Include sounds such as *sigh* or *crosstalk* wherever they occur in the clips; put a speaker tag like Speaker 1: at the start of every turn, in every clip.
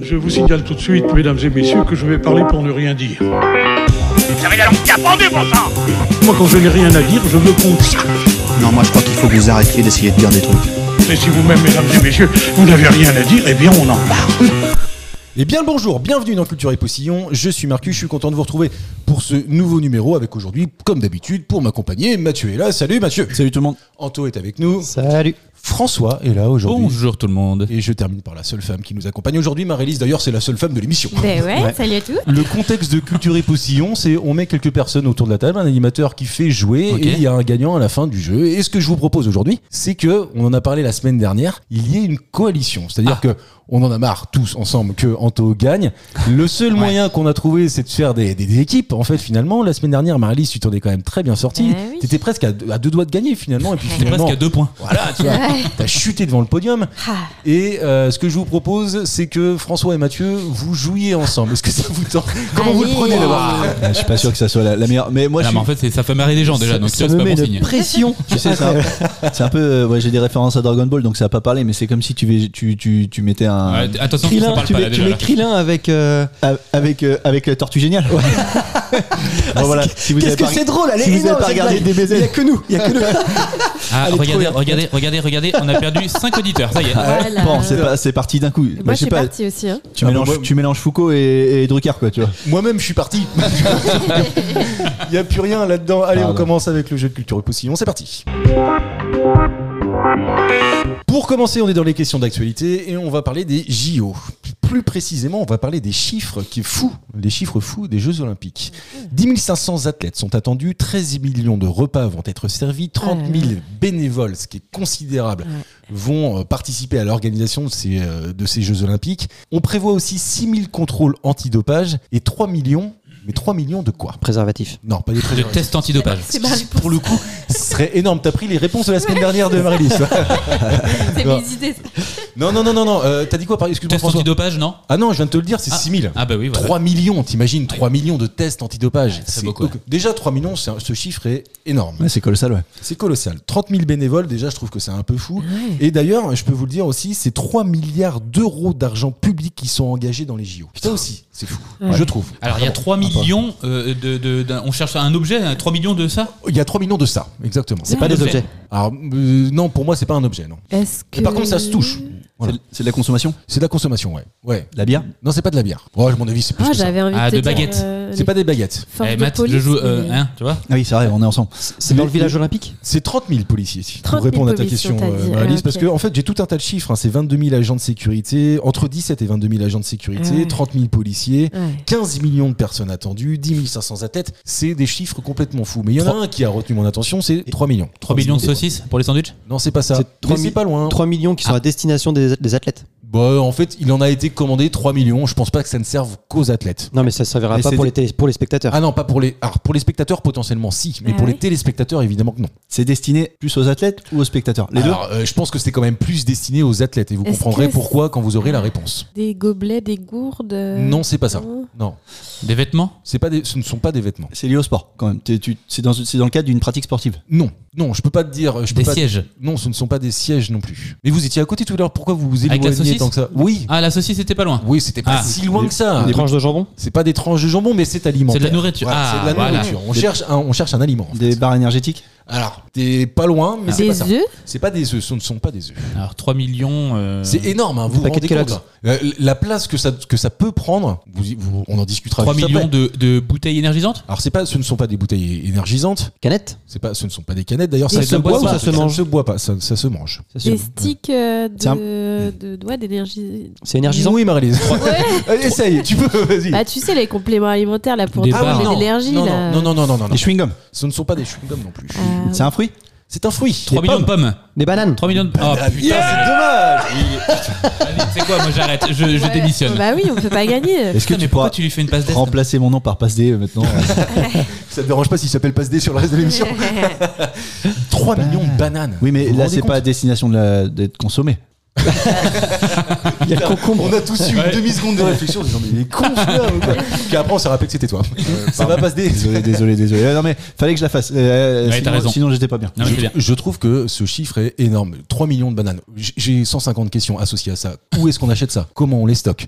Speaker 1: Je vous signale tout de suite, mesdames et messieurs, que je vais parler pour ne rien dire.
Speaker 2: Vous avez la langue qui a pendu, bon sang
Speaker 1: Moi, quand je n'ai rien à dire, je veux qu'on sache.
Speaker 3: Non, moi je crois qu'il faut que vous arrêtiez d'essayer de dire des trucs.
Speaker 1: Mais si vous-même, mesdames et messieurs, vous n'avez rien à dire, eh bien, on en parle.
Speaker 4: Et bien le bonjour, bienvenue dans Culture et Poussillon, je suis Marcus, je suis content de vous retrouver pour ce nouveau numéro avec aujourd'hui, comme d'habitude, pour m'accompagner, Mathieu est là, salut Mathieu
Speaker 5: Salut tout le monde.
Speaker 4: Anto est avec nous,
Speaker 5: Salut.
Speaker 4: François est là aujourd'hui,
Speaker 5: Bonjour tout le monde.
Speaker 4: et je termine par la seule femme qui nous accompagne aujourd'hui, Marie-Lise d'ailleurs c'est la seule femme de l'émission.
Speaker 6: Ben ouais, salut à tous.
Speaker 4: Le contexte de Culture et Poussillon, c'est on met quelques personnes autour de la table, un animateur qui fait jouer
Speaker 5: Ok.
Speaker 4: et il y a un gagnant à la fin du jeu. Et ce que je vous propose aujourd'hui, c'est que on en a parlé la semaine dernière, il y ait une coalition,
Speaker 5: Ah.
Speaker 4: c'est-à-dire que on en a marre tous ensemble que Anto gagne. Le seul moyen qu'on a trouvé, c'est de faire des, des- des équipes. En fait, finalement, la semaine dernière, Marie-Lise, tu t'en es quand même très bien sortie.
Speaker 6: Eh oui.
Speaker 4: T'étais presque à deux, à deux doigts de gagner finalement, et puis
Speaker 5: T'es
Speaker 4: finalement,
Speaker 5: presque à deux points.
Speaker 4: voilà, tu vois, t'as chuté devant le podium.
Speaker 6: Ah.
Speaker 4: Et euh, ce que je vous propose, c'est que François et Mathieu, vous jouiez ensemble. Est-ce que ça vous tente Comment vous le
Speaker 6: Allez.
Speaker 4: prenez d'abord
Speaker 5: Ah,
Speaker 3: Euh, je suis pas sûr que ça soit la, la meilleure. Mais moi,
Speaker 5: mais
Speaker 3: je
Speaker 5: en
Speaker 3: suis-
Speaker 5: fait, c'est- ça fait marrer les gens déjà, donc
Speaker 3: ça
Speaker 5: c'est
Speaker 3: me
Speaker 5: pas
Speaker 3: met
Speaker 5: bon
Speaker 3: une
Speaker 5: signe.
Speaker 3: pression. *laughs* Tu sais, c'est un, c'est un peu. euh, ouais, j'ai des références à Dragon Ball, donc ça va pas parler, mais c'est comme si tu, vais- tu, tu, tu mettais un.
Speaker 5: Ouais, attention, ça
Speaker 7: Krillin,
Speaker 5: parle
Speaker 7: tu
Speaker 5: pas là
Speaker 7: mets, tu
Speaker 5: déjà.
Speaker 7: mets
Speaker 5: là.
Speaker 7: Krillin avec. euh,
Speaker 3: A- Avec, euh, avec la tortue géniale. *laughs* Bon, voilà. Si vous
Speaker 7: Qu'est-ce
Speaker 3: avez
Speaker 7: que
Speaker 3: pas-
Speaker 7: c'est drôle, elle
Speaker 3: si
Speaker 7: est
Speaker 3: vous avez
Speaker 7: énorme,
Speaker 3: pas
Speaker 7: cette
Speaker 3: regardé
Speaker 7: blague.
Speaker 3: DBZ.
Speaker 7: Il y a que nous, il y a que nous.
Speaker 5: Ah,
Speaker 7: Elle est
Speaker 5: regardez,
Speaker 7: trop-
Speaker 5: regardez, regardez, regardez, on a perdu 5 auditeurs, ça y est.
Speaker 3: Ah ouais,
Speaker 6: Voilà.
Speaker 3: bon, c'est pas- c'est parti Ah, d'un coup. Bah,
Speaker 6: Moi, je
Speaker 3: je sais
Speaker 6: suis
Speaker 3: pas,
Speaker 6: partie aussi. hein.
Speaker 3: tu, mélanges, tu mélanges Foucault et, et Drucker, quoi, tu vois.
Speaker 4: Moi-même, je suis parti. Il n'y a plus rien là-dedans. Allez, on
Speaker 3: Pardon.
Speaker 4: commence avec le jeu de culture et poussillon. C'est parti. Pour commencer, on est dans les questions d'actualité et on va parler des JO. Plus précisément, on va parler des chiffres qui est fou, les chiffres fous des Jeux Olympiques. 10 500 athlètes sont attendus, 13 millions de repas vont être servis, 30
Speaker 6: Ouais.
Speaker 4: 000 bénévoles, ce qui est considérable, vont euh, participer à l'organisation de, ces, euh, de ces Jeux Olympiques. On prévoit aussi 6 000 contrôles antidopage et 3 millions. Mais 3 millions de quoi
Speaker 7: Préservatif.
Speaker 4: Non, pas des
Speaker 5: De
Speaker 4: préservatifs.
Speaker 5: test antidopage.
Speaker 6: C'est ma réponse.
Speaker 4: Pour le coup, *laughs* ce serait énorme. T'as pris les réponses de la semaine dernière de Marie-Lise. toi.
Speaker 5: *laughs*
Speaker 6: C'est
Speaker 4: Non.
Speaker 6: mes idées.
Speaker 4: Non, non, non, non, non. euh, T'as dit quoi par Excuse-moi,
Speaker 5: Test
Speaker 4: François.
Speaker 5: antidopage, non
Speaker 4: Ah non, je viens de te le dire, c'est
Speaker 5: Ah.
Speaker 4: 6 000.
Speaker 5: Ah bah oui, voilà.
Speaker 4: 3 millions, t'imagines 3 millions de tests antidopage.
Speaker 5: c'est beaucoup, ouais.
Speaker 4: Déjà, 3 millions, c'est un- ce chiffre est énorme.
Speaker 3: Ouais, c'est colossal, ouais.
Speaker 4: C'est colossal. 30 000 bénévoles, déjà, je trouve que c'est un peu fou. Et d'ailleurs, je peux vous le dire aussi, c'est 3 milliards d'euros d'argent public qui sont engagés dans les JO. Ça aussi, c'est fou, je trouve.
Speaker 5: Alors il y a 3 millions euh, de, de- d'un- On cherche un objet, hein, 3 millions de ça
Speaker 4: Il y a 3 millions de ça, exactement.
Speaker 7: C'est pas des objets.
Speaker 4: Alors, euh, non, pour moi, c'est pas un objet, non.
Speaker 6: Est-ce que.
Speaker 4: Et par contre, ça se
Speaker 6: Mm.
Speaker 4: touche. Voilà.
Speaker 3: C'est de- C'est de la consommation
Speaker 4: C'est de la consommation, ouais. Ouais.
Speaker 3: La bière
Speaker 4: Non, c'est pas de la bière. Oh, à mon avis, c'est plus
Speaker 6: Ah,
Speaker 4: que ça.
Speaker 6: j'avais envie
Speaker 5: Ah,
Speaker 6: de,
Speaker 5: de
Speaker 6: te dire,
Speaker 5: baguettes.
Speaker 6: euh,
Speaker 4: C'est pas des baguettes.
Speaker 6: forces
Speaker 5: Eh,
Speaker 6: de
Speaker 5: Matt, je
Speaker 6: police,
Speaker 5: joue euh,
Speaker 6: mais-
Speaker 5: hein, tu vois
Speaker 3: Ah oui, c'est vrai, on est ensemble.
Speaker 7: C'est dans le village olympique
Speaker 4: C'est 30 000 policiers, pour
Speaker 6: 30 000
Speaker 4: répondre à ta
Speaker 6: policiers,
Speaker 4: question,
Speaker 6: on t'a dit.
Speaker 4: euh,
Speaker 6: Ah,
Speaker 4: Alice,
Speaker 6: ok.
Speaker 4: parce que en fait, j'ai tout un tas de chiffres. hein. C'est 22 000 agents de sécurité, entre 17 et 22 000 agents de sécurité,
Speaker 6: Ah ouais.
Speaker 4: 30 000 policiers,
Speaker 6: Ouais.
Speaker 4: 15 millions de personnes attendues, 10 500 athlètes. C'est des chiffres complètement fous. Mais il y en a un qui a retenu mon attention, c'est 3 millions.
Speaker 5: 3 millions de saucisses pour les sandwichs
Speaker 4: Non, c'est pas ça.
Speaker 7: C'est
Speaker 4: Mais
Speaker 7: 3
Speaker 4: c'est
Speaker 7: 000
Speaker 4: pas loin.
Speaker 7: 3 millions qui sont
Speaker 4: Ah.
Speaker 7: à destination des, des athlètes.
Speaker 4: Bah, en fait, il en a été commandé 3 millions. Je pense pas que ça ne serve qu'aux athlètes.
Speaker 7: Non, mais ça ne servira
Speaker 3: Mais
Speaker 7: pas
Speaker 3: c'est
Speaker 7: pour
Speaker 3: des-
Speaker 7: les, télé- pour les spectateurs.
Speaker 4: Ah non, pas pour les. Alors, pour les spectateurs, potentiellement, si. Mais
Speaker 6: Ah
Speaker 4: pour les
Speaker 6: oui.
Speaker 4: téléspectateurs, évidemment que non.
Speaker 3: C'est destiné plus aux athlètes ou aux spectateurs Les deux
Speaker 4: Alors, euh, je pense que c'est quand même plus destiné aux athlètes et vous
Speaker 6: Est-ce
Speaker 4: comprendrez
Speaker 6: que
Speaker 4: pourquoi quand vous aurez la réponse.
Speaker 6: Des gobelets, des gourdes. euh,
Speaker 4: non, c'est pas ça.
Speaker 6: non.
Speaker 4: Non,
Speaker 5: Des vêtements
Speaker 4: c'est pas des- ce ne sont pas des vêtements.
Speaker 3: C'est lié au sport, quand même. T'es- tu- C'est dans, c'est dans le cadre d'une pratique sportive.
Speaker 4: Non, non, je peux pas te dire. Je peux
Speaker 5: Des
Speaker 4: pas-
Speaker 5: sièges
Speaker 4: Non, ce ne sont pas des sièges non plus. Mais vous étiez à côté tout à l'heure. Pourquoi vous vous
Speaker 5: Avec la
Speaker 4: éloignez
Speaker 5: saucisse
Speaker 4: tant que ça Oui,
Speaker 5: Ah la saucisse était pas loin.
Speaker 4: oui, c'était pas
Speaker 5: Ah.
Speaker 4: si loin que ça.
Speaker 7: Des tranches de jambon
Speaker 4: C'est pas des tranches de jambon, mais c'est alimentaire.
Speaker 5: C'est de la nourriture.
Speaker 4: Voilà,
Speaker 5: Ah,
Speaker 4: c'est de la
Speaker 5: voilà.
Speaker 4: nourriture. On cherche un, on cherche un aliment. en fait.
Speaker 3: Des barres énergétiques
Speaker 4: Alors, t'es pas loin, mais Ah, c'est pas
Speaker 6: Des
Speaker 4: ça.
Speaker 6: œufs.
Speaker 4: C'est pas des œufs. Ce ne sont pas des œufs.
Speaker 5: Alors 3 millions... euh,
Speaker 4: C'est énorme, hein, vous vous
Speaker 7: paquet
Speaker 4: rendez
Speaker 7: de
Speaker 4: compte.
Speaker 7: Kellogg's.
Speaker 4: hein. Euh, La place que ça, que ça peut prendre, vous y- vous- on en discutera
Speaker 5: 3
Speaker 4: juste après.
Speaker 5: millions de, de bouteilles énergisantes
Speaker 4: Alors c'est pas, ce ne sont pas des bouteilles énergisantes,
Speaker 7: Canette
Speaker 4: c'est pas, ce ne sont pas des canettes. D'ailleurs, ça,
Speaker 5: Ça
Speaker 4: ne
Speaker 5: se boit ou ça
Speaker 7: se mange
Speaker 4: ne se boit pas, ça, ça se mange.
Speaker 6: Des sticks euh,
Speaker 3: C'est un-
Speaker 6: de. de doigts d'énergie.
Speaker 7: C'est énergisant
Speaker 4: Oui, Marie-Lise. *laughs* Allez, Essaye, tu peux, vas-y.
Speaker 6: Bah, tu sais, les compléments alimentaires, là, pour
Speaker 5: Des
Speaker 4: Ah oui,
Speaker 5: barres.
Speaker 6: donner
Speaker 4: non,
Speaker 6: de l'énergie,
Speaker 4: non,
Speaker 6: là.
Speaker 4: non, non, non, non, non, non.
Speaker 3: Des chewing-gums
Speaker 4: Ce ne sont pas des chewing-gums non plus.
Speaker 6: Ah,
Speaker 3: C'est un fruit
Speaker 4: C'est un fruit.
Speaker 5: 3 millions de pommes
Speaker 7: Des bananes
Speaker 5: 3 millions de... Oh
Speaker 4: Ah,
Speaker 5: putain,
Speaker 3: C'est dommage
Speaker 5: c'est quoi Moi j'arrête, je, je
Speaker 6: ouais.
Speaker 5: démissionne.
Speaker 6: Bah oui, on
Speaker 4: *laughs*
Speaker 6: peut pas gagner.
Speaker 3: Est-ce
Speaker 5: Putain,
Speaker 3: que
Speaker 5: mais pourquoi
Speaker 3: tu pourras
Speaker 5: tu lui fais une passe d'est
Speaker 3: remplacer mon nom par passe D euh, maintenant
Speaker 4: Ça te dérange pas s'il s'appelle Passe D sur le reste de l'émission 3 millions de bananes.
Speaker 3: Oui, mais
Speaker 4: Vous vous
Speaker 3: là,
Speaker 4: rendez
Speaker 3: c'est
Speaker 4: compte
Speaker 3: pas à destination de la- d'être consommé.
Speaker 7: Il y a le concombre.
Speaker 4: On a tous eu une demi-seconde de réflexion en disant, mais il est con, celui-là, ou quoi Puis après, on s'est rappelé que c'était *laughs* toi. Ça va pas se dé-
Speaker 3: Désolé, désolé, désolé. Ah, Non mais fallait que je la fasse. Euh,
Speaker 5: Ouais, t'as
Speaker 3: sinon,
Speaker 5: raison.
Speaker 3: sinon, j'étais pas bien.
Speaker 5: Non, mais c'est
Speaker 4: je,
Speaker 5: bien.
Speaker 4: je trouve que ce chiffre est énorme. 3 millions de bananes. J- J'ai 150 questions associées à ça. Où est-ce qu'on achète ça Comment on les stocke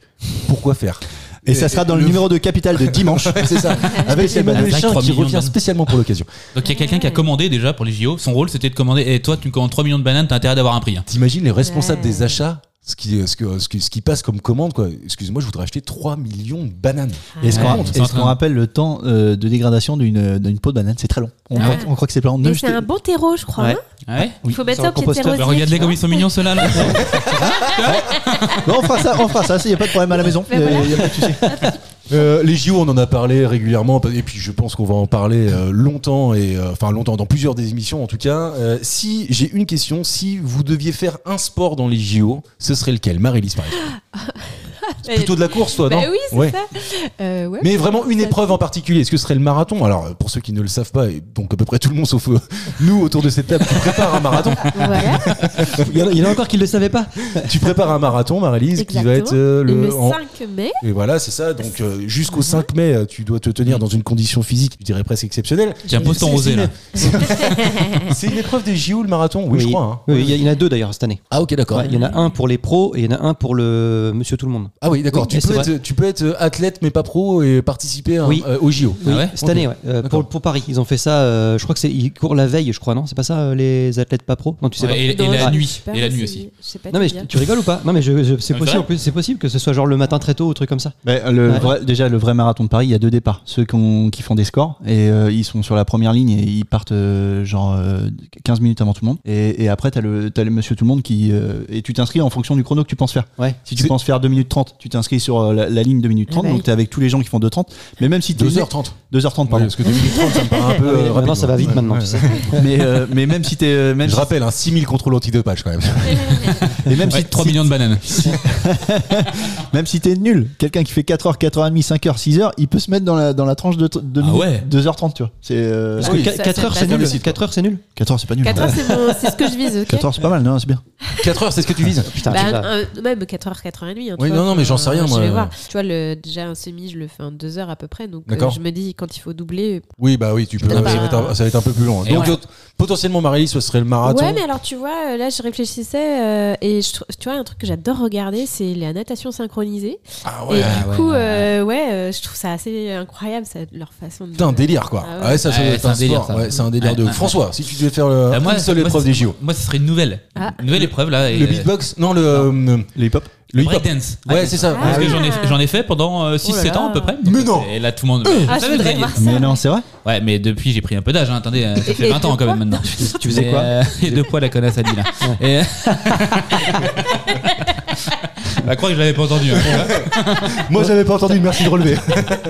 Speaker 4: Pourquoi faire
Speaker 3: Et ça sera dans le numéro de capital de dimanche.
Speaker 4: C'est ça. Avec
Speaker 3: Spécial
Speaker 4: Emmanuel
Speaker 5: banane.
Speaker 4: Chin
Speaker 5: 3
Speaker 4: qui
Speaker 5: millions de
Speaker 4: revient
Speaker 5: bananes.
Speaker 4: spécialement pour l'occasion.
Speaker 5: Donc il y a quelqu'un qui a commandé déjà pour les JO. Son rôle c'était de commander. Et toi, tu me commandes 3 millions de bananes, t'as intérêt d'avoir un prix. hein.
Speaker 4: T'imagines les responsables
Speaker 6: Ouais.
Speaker 4: des achats ce qui, euh, ce, que, ce, qui, ce qui passe comme commande, quoi. Excuse-moi, je voudrais acheter 3 millions de bananes.
Speaker 6: Ah
Speaker 3: Est-ce
Speaker 5: Ouais,
Speaker 3: qu'on
Speaker 5: on
Speaker 3: est-ce
Speaker 5: s'entraîne.
Speaker 3: qu'on rappelle le temps euh, de dégradation d'une d'une peau de banane C'est très long. On,
Speaker 6: Ah
Speaker 3: croit,
Speaker 6: ouais.
Speaker 3: on croit que c'est plein. Ne
Speaker 6: Mais
Speaker 3: jetez-
Speaker 6: c'est un bon terreau, je crois.
Speaker 7: Ouais.
Speaker 6: hein
Speaker 5: Ouais.
Speaker 6: Il faut mettre
Speaker 7: sur
Speaker 6: ça
Speaker 7: un
Speaker 6: au pied de ses
Speaker 7: composteur.
Speaker 5: Bah,
Speaker 6: rosiers,
Speaker 5: regardez
Speaker 6: tu
Speaker 5: comme
Speaker 6: vois.
Speaker 5: ils sont mignons ceux-là. là.
Speaker 3: Non, on fera ça, on fera ça. Il n'y a pas de problème à la maison.
Speaker 6: Mais
Speaker 3: Euh,
Speaker 6: voilà.
Speaker 3: y a pas de *laughs* souci.
Speaker 4: Euh, les JO, on en a parlé régulièrement, et puis je pense qu'on va en parler euh, longtemps, et euh, enfin longtemps dans plusieurs des émissions en tout cas. Euh, si j'ai une question, si vous deviez faire un sport dans les JO, ce serait lequel Marie-Lise, par exemple.
Speaker 6: *laughs*
Speaker 4: C'est plutôt de la course, toi,
Speaker 6: Bah
Speaker 4: non
Speaker 6: oui, c'est
Speaker 4: Ouais.
Speaker 6: ça. Euh, ouais.
Speaker 4: Mais vraiment une épreuve en particulier, est-ce que ce serait le marathon Alors euh, pour ceux qui ne le savent pas, et donc à peu près tout le monde sauf euh, nous autour de cette table, tu prépares un marathon. *laughs*
Speaker 6: Voilà.
Speaker 7: Il y en a- il y en a encore qui ne le savaient pas.
Speaker 4: Tu prépares un marathon, Marie-Lise, qui va
Speaker 6: Exactement.
Speaker 4: être euh,
Speaker 6: Le,
Speaker 4: le, en-
Speaker 6: 5 mai.
Speaker 4: Et voilà, c'est ça. Donc euh, jusqu'au 5 mai, euh, tu dois te tenir dans une condition physique, je dirais presque exceptionnelle.
Speaker 5: Tiens, pose ton
Speaker 4: C'est-
Speaker 5: rosé,
Speaker 4: c'est
Speaker 5: là.
Speaker 4: une- *laughs* C'est une épreuve des JO, le marathon Oui, je crois. hein.
Speaker 7: Oui, il y, a- il y en a deux d'ailleurs cette année.
Speaker 4: Ah ok, d'accord.
Speaker 7: Ouais, Il y en a un pour les pros et il y en a un pour le monsieur tout le monde.
Speaker 4: Ah oui, d'accord.
Speaker 7: Oui,
Speaker 4: tu,
Speaker 7: et
Speaker 4: peux
Speaker 7: c'est
Speaker 4: être- tu peux être euh, athlète mais pas pro et participer à un-
Speaker 7: Oui.
Speaker 4: euh, aux JO.
Speaker 5: Ah ouais
Speaker 7: Cette
Speaker 4: Ok.
Speaker 7: année, ouais. Euh,
Speaker 4: D'accord.
Speaker 7: pour, pour Paris, ils ont fait ça. euh, je crois que c'est ils courent la veille, je crois, non C'est pas ça euh, les athlètes pas pro Non, tu sais
Speaker 5: Ouais,
Speaker 7: pas.
Speaker 5: et- et
Speaker 6: Dans-
Speaker 5: la
Speaker 6: Ah, je
Speaker 5: nuit.
Speaker 6: sais pas,
Speaker 5: Et la
Speaker 6: c'est-
Speaker 5: nuit aussi.
Speaker 6: Je sais pas.
Speaker 7: Non mais
Speaker 6: te
Speaker 7: je-
Speaker 6: dire.
Speaker 7: tu rigoles ou pas Non mais je, je- c'est
Speaker 5: Ah,
Speaker 7: possible
Speaker 5: c'est
Speaker 7: en plus, c'est possible que ce soit genre le matin très tôt ou truc comme ça.
Speaker 3: Ben, le
Speaker 7: Ouais.
Speaker 3: vrai- déjà, le vrai marathon de Paris, il y a deux départs. Ceux qui, ont- qui font des scores, et euh, ils sont sur la première ligne, et ils partent euh, genre euh, 15 minutes avant tout le monde. Et, et après, t'as le, t'as le monsieur tout le monde qui. euh, et tu t'inscris en fonction du chrono que tu penses faire.
Speaker 7: Ouais.
Speaker 3: Si tu
Speaker 4: C'est-
Speaker 3: penses faire 2 minutes 30, tu t'inscris sur euh, la, la ligne 2 minutes 30,
Speaker 6: Ah bah
Speaker 3: donc
Speaker 6: oui.
Speaker 3: t'es avec tous les gens qui font 2 30. Mais même si t'es.
Speaker 4: 2h30.
Speaker 3: 2h30, pardon.
Speaker 4: parce que 2h30, ça me paraît un peu.
Speaker 7: Ah
Speaker 4: euh, rapide,
Speaker 7: oui, maintenant ça
Speaker 4: quoi.
Speaker 7: va vite
Speaker 4: Ouais.
Speaker 7: maintenant. tu sais.
Speaker 3: mais, euh, mais même si t'es. euh, Même
Speaker 4: Je
Speaker 3: si-
Speaker 4: rappelle, hein, 6000 contrôles antidopage quand *laughs* même.
Speaker 3: et même
Speaker 5: Ouais,
Speaker 3: si
Speaker 5: 3 millions de bananes.
Speaker 3: Même si t'es nul, quelqu'un qui fait 4h, 4h30, 5h, 6h, il peut se mettre dans la, dans la tranche de, t- de
Speaker 5: Ah
Speaker 3: minutes,
Speaker 5: ouais.
Speaker 3: 2h30, tu vois. C'est, euh,
Speaker 7: Parce
Speaker 6: Ah oui.
Speaker 7: que
Speaker 6: Ça,
Speaker 7: 4
Speaker 6: c'est
Speaker 7: heures
Speaker 6: pas
Speaker 7: c'est nul.
Speaker 6: possible.
Speaker 7: 4 heures c'est nul.
Speaker 3: 4h, c'est pas nul.
Speaker 6: 4 heures, c'est mon- c'est ce que je vise. ok
Speaker 3: 4h, c'est pas mal, non, c'est bien.
Speaker 4: 4h, c'est ce que tu vises
Speaker 7: Putain,
Speaker 6: Bah,
Speaker 7: c'est ça.
Speaker 6: un- même 4h, 4h30.
Speaker 4: Oui, non, non, mais j'en sais rien, moi.
Speaker 6: Je vais voir. Tu vois, le, déjà, un semi, je le fais en 2h à peu près. Donc, euh,
Speaker 4: D'accord.
Speaker 6: je me dis, quand il faut doubler.
Speaker 4: Oui, bah oui, tu peux.
Speaker 6: Ah
Speaker 4: Ça
Speaker 6: bah.
Speaker 4: va être un, ça va être un peu plus long.
Speaker 5: Et
Speaker 4: Donc
Speaker 5: ouais.
Speaker 4: euh, potentiellement, Marie-Lise, ce serait le marathon.
Speaker 6: Ouais, mais alors, tu vois, euh, là, je réfléchissais. euh, et je tr- tu vois, un truc que j'adore regarder, c'est la natation synchronisée.
Speaker 4: Ah
Speaker 6: et
Speaker 4: ouais.
Speaker 6: du coup, euh, ouais, euh, je trouve ça assez incroyable, ça, leur façon de.
Speaker 4: Putain, un délire quoi.
Speaker 6: Ah
Speaker 4: Ah
Speaker 6: ouais.
Speaker 4: ouais. ça, ça
Speaker 5: Ouais,
Speaker 4: doit être
Speaker 5: c'est
Speaker 4: un
Speaker 5: un délire,
Speaker 4: sport.
Speaker 5: ça.
Speaker 4: Ouais, c'est un délire
Speaker 5: Ouais,
Speaker 4: de.
Speaker 5: ouais.
Speaker 4: François, si tu devais faire le...
Speaker 5: Bah,
Speaker 4: une seule
Speaker 5: moi,
Speaker 4: épreuve
Speaker 5: c'est-
Speaker 4: des JO.
Speaker 5: Moi, ce serait une nouvelle.
Speaker 6: Ah.
Speaker 5: Une nouvelle épreuve là. et- euh,
Speaker 4: Le beatbox Non, le. hum,
Speaker 3: Le hip-hop
Speaker 4: Le hip-hop.
Speaker 5: breakdance.
Speaker 4: Ouais, c'est ça.
Speaker 5: Parce
Speaker 6: Ah
Speaker 5: que
Speaker 6: oui. Oh
Speaker 5: j'en ai, j'en ai fait pendant euh, 6-7
Speaker 6: là.
Speaker 5: ans à peu près.
Speaker 4: Mais non.
Speaker 5: Et là, tout le monde.
Speaker 6: Ah,
Speaker 5: Vous
Speaker 6: je
Speaker 5: savez,
Speaker 6: voudrais
Speaker 5: Greg.
Speaker 6: voir ça.
Speaker 3: Mais non, c'est vrai
Speaker 5: Ouais, mais depuis, j'ai pris un peu d'âge. hein. Attendez, euh, ça
Speaker 6: Et-
Speaker 5: fait
Speaker 6: et
Speaker 5: 20 ans
Speaker 6: de
Speaker 5: quand même
Speaker 6: quoi
Speaker 5: maintenant.
Speaker 3: Tu faisais
Speaker 5: Mais,
Speaker 3: quoi
Speaker 5: euh, Et de quoi la connasse a dit là *laughs* Et- euh, La croix, je l'avais pas entendu. hein.
Speaker 4: Moi, j'avais pas entendu, merci de *laughs* relever.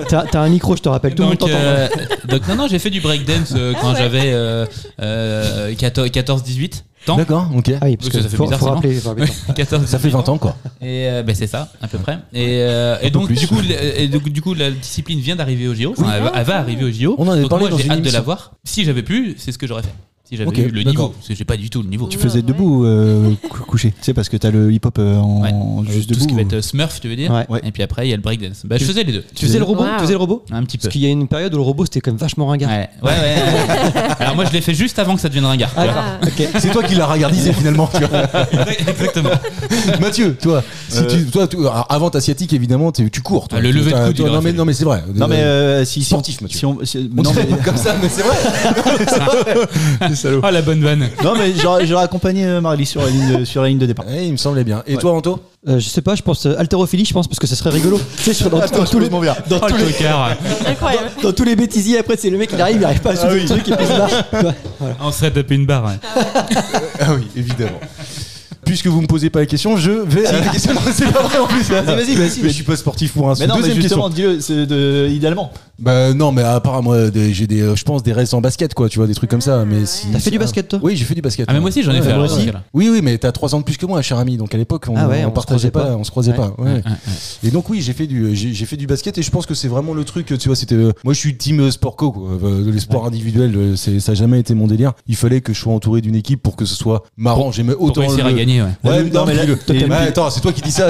Speaker 7: T'as t'as un micro, je te rappelle. Tout le monde
Speaker 5: donc,
Speaker 7: t'entend. hein.
Speaker 5: euh, donc, non, non, j'ai fait du breakdance euh, quand j'avais euh, euh, 14-18 ans.
Speaker 4: D'accord, ok.
Speaker 7: Ah oui,
Speaker 5: parce
Speaker 7: parce
Speaker 5: que
Speaker 7: que
Speaker 5: ça fait
Speaker 7: faut,
Speaker 5: bizarre,
Speaker 7: faut
Speaker 5: c'est
Speaker 7: rappeler. faut rappeler.
Speaker 5: 14,
Speaker 4: Ça fait 20 ans quoi.
Speaker 5: Et euh, ben, c'est ça, à peu près. Et, euh, et donc, du coup, le- et donc, du coup, la discipline vient d'arriver au JO. Enfin, elle, va- elle va arriver au JO.
Speaker 4: On en avait
Speaker 5: donc,
Speaker 4: parlé
Speaker 5: moi,
Speaker 4: dans
Speaker 5: j'ai
Speaker 4: une
Speaker 5: hâte de
Speaker 4: émission.
Speaker 5: la voir. Si j'avais pu, c'est ce que j'aurais fait. Si j'avais
Speaker 4: Ok,
Speaker 5: eu le
Speaker 4: d'accord.
Speaker 5: niveau. Parce que j'ai pas du tout le niveau.
Speaker 3: Tu faisais debout, euh, cou- couché. C'est parce que t'as le hip-hop euh,
Speaker 5: Ouais.
Speaker 3: en
Speaker 4: Ah,
Speaker 3: juste
Speaker 5: Tout
Speaker 3: debout.
Speaker 5: ce
Speaker 4: hein.
Speaker 5: qui va être euh, Smurf, tu veux dire
Speaker 7: Ouais.
Speaker 3: Ouais.
Speaker 5: Et puis après, il y a le breakdance. Bah, je faisais les deux.
Speaker 7: Tu faisais le robot
Speaker 6: Wow.
Speaker 7: Tu faisais le robot
Speaker 5: Un petit peu.
Speaker 7: Parce qu'il y a une période où le robot c'était quand même vachement
Speaker 5: Ouais,
Speaker 7: ringard.
Speaker 5: ouais, ouais.
Speaker 4: *laughs*
Speaker 5: ouais. Alors, moi, je l'ai fait juste avant que ça devienne ringard. tu vois.
Speaker 6: Ah,
Speaker 4: C'est toi qui l'as regardisé
Speaker 3: *laughs*
Speaker 4: finalement. tu vois.
Speaker 5: *laughs* Exactement.
Speaker 4: Mathieu, toi, si
Speaker 3: Euh.
Speaker 4: tu, toi tu- alors, avant asiatique évidemment, tu, tu cours. toi.
Speaker 5: Ah, le
Speaker 4: Tu-
Speaker 5: lever de
Speaker 4: t'as-
Speaker 5: coude,
Speaker 4: toi,
Speaker 5: il
Speaker 4: Non
Speaker 5: aurait
Speaker 4: mais,
Speaker 5: fallu.
Speaker 4: non mais c'est vrai.
Speaker 3: Non, mais euh, si, si
Speaker 4: Sportif,
Speaker 3: on,
Speaker 4: Mathieu.
Speaker 3: si on- si-
Speaker 4: On
Speaker 3: non,
Speaker 4: dirait
Speaker 3: mais,
Speaker 4: comme ça, mais c'est
Speaker 3: *laughs*
Speaker 4: vrai.
Speaker 5: Ah, la bonne
Speaker 4: *laughs*
Speaker 5: vanne.
Speaker 3: non, mais j'aurais j'aurais accompagné euh, Marly sur la ligne de, sur la ligne de départ.
Speaker 4: Ouais, Eh, il me semblait bien. Et toi, Anto
Speaker 7: Euh, je sais pas, je pense euh, haltérophilie, je pense, parce que ça serait rigolo. tu sais, sur- dans, dans tous les, dans,
Speaker 5: Oh,
Speaker 7: tous
Speaker 5: le
Speaker 7: les,
Speaker 5: tocard.
Speaker 6: incroyable.
Speaker 7: dans tous les bêtisiers, après, c'est le mec, il arrive, il arrive pas à soulever le truc, il fait ça.
Speaker 5: On serait tapé une barre. ouais.
Speaker 4: Ah oui, évidemment. Puisque vous me posez pas la question, je vais à la question. *laughs* Non, C'est pas vrai en plus.
Speaker 3: vas-y, vas-y,
Speaker 4: Mais
Speaker 3: vas-y.
Speaker 4: je suis pas sportif pour un sou.
Speaker 3: Mais non, mais
Speaker 4: Deuxième question.
Speaker 3: justement, dis-le, c'est de- idéalement.
Speaker 4: Bah non, mais à part moi, des- j'ai des, euh, je pense des restes en basket, quoi. Tu vois des trucs comme ça. Mais si.
Speaker 7: T'as fait du basket, toi
Speaker 4: Oui, j'ai fait du basket.
Speaker 5: Ah, mais moi
Speaker 4: ouais.
Speaker 5: aussi, j'en ai
Speaker 4: Ouais,
Speaker 5: fait.
Speaker 4: ouais,
Speaker 5: alors,
Speaker 4: ouais.
Speaker 5: dans ce cas-là.
Speaker 4: Oui, oui, mais t'as 3 ans de plus que moi, cher ami. Donc à l'époque, on,
Speaker 7: Ah ouais,
Speaker 4: on
Speaker 7: on se
Speaker 4: partageait
Speaker 7: croisait
Speaker 4: pas,
Speaker 7: pas.
Speaker 4: on se croisait
Speaker 7: Ouais.
Speaker 4: pas. ouais. Et donc oui, j'ai fait du, euh, j'ai j'ai fait du basket et je pense que c'est vraiment le truc. Tu vois, c'était, euh, moi je suis team euh, sport co, quoi. Euh, Les sports individuels, euh, c'est, ça a jamais été mon délire. Il fallait que je sois entouré d'une équipe pour que ce soit marrant. J'aimais
Speaker 5: Pour
Speaker 4: autant
Speaker 5: réussir
Speaker 4: le-
Speaker 5: à gagner, ouais.
Speaker 4: Ouais,
Speaker 7: Non,
Speaker 4: non,
Speaker 7: mais
Speaker 4: mais
Speaker 7: là,
Speaker 4: le-
Speaker 7: toi, t'aimes
Speaker 4: Ouais,
Speaker 7: plus-
Speaker 4: attends, c'est toi qui dis
Speaker 7: *laughs*
Speaker 4: ça.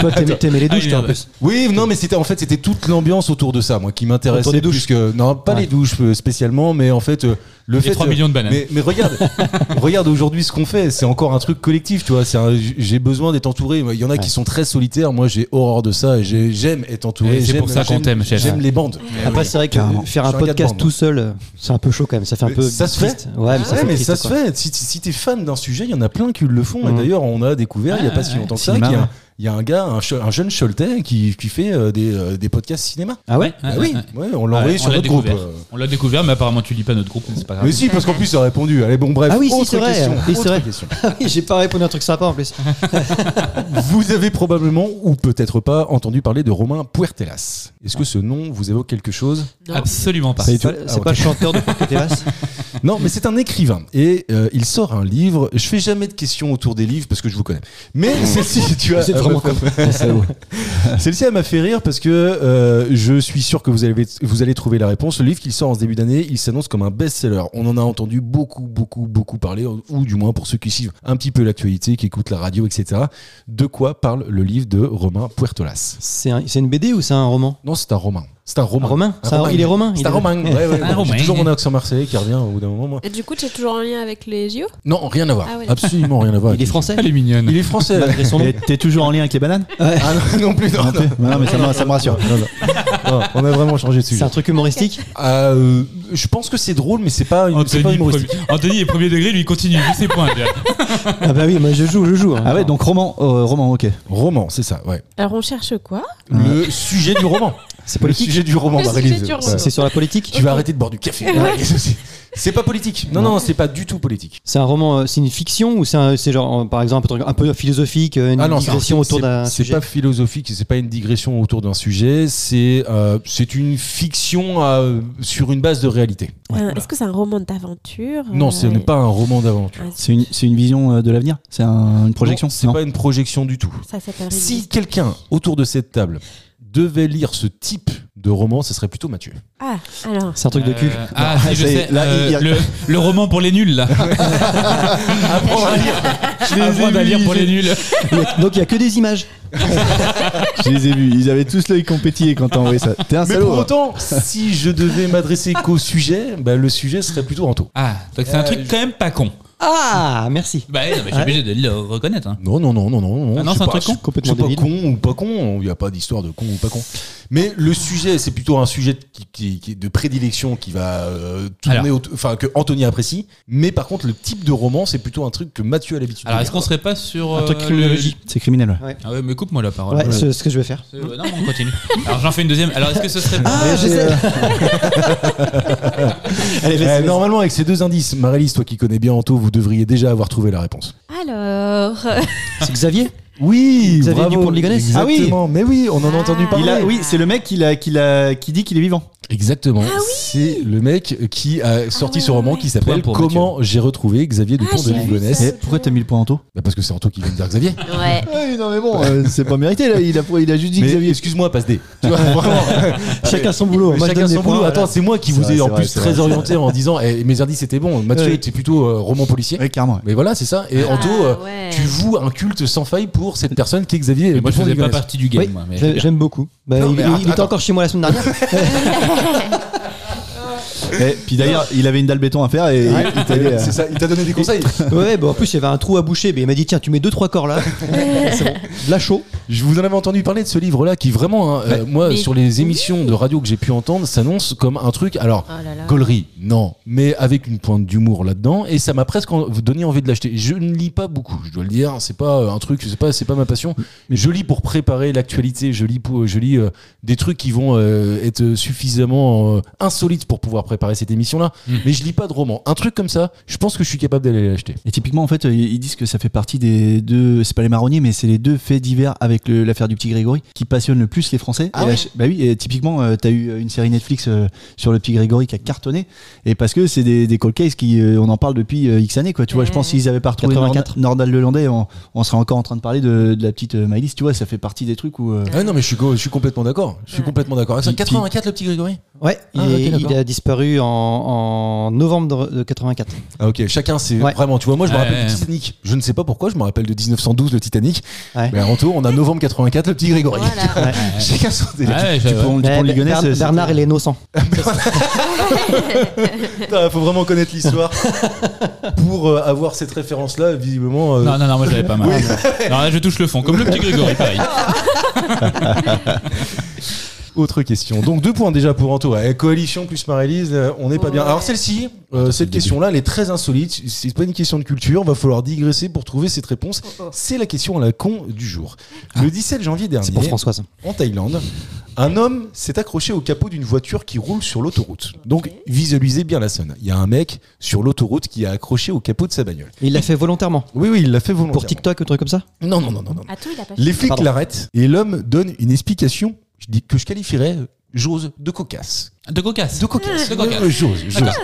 Speaker 7: Toi, t'aimais t'aimais les douches,
Speaker 5: Ah,
Speaker 7: toi, un peu.
Speaker 4: Oui, non, mais c'était en fait c'était toute l'ambiance autour de ça, moi, qui
Speaker 7: Autour
Speaker 4: m'intéressait
Speaker 7: des
Speaker 4: plus que non, pas
Speaker 7: Ouais.
Speaker 4: les douches euh, spécialement, mais en fait euh, le
Speaker 5: Les
Speaker 4: fait
Speaker 5: 3
Speaker 4: euh,
Speaker 5: millions de bananes.
Speaker 4: Mais, mais regarde, *laughs* regarde aujourd'hui ce qu'on fait, c'est encore un truc collectif, tu vois. c'est un- J'ai besoin d'être entouré. Il y en a qui sont très solitaires. Moi, j'ai horreur de ça. et j'ai- J'aime être entouré.
Speaker 5: Et c'est
Speaker 4: j'aime-
Speaker 5: pour ça qu'on
Speaker 4: j'aime-
Speaker 5: t'aime, chef.
Speaker 4: J'aime les bandes.
Speaker 7: Après, c'est vrai que
Speaker 3: carrément.
Speaker 7: faire un
Speaker 4: Je suis un gars de
Speaker 7: podcast
Speaker 4: bande.
Speaker 7: tout seul, euh, c'est un peu chaud quand même. Ça fait un
Speaker 4: Mais
Speaker 7: peu.
Speaker 4: ça se fait.
Speaker 7: triste. Ouais, mais ça,
Speaker 4: Ouais,
Speaker 7: fait
Speaker 4: mais
Speaker 7: triste,
Speaker 4: ça se
Speaker 7: quoi.
Speaker 4: fait. Si, si- si t'es fan d'un sujet, il y en a plein qui le font. Et
Speaker 7: Mhm.
Speaker 4: d'ailleurs, on a découvert il y a pas si longtemps que ça
Speaker 3: Cinéma,
Speaker 4: qu'il y
Speaker 3: ouais.
Speaker 4: a- il y, a un gars, un, cho- un jeune Choletais, qui, qui fait euh, des, euh, des podcasts cinéma.
Speaker 7: Ah ouais
Speaker 4: Bah oui, ouais, on l'a envoyé
Speaker 5: Ouais, on
Speaker 4: sur
Speaker 5: l'a
Speaker 4: notre groupe.
Speaker 5: découvert.
Speaker 4: euh.
Speaker 5: On l'a découvert, mais apparemment tu lis pas notre groupe, mais c'est pas grave.
Speaker 4: Mais si, parce qu'en plus, ça a répondu. Allez, bon, bref.
Speaker 7: Ah oui, si,
Speaker 4: autre
Speaker 7: c'est vrai.
Speaker 4: question.
Speaker 7: Oui, c'est
Speaker 4: autre
Speaker 7: vrai.
Speaker 4: question.
Speaker 7: Ah oui, *laughs* J'ai pas répondu à un truc sympa en plus.
Speaker 4: Vous avez probablement, ou peut-être pas, entendu parler de Romain Puertelas. Est-ce que ce nom vous évoque quelque chose
Speaker 6: Non.
Speaker 5: Absolument pas.
Speaker 4: C'est-
Speaker 7: C'est pas, c'est
Speaker 4: Ah, ok.
Speaker 7: pas le chanteur de Porte Terrasse.
Speaker 4: Non, mais c'est un écrivain. Et euh, il sort un livre. Je fais jamais de questions autour des livres parce que je vous connais. Mais celle-ci, tu vois.
Speaker 7: C'est vraiment
Speaker 4: euh, *laughs* Celle-ci, elle m'a fait rire parce que euh, je suis sûr que vous allez, vous allez trouver la réponse. Le livre qu'il sort en ce début d'année, il s'annonce comme un best-seller. On en a entendu beaucoup, beaucoup, beaucoup parler, ou du moins pour ceux qui suivent un petit peu l'actualité, qui écoutent la radio, etc. De quoi parle le livre de Romain Puertolas
Speaker 7: C'est un- c'est une BD ou c'est un roman
Speaker 4: Non, c'est un Romain. C'est un Romain.
Speaker 7: Un Romain C'est un- il est Romain,
Speaker 4: C'est
Speaker 7: il
Speaker 4: un
Speaker 7: est-
Speaker 4: Romain. Ouais, ouais,
Speaker 7: *laughs*
Speaker 5: Un
Speaker 4: J'ai
Speaker 5: Romain.
Speaker 4: toujours mon accent marseillais qui revient au bout d'un moment. moi.
Speaker 6: Et du coup, tu es toujours en lien avec les JO
Speaker 4: Non, rien à voir.
Speaker 6: Ah ouais.
Speaker 4: Absolument rien à voir.
Speaker 7: Il est français
Speaker 5: Elle est mignonne.
Speaker 4: Il est
Speaker 7: *laughs*
Speaker 4: français.
Speaker 7: Malgré son nom.
Speaker 3: Et T'es toujours en lien avec les bananes
Speaker 4: Ah non, non plus, non, non.
Speaker 3: Non, mais ça me- ça me rassure.
Speaker 4: Non, non. Non, on a vraiment changé de
Speaker 7: C'est
Speaker 4: sujet.
Speaker 7: un truc humoristique
Speaker 4: Euh, je pense que c'est drôle, mais c'est pas, une- c'est
Speaker 5: Anthony,
Speaker 4: pas
Speaker 5: premier...
Speaker 4: humoristique.
Speaker 5: Anthony est premier degré, lui il continue, lui ses points déjà.
Speaker 7: Ah bah oui, moi je joue, je joue. hein.
Speaker 3: Ah ouais, donc roman, euh, roman, ok.
Speaker 4: Roman, c'est ça, ouais.
Speaker 6: Alors, on cherche quoi Euh,
Speaker 4: Le sujet du roman.
Speaker 7: C'est
Speaker 4: Le
Speaker 7: politique
Speaker 4: sujet du roman,
Speaker 6: Le
Speaker 4: Marie-Lise.
Speaker 6: sujet du roman.
Speaker 4: Ouais.
Speaker 7: C'est sur la politique
Speaker 4: Tu vas arrêter de boire du café. Ouais, qu'est-ce que c'est C'est pas politique. Non, non, c'est pas du tout politique.
Speaker 7: C'est un roman, euh, c'est une fiction ou c'est un- c'est genre, euh, par exemple, un truc un peu philosophique, euh, une
Speaker 4: Ah non, c'est un-
Speaker 7: digression
Speaker 4: c'est-
Speaker 7: autour d'un
Speaker 4: C'est
Speaker 7: sujet
Speaker 4: pas philosophique, c'est pas une digression autour d'un sujet. C'est euh, c'est une fiction euh, sur une base de réalité.
Speaker 6: Euh, Est-ce que c'est un roman d'aventure euh,
Speaker 4: Non, ce n'est pas un roman d'aventure.
Speaker 3: C'est une, c'est une vision euh, de l'avenir C'est un- une projection
Speaker 4: Non, C'est
Speaker 3: Non.
Speaker 4: pas une projection du tout.
Speaker 6: Ça s'appelle.
Speaker 4: Si quelqu'un autour de cette table devait lire ce type de roman, ce serait plutôt Mathieu.
Speaker 6: Ah, alors.
Speaker 7: C'est un truc de cul.
Speaker 5: Euh, ah, si, je
Speaker 3: ça y est,
Speaker 5: sais.
Speaker 3: là,
Speaker 5: euh,
Speaker 3: il y a-
Speaker 5: le, le roman pour les nuls, là.
Speaker 4: Apprends
Speaker 5: *laughs*
Speaker 4: à lire.
Speaker 5: Apprendre à lire pour les nuls.
Speaker 7: Il y a-
Speaker 3: *laughs*
Speaker 7: donc il y a que des *laughs* images.
Speaker 3: Je les ai vus, ils avaient tous l'œil compétillé quand t'as envoyé ça. T'es un hein.
Speaker 4: Mais pour *laughs* autant, si je devais m'adresser qu'au sujet, bah, le sujet serait plutôt Anto.
Speaker 5: Ah, donc c'est un truc quand même pas con.
Speaker 7: Ah, merci.
Speaker 5: Bah, non, mais je suis obligé de le reconnaître. hein.
Speaker 4: Non, non, non, non, non. non,
Speaker 5: Ah non,
Speaker 4: je
Speaker 5: c'est
Speaker 4: sais
Speaker 5: un
Speaker 4: pas,
Speaker 5: truc con,
Speaker 4: je-
Speaker 7: complètement
Speaker 4: je sais pas
Speaker 7: débile.
Speaker 4: con ou pas con, il n'y a pas d'histoire de con ou pas con. Mais le sujet, c'est plutôt un sujet qui, qui- qui est de prédilection qui va euh, tourner,
Speaker 5: Alors.
Speaker 4: autour- enfin que Anthony apprécie. Mais par contre, le type de roman, c'est plutôt un truc que Mathieu a l'habitude.
Speaker 5: Alors,
Speaker 4: de
Speaker 5: est-ce
Speaker 4: lire.
Speaker 5: qu'on serait pas sur.
Speaker 7: Un truc
Speaker 5: euh,
Speaker 7: criminologique.
Speaker 3: C'est criminel, ouais.
Speaker 5: Ah ouais, mais coupe-moi la parole.
Speaker 7: Ouais, c'est ce que je vais faire.
Speaker 5: C'est- ouais, Non, on continue. Alors, j'en fais une deuxième. Alors, est-ce que ce serait pas.
Speaker 7: Ah, je sais.
Speaker 4: euh,
Speaker 7: Allez,
Speaker 4: Eh,
Speaker 7: vas-y, vas-y.
Speaker 4: normalement, avec ces deux indices, Marélis, toi qui connais bien Anto, vous devriez déjà avoir trouvé la réponse.
Speaker 6: Alors.
Speaker 7: C'est Xavier
Speaker 4: Oui,
Speaker 7: Xavier Dupont de Ligonnès.
Speaker 4: Exactement.
Speaker 3: Ah oui.
Speaker 4: mais oui, on
Speaker 6: Ah.
Speaker 4: en a entendu parler.
Speaker 3: Il a, oui, c'est le mec qui, l'a- qui, l'a- qui dit qu'il est vivant.
Speaker 4: Exactement. c'est le mec qui a sorti
Speaker 6: Ah ouais,
Speaker 4: ce roman
Speaker 6: ouais.
Speaker 4: qui s'appelle
Speaker 5: Point pour
Speaker 4: Comment j'ai retrouvé Xavier Dupont
Speaker 6: j'ai
Speaker 4: de
Speaker 6: vu
Speaker 4: Ligonnès.
Speaker 6: ça.
Speaker 3: Et Eh, pourquoi t'as mis le point en taux
Speaker 4: Bah, parce que c'est Anto qui vient de dire Xavier.
Speaker 6: Ouais.
Speaker 3: Non, mais bon, euh, c'est pas mérité, là. Il a, juste dit
Speaker 4: Mais excuse-moi, passe D. Tu vois, vraiment.
Speaker 7: Chacun son boulot.
Speaker 4: Mais
Speaker 7: Moi, je
Speaker 4: chacun
Speaker 7: donne des
Speaker 4: son boulot.
Speaker 7: points.
Speaker 4: Attends, c'est moi qui
Speaker 3: C'est
Speaker 4: vous
Speaker 3: vrai,
Speaker 4: ai en
Speaker 3: c'est vrai,
Speaker 4: plus
Speaker 3: c'est
Speaker 4: très
Speaker 3: vrai,
Speaker 4: orienté en disant eh, mes indices étaient bons. Mathieu
Speaker 7: Ouais.
Speaker 4: était plutôt euh, roman policier.
Speaker 3: Ouais, carrément. ouais.
Speaker 4: Mais voilà, c'est ça. Et Anto, euh,
Speaker 6: Ah ouais.
Speaker 4: tu voues un culte sans faille pour cette personne qui est Xavier.
Speaker 5: Mais Moi, je
Speaker 4: Dupont de
Speaker 5: faisais pas
Speaker 4: Ligonnès.
Speaker 5: partie du game,
Speaker 7: Oui,
Speaker 5: moi. mais-
Speaker 7: j'ai- j'aime beaucoup. Bah,
Speaker 4: Non,
Speaker 7: il,
Speaker 4: mais
Speaker 7: il- il était
Speaker 4: attends. Ah,
Speaker 7: encore chez moi la semaine dernière.
Speaker 3: Et Eh, puis d'ailleurs, il avait une dalle béton à faire et il t'a dit, euh,
Speaker 4: C'est ça, il t'a donné des conseils.
Speaker 7: *laughs* ouais, bah, en plus, il y avait un trou à boucher. Mais il m'a dit tiens, tu mets deux
Speaker 3: *laughs*
Speaker 7: trois corps là. C'est bon. De la chaud.
Speaker 4: Je vous en avais entendu parler de ce livre-là qui vraiment, hein, euh, moi,
Speaker 6: Mais-
Speaker 4: sur les émissions de radio que j'ai pu entendre, s'annonce comme un truc. Alors,
Speaker 6: Oh là là.
Speaker 4: Gaulerie, non, mais avec une pointe d'humour là-dedans, et ça m'a presque en- donné envie de l'acheter. Je ne lis pas beaucoup, je dois le dire, c'est pas euh, un truc, c'est pas, c'est pas ma passion. Je lis pour préparer l'actualité, je lis, pour, je lis euh, des trucs qui vont euh, être suffisamment euh, insolites pour pouvoir préparer cette émission-là.
Speaker 5: Mhm.
Speaker 4: Mais je lis pas de roman. Un truc comme ça, je pense que je suis capable d'aller l'acheter.
Speaker 3: Et typiquement, en fait, euh, ils disent que ça fait partie des deux. C'est pas les marronniers, mais c'est les deux faits divers avec le- l'affaire du petit Grégory qui passionnent le plus les Français.
Speaker 4: Ah
Speaker 3: Et
Speaker 4: ouais
Speaker 3: la ch- bah oui, et typiquement, euh, t'as eu une série Netflix euh, sur le petit Grégory qui a cartonné. Et parce que c'est des, des cold cases qui, euh, on en parle depuis euh, X années, quoi. Tu vois, je pense s'ils avaient pas retrouvé
Speaker 7: 84.
Speaker 3: Nord- Nordal Lelandais, on, on serait encore en train de parler de, de la petite euh, Maëlys. Tu vois, ça fait partie des trucs où. euh,
Speaker 4: Ah non, mais je suis, co- je suis complètement d'accord. Je suis
Speaker 6: Ouais.
Speaker 4: complètement d'accord avec ça.
Speaker 3: Qui-
Speaker 4: 84, le petit Grégory
Speaker 7: Ouais, il,
Speaker 4: Ah, ok,
Speaker 7: est- il
Speaker 4: d'accord.
Speaker 7: a disparu en, en novembre de 84.
Speaker 4: Ah ok, chacun c'est
Speaker 7: Ouais.
Speaker 4: vraiment. Tu vois, moi je me
Speaker 5: Ouais,
Speaker 4: rappelle
Speaker 5: ouais.
Speaker 4: du Titanic. Je ne sais pas pourquoi, je me rappelle de 1912 le Titanic.
Speaker 7: Ouais.
Speaker 4: Mais en tout, on a novembre 84 le petit Grégory. *laughs*
Speaker 6: Voilà.
Speaker 4: chacun son délire.
Speaker 5: Ouais,
Speaker 3: du
Speaker 5: j'avais-
Speaker 3: pont- du
Speaker 7: Mais
Speaker 3: pont Ligonnès,
Speaker 7: Bern-
Speaker 3: c'est-
Speaker 7: Bernard, il est innocent.
Speaker 4: Putain, Ah, faut vraiment connaître l'histoire
Speaker 3: *laughs*
Speaker 4: pour euh, avoir cette référence là. Visiblement, euh,
Speaker 5: Non, non, non, moi j'avais pas mal. Non, là, je touche le fond, comme le petit Grégory, pareil.
Speaker 4: Autre question. Donc deux points déjà pour Anto. Ouais, coalition plus Marie-Lise, euh, on n'est pas bien.
Speaker 6: Ouais.
Speaker 4: Alors celle-ci, euh, cette question-là, elle est très insolite. C'est pas une question de culture. Va falloir digresser pour trouver cette réponse.
Speaker 6: Oh,
Speaker 4: C'est la question à la con du jour. Le 17 janvier dernier,
Speaker 7: C'est pour Françoise.
Speaker 4: en Thaïlande, un homme s'est accroché au capot d'une voiture qui roule sur l'autoroute. Donc visualisez bien la scène. Il y a un mec sur l'autoroute qui a accroché au capot de sa bagnole.
Speaker 7: Il l'a fait volontairement.
Speaker 4: Oui, oui, il l'a fait volontairement.
Speaker 7: Pour TikTok ou truc comme ça
Speaker 4: Non, non, non, non,
Speaker 5: Ah,
Speaker 4: non.
Speaker 6: Attends, Ah, il a pas
Speaker 4: Les flics
Speaker 7: Pardon.
Speaker 4: l'arrêtent et l'homme donne une explication je dis, que je qualifierais j'ose de cocasse.
Speaker 5: De cocasse.
Speaker 4: De cocasse.
Speaker 5: De cocasse.
Speaker 4: Euh, j'ose, j'ose.
Speaker 5: D'accord.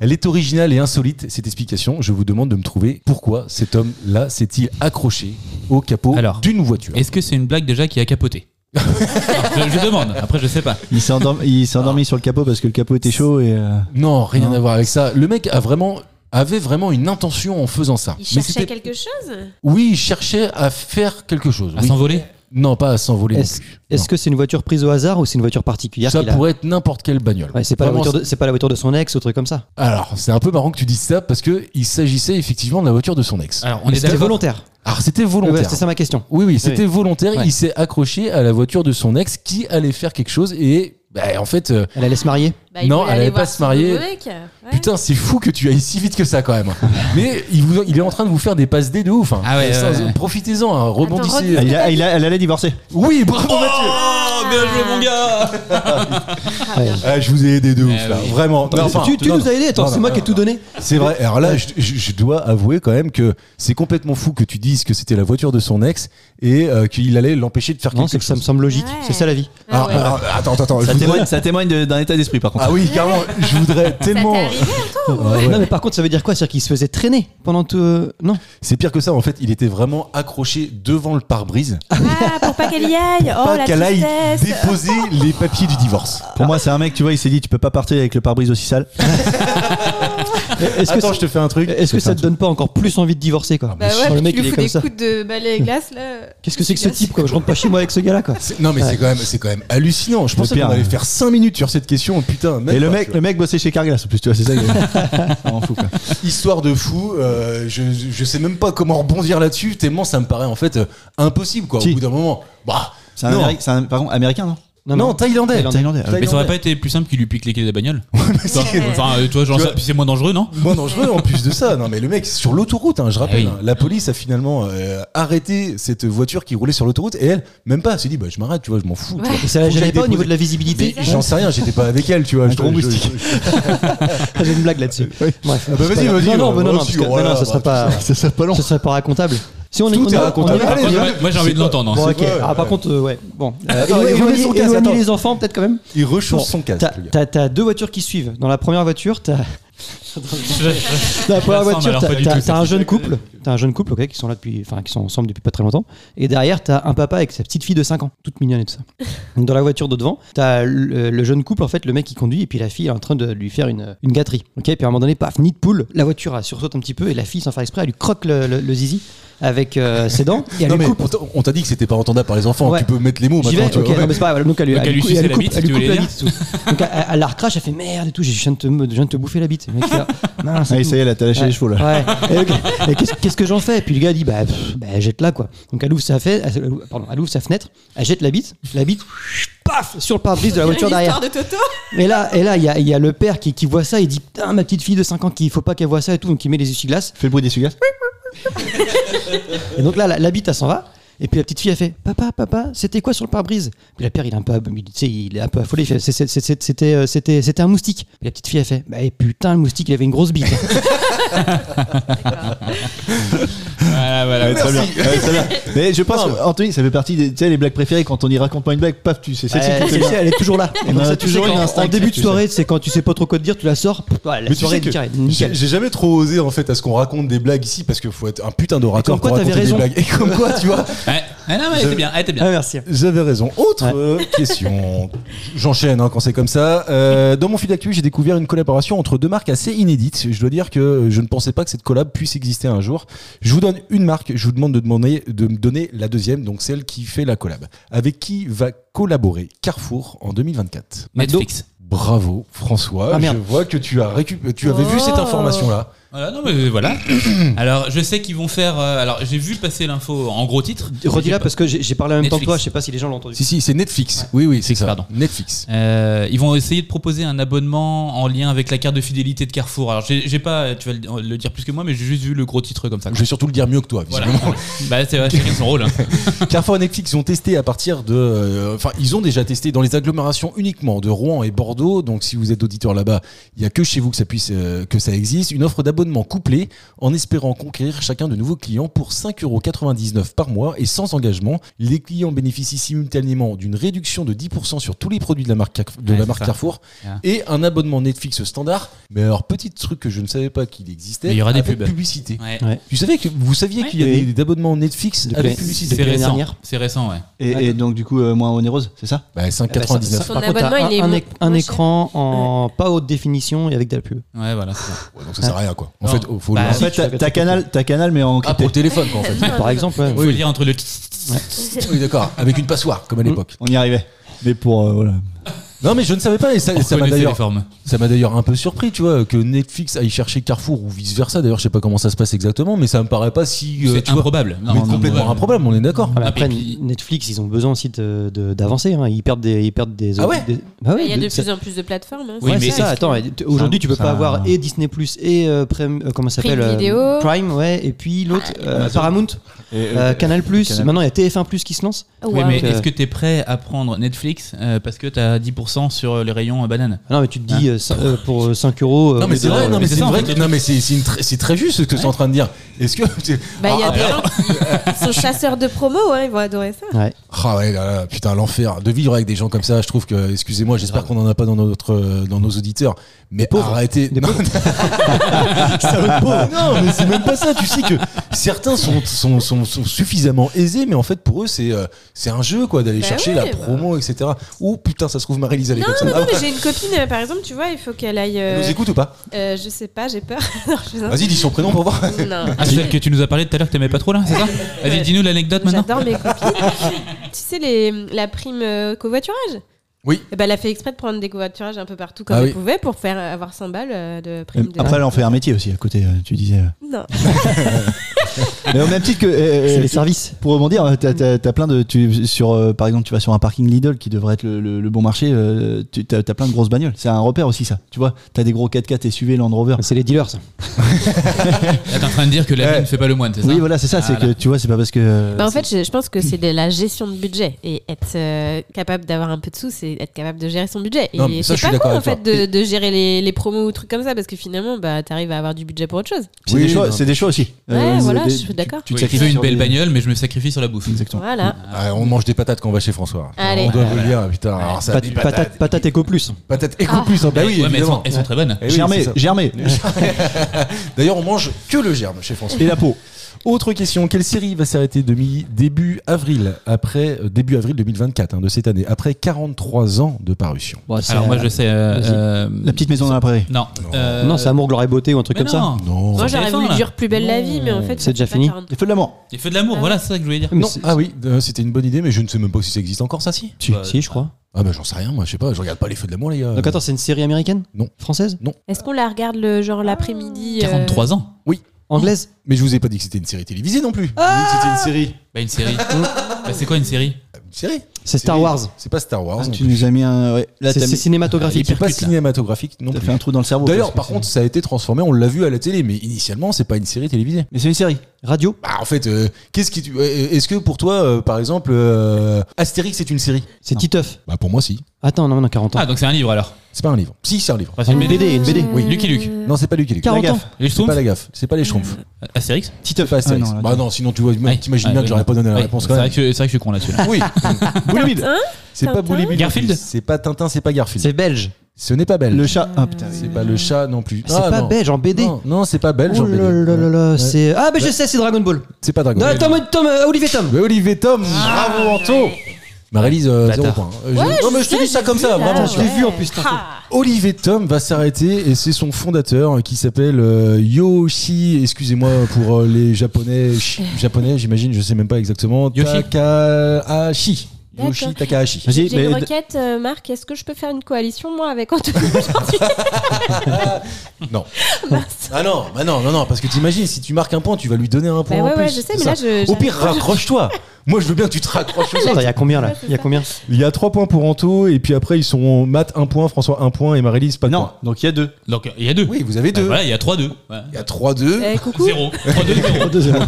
Speaker 4: Elle est originale et insolite cette explication. Je vous demande de me trouver pourquoi cet homme-là s'est-il accroché au capot
Speaker 5: Alors.
Speaker 4: d'une voiture.
Speaker 5: Est-ce que c'est une blague déjà qui a *laughs* capoté je, je demande, après je sais pas.
Speaker 3: Il s'est endormi, il s'est endormi sur le capot parce que le capot était chaud et. euh,
Speaker 4: Non, rien
Speaker 3: Non.
Speaker 4: à voir avec ça. Le mec a vraiment avait vraiment une intention en faisant ça.
Speaker 6: Il
Speaker 4: Mais
Speaker 6: cherchait
Speaker 4: c'était-
Speaker 6: quelque chose
Speaker 4: Oui, il cherchait à faire quelque chose.
Speaker 5: À
Speaker 4: oui.
Speaker 5: s'envoler
Speaker 4: Non, pas à s'envoler. non
Speaker 7: Est-ce
Speaker 4: plus.
Speaker 7: est-ce
Speaker 4: Non.
Speaker 7: que c'est une voiture prise au hasard ou c'est une voiture particulière
Speaker 4: ça
Speaker 7: qu'il a
Speaker 4: pourrait être n'importe quelle bagnole
Speaker 7: Ouais, c'est pas, la
Speaker 4: Vraiment,
Speaker 7: voiture de- c'est pas la voiture de son ex ou truc comme ça.
Speaker 4: c'est- Alors, c'est un peu marrant que tu dises ça parce que il s'agissait effectivement de la voiture de son ex.
Speaker 5: Alors, on
Speaker 7: Mais
Speaker 5: est
Speaker 7: C'était
Speaker 5: d'accord.
Speaker 7: volontaire.
Speaker 4: Alors, c'était
Speaker 7: Ouais,
Speaker 4: volontaire.
Speaker 7: c'est ça ma question.
Speaker 4: oui, oui, c'était
Speaker 7: Oui.
Speaker 4: volontaire.
Speaker 7: Ouais.
Speaker 4: Il s'est accroché à la voiture de son ex qui allait faire quelque chose et bah, en fait, euh,
Speaker 7: Elle allait se marier.
Speaker 6: Bah, il
Speaker 4: Non,
Speaker 6: voulait
Speaker 4: elle
Speaker 6: aller
Speaker 4: allait
Speaker 6: voir
Speaker 4: pas se
Speaker 6: son nouveau
Speaker 4: marier.
Speaker 6: mec. Ouais.
Speaker 4: Putain, c'est fou que tu ailles si vite que ça quand
Speaker 7: *laughs*
Speaker 4: même. Mais il, vous- il est en train de vous faire des passes dés de ouf. hein.
Speaker 5: Ah ouais,
Speaker 4: Ça,
Speaker 5: ouais, ouais.
Speaker 4: Profitez-en, hein, rebondissez.
Speaker 6: Attends,
Speaker 3: il a- il a- elle allait divorcer.
Speaker 4: oui, bravo Mathieu.
Speaker 5: Oh, bien joué, mon gars
Speaker 6: Ah, bien.
Speaker 4: Ah, je vous ai aidé de ouf,
Speaker 5: Eh
Speaker 4: là.
Speaker 5: oui.
Speaker 4: Vraiment. Non, enfin,
Speaker 7: tu tu
Speaker 4: non,
Speaker 7: nous as aidé, attends,
Speaker 4: non,
Speaker 7: c'est
Speaker 4: non,
Speaker 7: moi
Speaker 4: non,
Speaker 7: qui ai tout donné.
Speaker 4: C'est vrai. Alors là, je, je- je dois avouer quand même que c'est complètement fou que tu dises que c'était la voiture de son ex et euh, qu'il allait l'empêcher de faire
Speaker 7: Non,
Speaker 4: quelque
Speaker 7: c'est que
Speaker 4: chose.
Speaker 7: ça me semble logique.
Speaker 6: Ouais.
Speaker 7: C'est ça la vie.
Speaker 6: Ah
Speaker 4: Alors,
Speaker 6: ouais.
Speaker 4: alors, attends, attends, attends.
Speaker 3: Ça
Speaker 4: je voudrais-
Speaker 3: témoigne, ça témoigne de- d'un état d'esprit par contre.
Speaker 4: Ah oui, carrément. Je voudrais
Speaker 6: Ça
Speaker 4: tellement.
Speaker 6: t'est arrivé
Speaker 4: Ah ouais.
Speaker 7: Non, mais par contre, ça veut dire quoi C'est-à-dire qu'il se faisait traîner pendant tout. euh, Non.
Speaker 4: C'est pire que ça. En fait, il était vraiment accroché devant le pare-brise
Speaker 6: Ah, pour pas qu'elle y aille.
Speaker 4: pour
Speaker 6: Oh,
Speaker 4: pas
Speaker 6: la
Speaker 4: qu'elle aille
Speaker 6: tristesse.
Speaker 4: déposer les papiers du divorce.
Speaker 3: Pour moi, c'est un mec, tu vois, il s'est dit, tu peux pas partir avec le pare-brise aussi sale.
Speaker 7: Est-ce que,
Speaker 4: Attends,
Speaker 7: ça-
Speaker 4: je te fais un truc.
Speaker 7: est-ce que ça te donne pas encore plus envie de divorcer quoi
Speaker 6: Bah
Speaker 7: Genre,
Speaker 6: ouais,
Speaker 7: Le mec,
Speaker 6: tu
Speaker 7: il
Speaker 6: lui
Speaker 7: est
Speaker 6: fous
Speaker 7: comme
Speaker 6: des
Speaker 7: ça.
Speaker 6: coups de balai à glace, là.
Speaker 7: Qu'est-ce que c'est que ce
Speaker 3: *laughs*
Speaker 7: type quoi Je rentre pas chez moi avec ce gars là quoi.
Speaker 4: C'est- Non mais c'est quand même c'est quand même hallucinant. Je pensais
Speaker 3: pire,
Speaker 4: qu'on allait
Speaker 3: hein.
Speaker 4: faire 5 minutes sur cette question, putain. même
Speaker 3: Et le
Speaker 4: pas,
Speaker 3: mec,
Speaker 4: tu
Speaker 3: le mec bossait chez Carglass en plus, tu vois, c'est ça. il- On en fout, quoi.
Speaker 4: vois. histoire de fou. euh, je je sais même pas comment rebondir là-dessus. Tellement ça me paraît en fait euh, impossible quoi. Au
Speaker 3: Si.
Speaker 4: bout d'un moment, bah
Speaker 3: C'est un,
Speaker 4: Non.
Speaker 3: Amérique- c'est un- par contre, américain, non
Speaker 4: non, thaïlandais.
Speaker 7: Thaïlandais.
Speaker 3: Thaïlandais. ah oui.
Speaker 5: Mais ça aurait pas été plus simple qu'il lui pique les clés de la *laughs* bagnole
Speaker 4: c'est-
Speaker 5: Enfin, euh, toi, genre,
Speaker 4: Tu vois-
Speaker 5: ça- puis c'est moins dangereux, *laughs* non
Speaker 4: Moins dangereux en plus de ça. Non mais le mec c'est sur l'autoroute. hein, je
Speaker 7: Eh
Speaker 4: rappelle,
Speaker 5: Ah oui.
Speaker 4: hein. la police a finalement euh, arrêté cette voiture qui roulait sur l'autoroute et elle même pas. Elle s'est dit bah je m'arrête. Tu vois, je m'en fous. tu vois.
Speaker 7: Et ça la
Speaker 4: Faut que
Speaker 7: gênait
Speaker 4: j'aille
Speaker 7: pas au niveau
Speaker 4: déposer-
Speaker 7: de la visibilité
Speaker 4: Mais J'en sais rien. J'étais pas avec elle. Tu vois.
Speaker 3: Un
Speaker 4: je-
Speaker 3: gros
Speaker 4: je-
Speaker 3: moustique.
Speaker 7: J'ai une blague là-dessus. Bref.
Speaker 4: bah, vas-y,
Speaker 7: C'est pas grave.
Speaker 4: vas-y,
Speaker 7: Non, non,
Speaker 4: euh,
Speaker 7: mais non,
Speaker 4: vas-y,
Speaker 7: non, parce que-
Speaker 4: voilà,
Speaker 7: non, non,
Speaker 4: bah,
Speaker 7: ce serait pas.
Speaker 3: Ça serait pas long.
Speaker 7: Ce serait pas racontable. Si on est,
Speaker 4: Tout
Speaker 7: on
Speaker 4: est
Speaker 7: est-
Speaker 4: racontable.
Speaker 7: on est-
Speaker 4: Allez,
Speaker 5: Moi,
Speaker 4: allez,
Speaker 5: j'ai- Moi, j'ai envie de l'entendre.
Speaker 7: Bon,
Speaker 5: hein.
Speaker 7: ok. Ah,
Speaker 4: bah,
Speaker 7: par contre, euh, ouais. Bon. Euh,
Speaker 4: Attends,
Speaker 7: éloignez-
Speaker 4: éloignez son casque,
Speaker 7: éloignez
Speaker 4: attends.
Speaker 7: les enfants, peut-être quand même.
Speaker 4: Il rechauffe
Speaker 7: Bon,
Speaker 4: son
Speaker 7: T'as-
Speaker 4: casque. le gars.
Speaker 7: T'as t'as deux voitures qui suivent. Dans la première voiture, t'as dans la première
Speaker 5: sens, mais
Speaker 7: voiture,
Speaker 5: alors
Speaker 7: t'as-
Speaker 5: pas du
Speaker 7: t'as-
Speaker 5: tout,
Speaker 7: t'as
Speaker 5: ça,
Speaker 7: un
Speaker 5: c'est
Speaker 7: jeune
Speaker 5: ça que
Speaker 7: couple, t'as un jeune couple, ok, qui sont là depuis, enfin, qui sont ensemble depuis pas très longtemps. Et derrière, t'as un papa avec sa petite fille de 5 ans, toute mignonne et tout ça.
Speaker 4: *laughs*
Speaker 7: Donc dans la voiture de devant, t'as le, le jeune couple, en fait, le mec qui conduit et puis la fille est en train de lui faire une, une gâterie, ok. Puis à un moment donné, paf, nid de poule, la voiture elle sursaute un petit peu et la fille, sans faire exprès, elle lui croque le, le- le zizi avec euh,
Speaker 4: *laughs*
Speaker 7: ses dents et elle
Speaker 4: Non
Speaker 7: lui
Speaker 4: mais
Speaker 7: coupe.
Speaker 4: on t'a- on t'a dit que c'était pas entendable par les enfants.
Speaker 7: Ouais.
Speaker 4: Tu peux mettre les mots.
Speaker 7: J'y vais,
Speaker 4: maintenant, tu
Speaker 7: ok,
Speaker 4: vois.
Speaker 7: non, mais c'est pas grave. Donc elle,
Speaker 5: Donc, elle lui
Speaker 7: cou-
Speaker 5: suçait la
Speaker 7: coupe-
Speaker 5: bite,
Speaker 7: elle
Speaker 5: si tu
Speaker 7: coupe
Speaker 5: veux
Speaker 7: la
Speaker 5: les
Speaker 7: bite et tout. Donc elle, elle la recrache, elle fait merde et tout, je viens de te, me- je viens de te bouffer la bite. Le mec, il fait,
Speaker 4: *laughs*
Speaker 7: Mince,
Speaker 3: Ah, ça y est, là, t'as lâché
Speaker 7: Ouais.
Speaker 3: les chevaux, là.
Speaker 7: Ouais. Et, ok, et qu'est-ce, qu'est-ce que j'en fais Puis le gars dit bah, pff, bah, jette-la quoi. Donc elle ouvre sa fenêtre, elle, pardon, elle ouvre sa fenêtre, elle jette la bite, la bite, paf, sur le pare-brise de la voiture derrière.
Speaker 6: de Toto.
Speaker 7: Et là, et là, il y a, il y a le père qui, qui voit ça, il dit putain ma petite fille de 5 ans qu'il faut pas qu'elle voit ça et tout, donc il met les essuie-glaces.
Speaker 3: Fais le bruit des glaces
Speaker 7: Et donc là, la, la bite, elle s'en va. Et puis la petite fille a fait Papa, papa, c'était quoi sur le pare-brise Puis la père, il est un peu, ab- il- tu sais, il est un peu affolé. Il fait, C'est- c'est- c'est- C'était euh, c'était- c'était un moustique. Puis la petite fille a fait Bah et putain, le moustique, il avait une grosse *laughs* bite.
Speaker 5: Voilà, voilà.
Speaker 3: Ouais, très bien. Ouais, très bien. Mais je pense, que, Anthony, ça fait partie des tu sais, les blagues préférées quand on y raconte pas une blague, paf, tu sais, celle-ci,
Speaker 7: Euh,
Speaker 3: tu sais
Speaker 7: celle-ci,
Speaker 3: bien.
Speaker 7: elle est toujours là.
Speaker 3: On
Speaker 7: Donc
Speaker 3: a
Speaker 7: ça, tu
Speaker 3: toujours
Speaker 7: sais
Speaker 3: une
Speaker 7: qu'en- En
Speaker 3: instinct
Speaker 7: début de
Speaker 3: qui-
Speaker 7: soirée, c'est quand tu sais pas trop quoi te dire, tu la sors. pff, ouais, La
Speaker 4: Mais tu
Speaker 7: soirée,
Speaker 4: sais que
Speaker 7: elle est
Speaker 4: j'ai
Speaker 7: nickel.
Speaker 4: j'ai jamais trop osé en fait à ce qu'on raconte des blagues ici parce qu'il faut être un putain d'orateur
Speaker 7: Et
Speaker 4: pour
Speaker 7: comme quoi,
Speaker 4: raconter
Speaker 7: t'avais
Speaker 4: des
Speaker 7: raison.
Speaker 4: blagues. Et comme quoi, tu vois,
Speaker 5: Ouais. Ah non, mais elle était bien, elle était bien.
Speaker 7: Ah, merci.
Speaker 4: j'avais raison. Autre
Speaker 7: Ouais.
Speaker 4: euh, question. J'enchaîne hein, quand c'est comme ça. Euh, dans mon fil d'actu, j'ai découvert une collaboration entre deux marques assez inédites. Je dois dire que euh, je ne pensais pas que cette collab puisse exister un jour. Je vous donne une marque. Je vous demande de, demander, de me donner la deuxième, donc celle qui fait la collab. Avec qui va collaborer Carrefour en 2024
Speaker 5: Netflix.
Speaker 4: Bravo François.
Speaker 7: Ah, merde.
Speaker 4: Je vois que tu as récup... tu avais vu
Speaker 6: Oh.
Speaker 4: cette information là.
Speaker 5: Voilà, non, mais euh, *clears throat* voilà. alors, je sais qu'ils vont faire. euh, alors, j'ai vu passer l'info en gros titre.
Speaker 7: Redis-la parce que j'ai j'ai parlé en même temps que
Speaker 5: Netflix.
Speaker 7: toi, je sais pas si les gens l'ont entendu.
Speaker 4: Si, si, c'est Netflix. Oui, oui, c'est ça.
Speaker 5: pardon.
Speaker 4: Netflix.
Speaker 5: Euh, ils vont essayer de proposer un abonnement en lien avec la carte de fidélité de Carrefour. Alors, j'ai j'ai pas, tu vas le, le dire plus que moi, mais j'ai juste vu le gros titre comme ça.
Speaker 4: Je vais surtout le dire mieux que toi.
Speaker 5: Voilà.
Speaker 4: visiblement.
Speaker 5: bah, c'est vrai, chacun son rôle. hein.
Speaker 4: *laughs* Carrefour et Netflix ont testé à partir de. euh, Enfin, ils ont déjà testé dans les agglomérations uniquement de Rouen et Bordeaux. Donc, si vous êtes auditeur là-bas, il n'y a que chez vous que ça puisse, euh, que ça existe. Une offre d'abonnement couplée en espérant conquérir chacun de nouveaux clients pour 5,99€ par mois et sans engagement. Les clients bénéficient simultanément d'une réduction de 10% sur tous les produits de la marque, Carre- de
Speaker 5: Ouais,
Speaker 4: la
Speaker 5: c'est
Speaker 4: marque
Speaker 5: ça.
Speaker 4: Carrefour
Speaker 5: Ouais.
Speaker 4: et un abonnement Netflix standard. Mais alors, petit truc que je ne savais pas qu'il existait.
Speaker 5: Mais il y aura des
Speaker 4: avec
Speaker 5: pubs.
Speaker 4: publicité.
Speaker 5: Ouais.
Speaker 7: Ouais.
Speaker 4: Tu savais que vous saviez
Speaker 5: Ouais.
Speaker 4: qu'il y a
Speaker 7: Oui.
Speaker 4: des, des abonnements Netflix
Speaker 7: Depuis
Speaker 4: avec
Speaker 7: la-
Speaker 4: publicité. Bah,
Speaker 5: C'est
Speaker 7: Depuis l'année
Speaker 5: récent.
Speaker 7: dernière.
Speaker 5: C'est récent, ouais.
Speaker 3: Et, et donc, du coup, euh, moins onéreuse, c'est ça
Speaker 4: Bah,
Speaker 7: Ah bah, ça-
Speaker 4: 5,99.
Speaker 7: ça,
Speaker 6: Son
Speaker 7: par contre, t'as
Speaker 6: abonnement, il est
Speaker 7: un, un,
Speaker 6: moins-
Speaker 7: éc- un
Speaker 6: moins cher.
Speaker 7: écran en pas haute définition et avec de la
Speaker 6: Ah,
Speaker 7: pub.
Speaker 5: Ouais, voilà. c'est ça.
Speaker 4: Ouais, donc ça sert à rien quoi. En
Speaker 5: Non.
Speaker 4: fait, oh, faut
Speaker 5: Bah,
Speaker 4: le
Speaker 3: En
Speaker 5: Si,
Speaker 3: fait,
Speaker 7: tu
Speaker 3: t'as-
Speaker 7: fais
Speaker 3: t'as
Speaker 7: pas
Speaker 3: canal, t'as canal, mais en
Speaker 4: Ah, pour
Speaker 3: crypté.
Speaker 4: le téléphone quoi en fait.
Speaker 7: Par exemple, ouais.
Speaker 5: Faut le dire entre le.
Speaker 4: *laughs* Oui, d'accord, avec une passoire comme à l'époque.
Speaker 3: On y arrivait. Mais pour. euh, voilà.
Speaker 4: Non mais je ne savais pas et ça
Speaker 5: Pour
Speaker 4: ça m'a
Speaker 5: connaître les
Speaker 4: d'ailleurs
Speaker 5: formes.
Speaker 4: ça m'a d'ailleurs un peu surpris, tu vois, que Netflix aille chercher Carrefour ou vice-versa. D'ailleurs, je sais pas comment ça se passe exactement, mais ça me paraît pas si euh,
Speaker 5: C'est
Speaker 4: tu vois,
Speaker 5: improbable. Non,
Speaker 4: mais
Speaker 5: non,
Speaker 4: complètement
Speaker 5: non,
Speaker 4: improbable, on est d'accord.
Speaker 7: Ah, mais
Speaker 5: Ah,
Speaker 7: après,
Speaker 5: et puis-
Speaker 7: Netflix, ils ont besoin aussi de- de- d'avancer. hein. Ils perdent des. Ils perdent des
Speaker 4: Ah ouais
Speaker 7: des- Bah ouais,
Speaker 6: Il y a de
Speaker 7: de- ça-
Speaker 6: plus en plus de plateformes. hein.
Speaker 5: Oui,
Speaker 7: ouais,
Speaker 5: mais
Speaker 7: c'est ça.
Speaker 5: est-ce
Speaker 7: Attends,
Speaker 6: que-
Speaker 7: et t- aujourd'hui, tu peux
Speaker 3: Ça-
Speaker 7: pas avoir et Disney Plus et euh, Prem- euh, comment ça
Speaker 6: Prime
Speaker 7: s'appelle euh,
Speaker 6: Video. Ah,
Speaker 7: Prime, ouais. Et puis l'autre, euh,
Speaker 3: Amazon.
Speaker 7: Paramount,
Speaker 3: Et, euh,
Speaker 7: euh, Canal Plus.
Speaker 3: Canal+.
Speaker 7: Maintenant, il y a TF1 Plus qui se lance.
Speaker 6: Oh,
Speaker 5: Oui,
Speaker 6: wow.
Speaker 5: mais
Speaker 7: Donc,
Speaker 5: est-ce
Speaker 7: euh,
Speaker 5: que t'es prêt à prendre Netflix euh, parce que t'as 10% sur euh, les rayons à bananes
Speaker 7: Ah non, mais tu te dis euh, cin- euh, pour euh, 5 euros. euh,
Speaker 4: Non mais c'est vrai,
Speaker 5: euh,
Speaker 4: non mais
Speaker 5: mais
Speaker 4: c'est
Speaker 5: c'est
Speaker 4: une
Speaker 5: ça,
Speaker 4: vraie-
Speaker 5: en fait, le
Speaker 4: non mais c'est c'est une tr- c'est très juste ce que tu es en train de dire. Est-ce que
Speaker 6: Bah, il y a
Speaker 4: Ah,
Speaker 6: des gens qui qui
Speaker 4: *laughs*
Speaker 6: sont chasseurs de promos, hein, ils vont adorer ça.
Speaker 7: Ouais.
Speaker 4: Ah ouais, là, là, putain, l'enfer. De vivre avec des gens comme ça, je trouve que, excusez-moi, j'espère qu'on n'en a pas dans, notre, euh, dans nos auditeurs, mais arrêtez. Non, *laughs* Ça veut pas- non, mais c'est même pas ça. Tu sais que certains sont, sont, sont, sont suffisamment aisés, mais en fait, pour eux, c'est euh, c'est un jeu, quoi, d'aller
Speaker 6: Bah
Speaker 4: chercher
Speaker 6: ouais,
Speaker 4: la
Speaker 6: bah.
Speaker 4: promo, etc. Ou putain, ça se trouve, Marie-Lise, elle est
Speaker 6: Non,
Speaker 4: comme ça.
Speaker 6: non,
Speaker 4: Ah
Speaker 6: non,
Speaker 4: ouais.
Speaker 6: mais j'ai une copine, euh, par exemple, tu vois, il faut qu'elle aille.
Speaker 4: Elle
Speaker 6: euh,
Speaker 4: nous écoute ou pas
Speaker 6: euh, je sais pas, j'ai peur. *laughs* Non, je plaisante.
Speaker 4: Vas-y, dis son prénom pour voir.
Speaker 6: Non.
Speaker 5: Ah, celle que tu nous as parlé tout à l'heure que t'aimais pas trop là, c'est ça Vas-y,
Speaker 6: Ouais.
Speaker 5: dis-nous l'anecdote maintenant.
Speaker 6: J'adore mes copines. *laughs* tu sais, les, la prime euh, covoiturage
Speaker 4: Oui.
Speaker 6: Eh ben, elle a fait exprès de prendre des covoiturages un peu partout comme
Speaker 4: Ah
Speaker 6: elle
Speaker 4: oui.
Speaker 6: pouvait pour faire euh, avoir 100 balles euh, de
Speaker 3: euh,
Speaker 6: prime. de-
Speaker 3: Après, elle en fait un métier aussi à côté, euh, tu disais. euh.
Speaker 6: Non.
Speaker 3: Mais au même titre que. euh,
Speaker 7: C'est
Speaker 3: euh,
Speaker 7: les services.
Speaker 3: Pour rebondir, euh, t'as, t'as- t'as plein de. Tu, sur, euh, par exemple, tu vas sur un parking Lidl qui devrait être le, le- le bon marché, euh, tu, t'as, t'as plein de grosses bagnoles. C'est un repère aussi, ça. Tu vois, t'as des gros 4x4 SUV Land Rover.
Speaker 7: C'est les dealers. ça.
Speaker 5: Là, t'es en train de dire que la vie ne fait pas le moine, c'est ça
Speaker 3: Oui, voilà, c'est ça. C'est que
Speaker 5: Voilà.
Speaker 3: tu vois, c'est pas parce que. euh,
Speaker 6: Bah, en fait, je, je pense que c'est de la gestion de budget. Et être euh, capable d'avoir un peu de sous, c'est être capable de gérer son budget.
Speaker 4: Non, mais
Speaker 6: et
Speaker 4: ça, je suis
Speaker 6: c'est pas
Speaker 4: d'accord
Speaker 6: con, en
Speaker 4: avec
Speaker 6: fait,
Speaker 4: toi.
Speaker 6: de, de gérer les, les promos ou trucs comme ça, parce que finalement, bah, t'arrives à avoir du budget pour autre chose.
Speaker 3: c'est,
Speaker 4: Oui,
Speaker 3: des choix,
Speaker 4: non.
Speaker 3: c'est des choix aussi.
Speaker 6: Ouais, voilà, je suis
Speaker 3: tu-
Speaker 6: d'accord.
Speaker 3: Tu,
Speaker 5: Oui,
Speaker 3: te
Speaker 5: je
Speaker 3: sacrifies
Speaker 5: veux une
Speaker 3: sur
Speaker 5: belle
Speaker 3: des-
Speaker 5: bagnole, mais je me sacrifie sur la bouffe.
Speaker 3: Exactement.
Speaker 6: Voilà.
Speaker 4: Ah, on mange des patates quand on va chez François.
Speaker 6: Allez.
Speaker 4: On doit vous le dire, putain. Alors, ça,
Speaker 7: Pat-
Speaker 4: des patates,
Speaker 7: Patate, patate éco plus.
Speaker 4: patates éco
Speaker 6: Ah.
Speaker 4: plus, hein. bah oui,
Speaker 5: ouais, mais elles
Speaker 4: évidemment.
Speaker 5: sont, elles sont très bonnes.
Speaker 4: Eh oui, c'est
Speaker 3: Germé,
Speaker 4: ça.
Speaker 3: Germé.
Speaker 4: D'ailleurs, on mange que le germe chez François.
Speaker 3: Et la peau.
Speaker 4: Autre question, quelle série va s'arrêter demi- début avril après euh, début avril 2024 hein, de cette année après 43 ans de parution
Speaker 7: Bon, c'est-
Speaker 5: Alors moi je sais. euh,
Speaker 7: Vas-y.
Speaker 5: euh,
Speaker 3: La petite maison dans la prairie.
Speaker 5: Non. euh,
Speaker 7: Non, c'est Amour, Gloire et Beauté ou un truc
Speaker 5: mais
Speaker 7: comme ça.
Speaker 5: non.
Speaker 4: Non.
Speaker 6: Moi, j'aurais
Speaker 5: TF1,
Speaker 6: voulu
Speaker 5: là.
Speaker 6: dire plus belle la vie, mais en fait,
Speaker 7: C'est
Speaker 6: ça
Speaker 7: déjà
Speaker 6: fait pas
Speaker 7: fini
Speaker 6: 40.
Speaker 3: Les feux de l'amour.
Speaker 5: Les feux de l'amour, voilà, c'est ça que je voulais dire.
Speaker 7: Mais
Speaker 4: Non.
Speaker 7: c'est-
Speaker 4: Ah oui, euh, c'était une bonne idée, mais je ne sais même pas si ça existe encore ça, si
Speaker 7: Si,
Speaker 5: Bah,
Speaker 7: si, je crois.
Speaker 4: Ah bah j'en sais rien, moi je sais pas, je regarde pas les feux de l'amour les gars.
Speaker 7: Donc attends, c'est une série américaine
Speaker 4: Euh, Non.
Speaker 7: Française
Speaker 6: Est-ce qu'on la regarde le genre l'après-midi euh,
Speaker 5: 43 ans.
Speaker 7: Anglaise
Speaker 3: Ah.
Speaker 4: Mais je vous ai pas dit que c'était une série télévisée non plus.
Speaker 5: Bah une série. bah c'est quoi une série
Speaker 4: une série.
Speaker 7: C'est Star
Speaker 4: Série.
Speaker 7: Wars.
Speaker 4: C'est pas Star Wars.
Speaker 3: Ah,
Speaker 4: non
Speaker 3: tu
Speaker 4: plus.
Speaker 3: nous as mis un. Ouais, là,
Speaker 7: C'est
Speaker 3: t'as
Speaker 7: c'est
Speaker 3: mis-
Speaker 4: Et
Speaker 7: cinématographique.
Speaker 4: puis Ah, pas
Speaker 7: Percute, là.
Speaker 4: cinématographique non
Speaker 3: t'as
Speaker 4: plus.
Speaker 3: fait un trou dans le cerveau.
Speaker 4: D'ailleurs,
Speaker 3: parce que
Speaker 4: par
Speaker 3: c'est-
Speaker 4: contre, ça a été transformé. On l'a vu à la télé, mais initialement, c'est pas une série télévisée.
Speaker 3: Mais c'est une série.
Speaker 7: Radio.
Speaker 4: Bah, en fait, euh, qu'est-ce qui, tu- euh, est-ce que pour toi, euh, par exemple, euh, Astérix c'est une série
Speaker 7: C'est
Speaker 3: Non.
Speaker 7: Titeuf.
Speaker 4: Bah pour moi, si.
Speaker 7: Attends, non, non, 40 ans. Ah,
Speaker 5: Ah, donc c'est un livre alors.
Speaker 4: C'est pas un livre. Si, c'est un livre.
Speaker 5: Enfin, c'est une
Speaker 7: Une BD, une BD.
Speaker 5: Oui. Lucky Luke.
Speaker 4: Non, c'est pas Lucky Luke.
Speaker 7: 40
Speaker 4: La
Speaker 7: ans.
Speaker 4: gaffe.
Speaker 5: Les
Speaker 4: C'est pas
Speaker 5: Schtroumpfs
Speaker 4: la gaffe. C'est pas les Schtroumpfs.
Speaker 5: Astérix
Speaker 4: Titeuf pas Astérix.
Speaker 3: Ah, non, là,
Speaker 4: bah non, sinon tu vois,
Speaker 5: Ah, Ouais. Ah,
Speaker 4: t'imagines bien
Speaker 5: Ouais,
Speaker 4: que j'aurais
Speaker 5: ouais.
Speaker 4: pas donné la
Speaker 5: Ouais.
Speaker 4: réponse
Speaker 5: C'est
Speaker 4: quand
Speaker 5: vrai
Speaker 4: même.
Speaker 5: que- c'est vrai que je suis con là-dessus. là.
Speaker 4: Oui. Boulibide.
Speaker 6: Tintin
Speaker 4: C'est pas
Speaker 6: Tintin
Speaker 4: Boulibide.
Speaker 5: Garfield
Speaker 4: C'est pas Tintin. C'est pas Garfield.
Speaker 7: C'est belge.
Speaker 4: Ce n'est pas Belle.
Speaker 3: Le chat. Ah putain.
Speaker 4: C'est pas le chat non plus.
Speaker 7: C'est
Speaker 4: Ah,
Speaker 7: pas
Speaker 4: non.
Speaker 7: belge en BD.
Speaker 4: Non, non, c'est pas belge.
Speaker 7: Oh
Speaker 4: en BD.
Speaker 7: là là là là,
Speaker 4: Ouais.
Speaker 7: c'est. Ah, bah je sais, c'est Dragon Ball.
Speaker 4: C'est pas Dragon
Speaker 7: Non,
Speaker 4: Ball.
Speaker 7: Tom, Tom, euh, Olivier Tom.
Speaker 4: Mais Olivier Tom, bravo Anto Marie-Lise, euh,
Speaker 5: Bâtard.
Speaker 4: zéro point. Euh, je-
Speaker 6: Ouais,
Speaker 4: non,
Speaker 6: je
Speaker 4: mais je te
Speaker 6: sais,
Speaker 4: dis ça
Speaker 6: j'ai
Speaker 4: comme
Speaker 6: vu,
Speaker 4: ça,
Speaker 6: là,
Speaker 4: vraiment.
Speaker 6: ouais.
Speaker 4: je
Speaker 7: Je l'ai vu en plus. t'inquiète.
Speaker 6: Ah.
Speaker 4: Olivier Tom va s'arrêter et c'est son fondateur qui s'appelle euh, Yoshi, excusez-moi pour euh, les japonais, chi- japonais j'imagine, je sais même pas exactement,
Speaker 5: Yoshi.
Speaker 4: Takahashi. Yoshi
Speaker 6: D'accord.
Speaker 4: Takahashi.
Speaker 3: Vas-y,
Speaker 6: J'ai j'ai une
Speaker 3: mais-
Speaker 6: requête, euh, Marc. Est-ce que je peux faire une coalition, moi, avec Antoine
Speaker 4: *laughs*
Speaker 6: aujourd'hui
Speaker 4: Non. Ah non, bah non, non, non, parce que t'imagines, si tu marques un point, tu vas lui donner un point.
Speaker 6: Bah
Speaker 4: en
Speaker 6: ouais,
Speaker 4: plus,
Speaker 6: ouais, je sais,
Speaker 4: c'est
Speaker 6: mais
Speaker 4: ça.
Speaker 6: là, je-
Speaker 4: Au pire,
Speaker 6: j'arrive pas.
Speaker 4: raccroche-toi. Moi, je veux bien que tu te raccroches aux
Speaker 7: Attends, il y a combien là
Speaker 6: Ouais, c'est
Speaker 7: Il y a
Speaker 6: ça.
Speaker 7: combien
Speaker 4: Il y a 3 points pour Anto, et puis après, ils sont Matt 1 point, François 1 point, et Marie-Lise pas de
Speaker 3: Non,
Speaker 4: point.
Speaker 3: donc il y a deux.
Speaker 5: Donc il y a deux.
Speaker 4: Oui, vous avez
Speaker 5: Bah,
Speaker 4: 2.
Speaker 5: Voilà, il y a 3-2.
Speaker 4: Il y a 3-2.
Speaker 6: Eh, coucou.
Speaker 5: 0. 3-2-0.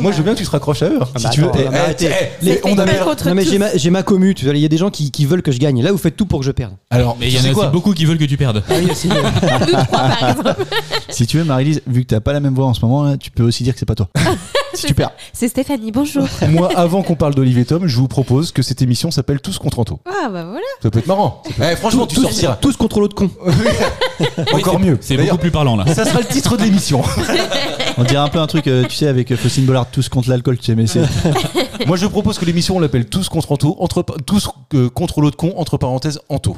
Speaker 4: Moi, je veux bien que tu te raccroches à eux.
Speaker 7: Ah
Speaker 4: si
Speaker 7: bah
Speaker 4: tu veux.
Speaker 7: attends,
Speaker 4: Eh,
Speaker 7: non, mais
Speaker 4: eh,
Speaker 7: arrêtez.
Speaker 4: eh, les-
Speaker 6: bah, C'est
Speaker 4: on a
Speaker 6: pas
Speaker 4: bien-
Speaker 6: contre
Speaker 7: Non, mais
Speaker 6: tous.
Speaker 7: j'ai ma, j'ai ma commu, tu vois, il y a des gens qui, qui veulent que je gagne. Là, vous faites tout pour que je perde.
Speaker 4: Alors,
Speaker 5: Mais il y
Speaker 4: tu
Speaker 5: en
Speaker 4: sais
Speaker 5: a
Speaker 4: quoi
Speaker 5: aussi beaucoup qui veulent que tu perdes.
Speaker 4: Ah
Speaker 6: Nous trois,
Speaker 4: *laughs*
Speaker 6: par exemple.
Speaker 3: Si tu veux, Marie-Lise, vu que t'as pas la même voix en ce moment, là, tu peux aussi dire que c'est pas toi. si tu perds.
Speaker 6: C'est Stéphanie, bonjour.
Speaker 4: Moi, avant qu'on parle d'Olivier Tom, je vous propose que cette émission s'appelle Tous contre Anto.
Speaker 6: Ah, bah voilà.
Speaker 4: Ça peut être marrant. Eh, franchement, tu
Speaker 7: tous,
Speaker 4: sortiras.
Speaker 7: Tous contre l'autre con.
Speaker 4: *laughs* Encore mieux.
Speaker 5: C'est
Speaker 4: D'ailleurs,
Speaker 5: beaucoup plus parlant là.
Speaker 4: Ça sera le titre de *laughs* l'émission.
Speaker 3: On dirait un peu un truc, euh, tu sais, avec euh, Faustine Bollard, tous contre l'alcool, tu sais, mais c'est.
Speaker 4: Moi, je propose que l'émission, on l'appelle Tous contre Anto, entre, pa- tous euh, contre l'autre con, entre parenthèses, Anto.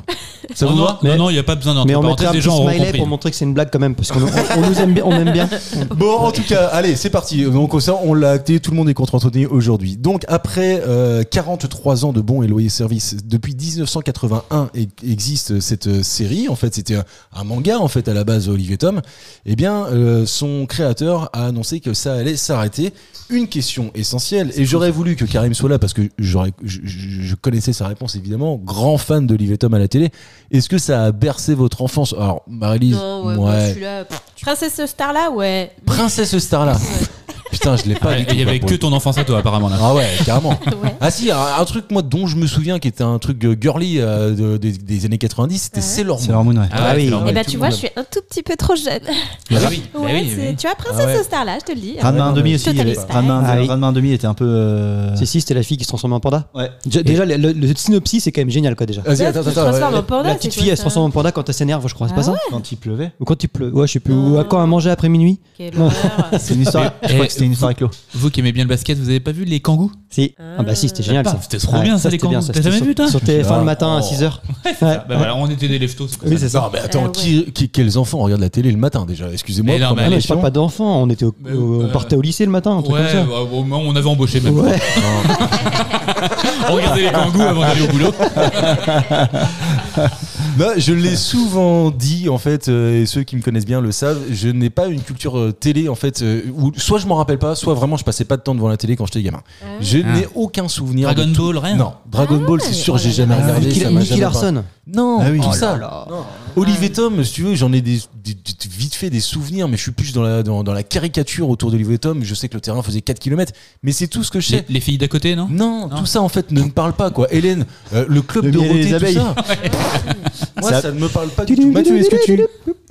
Speaker 4: Ça
Speaker 5: Oh,
Speaker 4: vous
Speaker 5: non,
Speaker 4: va
Speaker 5: Non, non, il n'y a pas besoin d'entendre.
Speaker 7: Mais on mettra un
Speaker 5: les
Speaker 7: petit
Speaker 5: gens auront
Speaker 7: smiley
Speaker 5: compris.
Speaker 7: pour montrer que c'est une blague quand même, parce qu'on on- on nous aime bien. On
Speaker 5: *laughs*
Speaker 7: aime bien.
Speaker 4: *laughs* Bon, en tout cas, allez, c'est parti. Donc, ça, on l'a acté, tout le monde est contre Anthony aujourd'hui. Donc, après euh, 43 ans de bons et loyers services, depuis 1981 e- existe cette euh, série. En fait, c'était un- un manga, en fait, à la base, Olivier Tom. Eh bien, euh, son créateur a annoncé que ça allait s'arrêter. Une question essentielle, et j'aurais voulu que Karim soit là, parce que j'aurais, je, je- je connaissais sa réponse, évidemment. Grand fan d'Olivier Tom à la télé. Est-ce que ça a bercé votre enfance Alors, Marie-Lise,
Speaker 6: Non, ouais,
Speaker 4: ouais.
Speaker 6: moi, je suis là. Pff, Princesse Star là, ouais.
Speaker 4: Princesse Star là. Putain, je l'ai pas
Speaker 5: Ouais,
Speaker 4: du tout.
Speaker 5: Il y
Speaker 4: quoi,
Speaker 5: avait
Speaker 4: pour
Speaker 5: que
Speaker 4: le coup.
Speaker 5: ton enfance à toi apparemment là.
Speaker 4: Ah ouais, carrément.
Speaker 6: *laughs* Ouais.
Speaker 4: Ah si, un, un truc moi dont je me souviens qui était un truc euh, girly euh, de- des- des années 90, c'était
Speaker 6: Ouais.
Speaker 4: Sailor Moon.
Speaker 3: C'est l'hormone, ouais.
Speaker 5: Ah oui.
Speaker 6: Eh
Speaker 5: Ouais,
Speaker 6: bah,
Speaker 4: tout
Speaker 6: tu
Speaker 4: le
Speaker 6: vois,
Speaker 4: monde
Speaker 6: je suis un tout petit peu trop jeune.
Speaker 5: Bah oui, bah
Speaker 6: Ouais,
Speaker 5: oui,
Speaker 6: c'est-
Speaker 5: oui.
Speaker 6: tu vois, Princesse
Speaker 4: Ah ouais.
Speaker 6: Star là, je te le dis.
Speaker 3: Ranma
Speaker 4: non,
Speaker 3: 1 demi
Speaker 4: mais
Speaker 3: aussi. il y
Speaker 6: Total
Speaker 3: avait-
Speaker 6: Spice.
Speaker 3: Ranma
Speaker 7: Ah oui.
Speaker 3: 1 Ranma 1 demi était un peu. euh,
Speaker 7: Si, si, c'était la fille qui se transforme en panda.
Speaker 3: Ouais.
Speaker 7: Dé- Déjà, le, le- le synopsis c'est quand même génial, quoi, déjà.
Speaker 4: Vas-y,
Speaker 6: Là,
Speaker 4: attends,
Speaker 6: tu te
Speaker 4: attends, euh, ouais.
Speaker 6: transformes en panda,
Speaker 7: la
Speaker 6: c'est
Speaker 7: petite
Speaker 6: chouette,
Speaker 7: fille, elle se
Speaker 6: hein.
Speaker 7: transforme en panda quand elle s'énerve, je crois. C'est
Speaker 6: Ah
Speaker 7: pas ça
Speaker 3: Quand il pleuvait.
Speaker 7: Ou quand il pleut. Ouais, je sais plus. Ou à- quand un manger après minuit.
Speaker 6: Quelle horreur.
Speaker 3: Ah, C'est une histoire.
Speaker 5: Mais-
Speaker 3: je crois
Speaker 5: eh,
Speaker 3: que c'était une histoire avec l'eau.
Speaker 5: Vous qui aimez bien le basket, vous avez pas vu les kangous
Speaker 7: Si. Ah bah si, c'était génial
Speaker 5: Ah,
Speaker 7: ça.
Speaker 5: c'était trop bien, ça, les
Speaker 7: c'était
Speaker 5: cons.
Speaker 7: ça,
Speaker 5: T'as
Speaker 7: c'était
Speaker 5: jamais vu,
Speaker 7: sur,
Speaker 5: toi
Speaker 7: Sur TF1 le matin à
Speaker 4: Oh.
Speaker 7: 6h.
Speaker 5: Bah voilà, on était des leftos. c'est comme
Speaker 7: Oui,
Speaker 5: ça.
Speaker 7: c'est ça.
Speaker 4: Non, mais attends,
Speaker 6: Ah ouais.
Speaker 4: qui- qui- quels enfants regardent la télé le matin déjà Excusez-moi.
Speaker 5: Mais non,
Speaker 4: première
Speaker 5: mais
Speaker 7: Ah, mais je
Speaker 4: question.
Speaker 7: parle pas d'enfant, on était au-
Speaker 5: Mais,
Speaker 7: au- on
Speaker 5: euh,
Speaker 7: partait au lycée le matin, un truc
Speaker 5: Ouais,
Speaker 7: comme
Speaker 5: bah, au moins on avait embauché
Speaker 7: ça.
Speaker 5: même.
Speaker 7: Ouais.
Speaker 4: *laughs*
Speaker 5: On regardait les kangous avant d'aller au
Speaker 7: *laughs*
Speaker 5: boulot.
Speaker 4: Bah, je l'ai souvent dit en fait, euh, et ceux qui me connaissent bien le savent. Je n'ai pas une culture euh, télé en fait, euh, où soit je m'en rappelle pas, soit vraiment je passais pas de temps devant la télé quand j'étais gamin.
Speaker 6: Ah.
Speaker 4: Je n'ai aucun souvenir. de
Speaker 5: Ah. Dragon
Speaker 4: tout.
Speaker 5: Ball, rien.
Speaker 4: Non, Dragon Ball, c'est sûr, j'ai jamais regardé.
Speaker 7: Nicky,
Speaker 4: ça m'a
Speaker 7: Nicky
Speaker 4: jamais parlé.
Speaker 7: Larson.
Speaker 4: Non,
Speaker 3: Ah oui.
Speaker 4: tout
Speaker 3: Oh là
Speaker 4: ça. Non. Olivier Tom, si tu veux, j'en ai des, des- des- vite fait des souvenirs, mais je suis plus dans la, dans, dans la caricature autour d'Olivier Tom. Je sais que le terrain faisait 4 km, mais c'est tout ce que je
Speaker 5: Les,
Speaker 4: sais.
Speaker 5: les filles d'à côté, non
Speaker 4: Non,
Speaker 5: Non.
Speaker 4: tout ça en fait ne me parle pas quoi. Hélène, euh, le club
Speaker 3: Le
Speaker 4: de
Speaker 3: miel et les
Speaker 4: Roté, tout
Speaker 3: abeilles.
Speaker 4: ça. Moi, ça,
Speaker 3: Ça-
Speaker 4: ne me parle pas du tout. *laughs* Mathieu, est-ce que tu,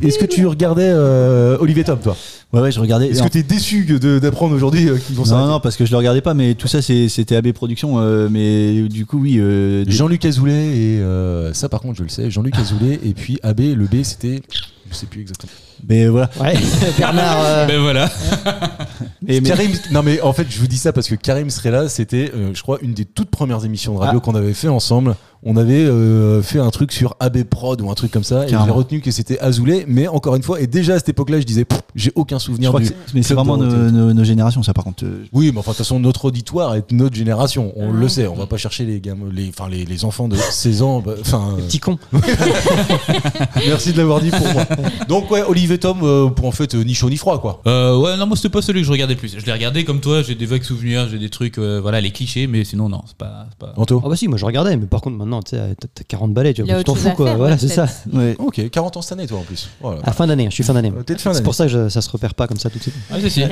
Speaker 4: est-ce que tu regardais euh, Olivier Tom, toi
Speaker 3: Ouais, ouais, je regardais.
Speaker 4: Est-ce
Speaker 3: Et en-
Speaker 4: que t'es déçu que de- d'apprendre aujourd'hui euh, qu'ils vont
Speaker 3: Non,
Speaker 4: s'arrêter
Speaker 3: non, parce que je le regardais pas, mais tout ça, c'est- c'était AB Productions. euh, mais du coup, oui. euh, des-
Speaker 4: Jean-Luc Azoulay et euh, ça par contre je le sais Jean-Luc Azoulay et puis AB le B c'était je sais plus exactement
Speaker 3: Mais voilà.
Speaker 7: Ouais. *laughs* Bernard. euh,
Speaker 5: Ben voilà.
Speaker 3: Et- mais-
Speaker 4: Karim, non mais
Speaker 3: Ah.
Speaker 4: en fait, je vous dis ça parce que Karim serait là. C'était, euh, je crois, une des toutes premières émissions de radio qu'on avait fait ensemble. on avait euh, fait un truc sur AB Prod ou un truc comme ça, et j'ai
Speaker 3: Carrément.
Speaker 4: retenu que c'était Azoulay, mais encore une fois, et déjà à cette époque-là, je disais, Pff, j'ai aucun
Speaker 3: Je
Speaker 4: souvenir
Speaker 3: crois que
Speaker 4: du.
Speaker 3: c'est- mais c'est
Speaker 4: Club
Speaker 3: vraiment
Speaker 4: Dorothée.
Speaker 3: nos, nos- nos générations, ça par contre. euh,
Speaker 4: Oui, mais enfin, de toute façon, notre auditoire est notre génération.
Speaker 3: Ah.
Speaker 4: On
Speaker 6: Ouais.
Speaker 4: le sait. On va pas chercher les gamins, les, enfin, les, les enfants de 16 ans. bah, Enfin, euh,
Speaker 7: Petit con.
Speaker 4: merci de l'avoir dit pour
Speaker 3: *laughs*
Speaker 4: moi. Donc, ouais, Olive et Tom, euh, pour en fait, euh, ni chaud ni froid, quoi.
Speaker 5: Euh, ouais, non, moi c'était pas celui que je regardais le plus. Je l'ai regardé comme toi, j'ai des vagues souvenirs, j'ai des trucs, euh, voilà, les clichés, mais sinon, non, c'est pas. c'est pas...
Speaker 4: Anto
Speaker 3: Oh.
Speaker 7: Ah bah si, moi je regardais, mais par contre maintenant, tu sais, t'as- t'as 40 balais, tu
Speaker 6: Il y a
Speaker 7: vois, tu
Speaker 6: autre chose
Speaker 7: t'en fous
Speaker 6: à
Speaker 7: quoi.
Speaker 6: faire,
Speaker 7: voilà,
Speaker 6: peut-être.
Speaker 7: c'est ça.
Speaker 3: ouais.
Speaker 4: Ok, 40 ans cette année, toi, en plus. Voilà.
Speaker 7: À fin d'année, hein, je suis fin d'année.
Speaker 4: Euh, t'es de fin
Speaker 7: C'est
Speaker 4: d'année.
Speaker 7: pour ça que je- ça se repère pas comme ça tout de suite.
Speaker 5: Ah, si, si.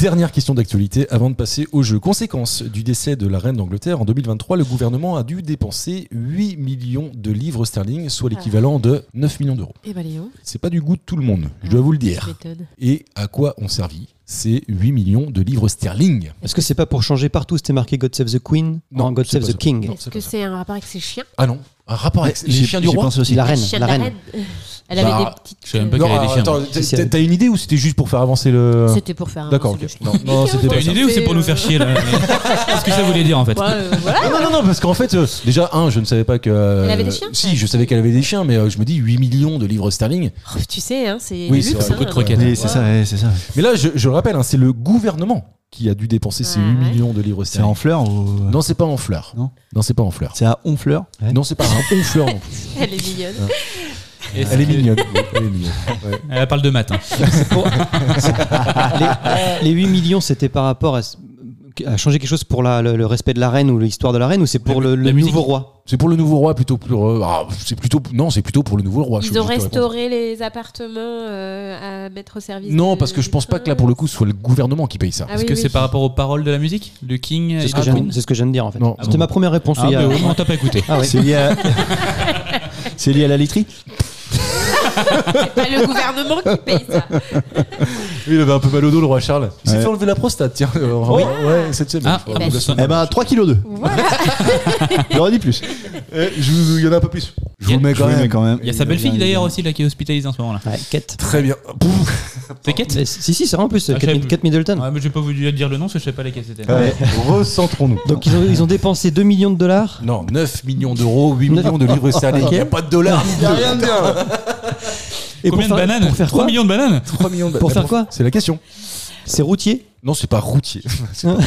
Speaker 4: Dernière question d'actualité avant de passer au jeu. Conséquence du décès de la reine d'Angleterre en 2023, le gouvernement a dû dépenser 8 millions de livres sterling,
Speaker 6: Ah.
Speaker 4: soit l'équivalent de 9 millions d'euros.
Speaker 6: Et bah, Léon,
Speaker 4: C'est pas du goût de tout le monde, je dois vous le
Speaker 6: tu
Speaker 4: dire.
Speaker 6: m'étonnes.
Speaker 4: Et à quoi ont servi ces 8 millions de livres sterling
Speaker 7: Est-ce que c'est pas pour changer partout C'était marqué God Save the Queen
Speaker 4: Non,
Speaker 7: Non, God
Speaker 4: c'est
Speaker 7: Save
Speaker 4: pas
Speaker 7: the
Speaker 4: ça.
Speaker 7: King.
Speaker 4: Non,
Speaker 6: Est-ce
Speaker 4: c'est
Speaker 6: que
Speaker 4: pas ça.
Speaker 6: c'est un rapport avec ses chiens
Speaker 4: Ah non, un rapport avec les
Speaker 3: J'y-
Speaker 4: chiens du
Speaker 3: j'y
Speaker 4: roi
Speaker 3: pense aussi.
Speaker 7: La reine,
Speaker 6: Chiens de
Speaker 7: la
Speaker 6: la
Speaker 7: reine.
Speaker 6: reine. Elle avait
Speaker 4: Bah,
Speaker 6: des petites.
Speaker 5: je sais même pas
Speaker 6: euh,
Speaker 5: qu'il y avait
Speaker 4: Non,
Speaker 5: des chiens.
Speaker 4: attends,
Speaker 5: moi.
Speaker 4: t'as- t'as t'as une idée ou c'était juste pour faire avancer le.
Speaker 6: C'était pour faire un.
Speaker 4: D'accord,
Speaker 6: morceau
Speaker 4: ok.
Speaker 6: de chien.
Speaker 4: Non, non, c'était
Speaker 5: T'as
Speaker 4: pas
Speaker 5: une
Speaker 4: ça.
Speaker 5: idée ou c'est pour nous faire chier là *laughs* Qu'est-ce que ça voulait dire en fait
Speaker 6: Ouais, euh, voilà.
Speaker 4: Ah non, non, non, parce qu'en fait, euh, déjà, un, je ne savais pas que. euh,
Speaker 6: Elle avait des chiens
Speaker 4: Si, je savais qu'elle avait des chiens, mais euh, je me dis 8 millions de livres sterling.
Speaker 6: Oh, tu sais, hein, c'est.
Speaker 4: Oui,
Speaker 6: luxe,
Speaker 4: c'est vrai,
Speaker 6: hein.
Speaker 5: beaucoup de croquettes.
Speaker 3: Oui, c'est ça, ouais, c'est ça.
Speaker 4: Mais là, je, je le rappelle, hein, c'est le gouvernement qui a dû dépenser ces 8
Speaker 6: Ouais, ouais.
Speaker 4: millions de livres
Speaker 3: C'est en
Speaker 4: sterling.
Speaker 3: fleurs ou.
Speaker 4: Non, c'est pas en fleurs.
Speaker 3: Non.
Speaker 4: Non, c'est pas en fleurs.
Speaker 3: C'est à Honfleur. Ouais.
Speaker 4: Non, c'est pas un fleur non plus.
Speaker 6: Elle est mignonne.
Speaker 5: Est-ce
Speaker 4: Elle est
Speaker 5: que-
Speaker 4: mignonne. oui, Elle est mignonne. Ouais.
Speaker 5: Elle parle de maths. hein.
Speaker 6: Ah
Speaker 7: Les 8 millions, c'était par rapport à, s- à changer quelque chose pour la- le, le respect de la reine ou l'histoire de la reine ou c'est pour
Speaker 5: La-
Speaker 7: le, le
Speaker 5: la musique.
Speaker 7: nouveau roi
Speaker 4: C'est pour le nouveau roi plutôt pour. euh, ah, c'est plutôt. Non, c'est plutôt pour le nouveau roi. je suis
Speaker 6: Ils ont
Speaker 4: obligé de te répondre.
Speaker 6: restauré les appartements euh, à mettre au service.
Speaker 4: Non,
Speaker 6: de-
Speaker 4: parce que je
Speaker 6: du
Speaker 4: pense pas que là, pour le coup, ce soit le gouvernement qui paye ça.
Speaker 6: prince. Ah
Speaker 5: Est-ce
Speaker 6: oui,
Speaker 5: que
Speaker 6: oui.
Speaker 5: c'est par rapport aux paroles de la musique Le King et
Speaker 7: C'est ce, que
Speaker 5: la
Speaker 7: je viens-
Speaker 5: Queen
Speaker 7: c'est ce que je viens de dire en fait.
Speaker 4: Ah, Non.
Speaker 7: C'était ma première réponse.
Speaker 5: Ah,
Speaker 7: il y a-
Speaker 5: mais au moins, t'as pas écouté.
Speaker 7: Ah ouais.
Speaker 3: C'est lié à. *laughs* c'est lié à la literie
Speaker 6: C'est pas le gouvernement qui paye ça.
Speaker 4: Il avait un peu mal au dos, le roi Charles. Il s'est
Speaker 3: Ouais.
Speaker 4: fait enlever la prostate, tiens. euh, Ouais, cette semaine.
Speaker 5: Ah,
Speaker 4: je crois.
Speaker 6: bah,
Speaker 4: Donc, la
Speaker 5: si.
Speaker 4: semaine-
Speaker 3: Eh ben, 3 kg 2. J'aurais dit plus.
Speaker 4: Eh, Je vous, il y en a un peu plus. Je vous le mets
Speaker 3: Je vous
Speaker 4: quand
Speaker 3: le mets
Speaker 4: même.
Speaker 3: quand même.
Speaker 5: Il y a sa belle-fille d'ailleurs aussi là qui est hospitalisée en ce moment là.
Speaker 7: Ouais, Kate.
Speaker 4: Très bien. Pouf.
Speaker 5: C'est Kate
Speaker 7: Mais Si, si, c'est vrai en plus,
Speaker 5: Ah,
Speaker 7: Kate,
Speaker 5: j'avais-
Speaker 7: Kate Middleton.
Speaker 5: Ouais, mais j'ai pas voulu dire le nom parce que je sais pas laquelle c'était.
Speaker 4: Euh,
Speaker 3: Ouais.
Speaker 4: Recentrons-nous.
Speaker 7: Donc ils ont, ils ont dépensé 2 millions de dollars.
Speaker 4: Non, 9 millions d'euros, 8 millions de *laughs* livres sterling. Il n'y a pas de dollars. *laughs* Il n'y a rien de bien.
Speaker 7: Et
Speaker 5: Combien de
Speaker 7: pour faire,
Speaker 5: bananes
Speaker 7: pour faire
Speaker 5: 3
Speaker 7: quoi
Speaker 5: millions de bananes
Speaker 4: 3 millions de
Speaker 7: Pour faire quoi
Speaker 4: C'est la question.
Speaker 7: C'est routier
Speaker 4: Non, c'est pas routier. C'est pas-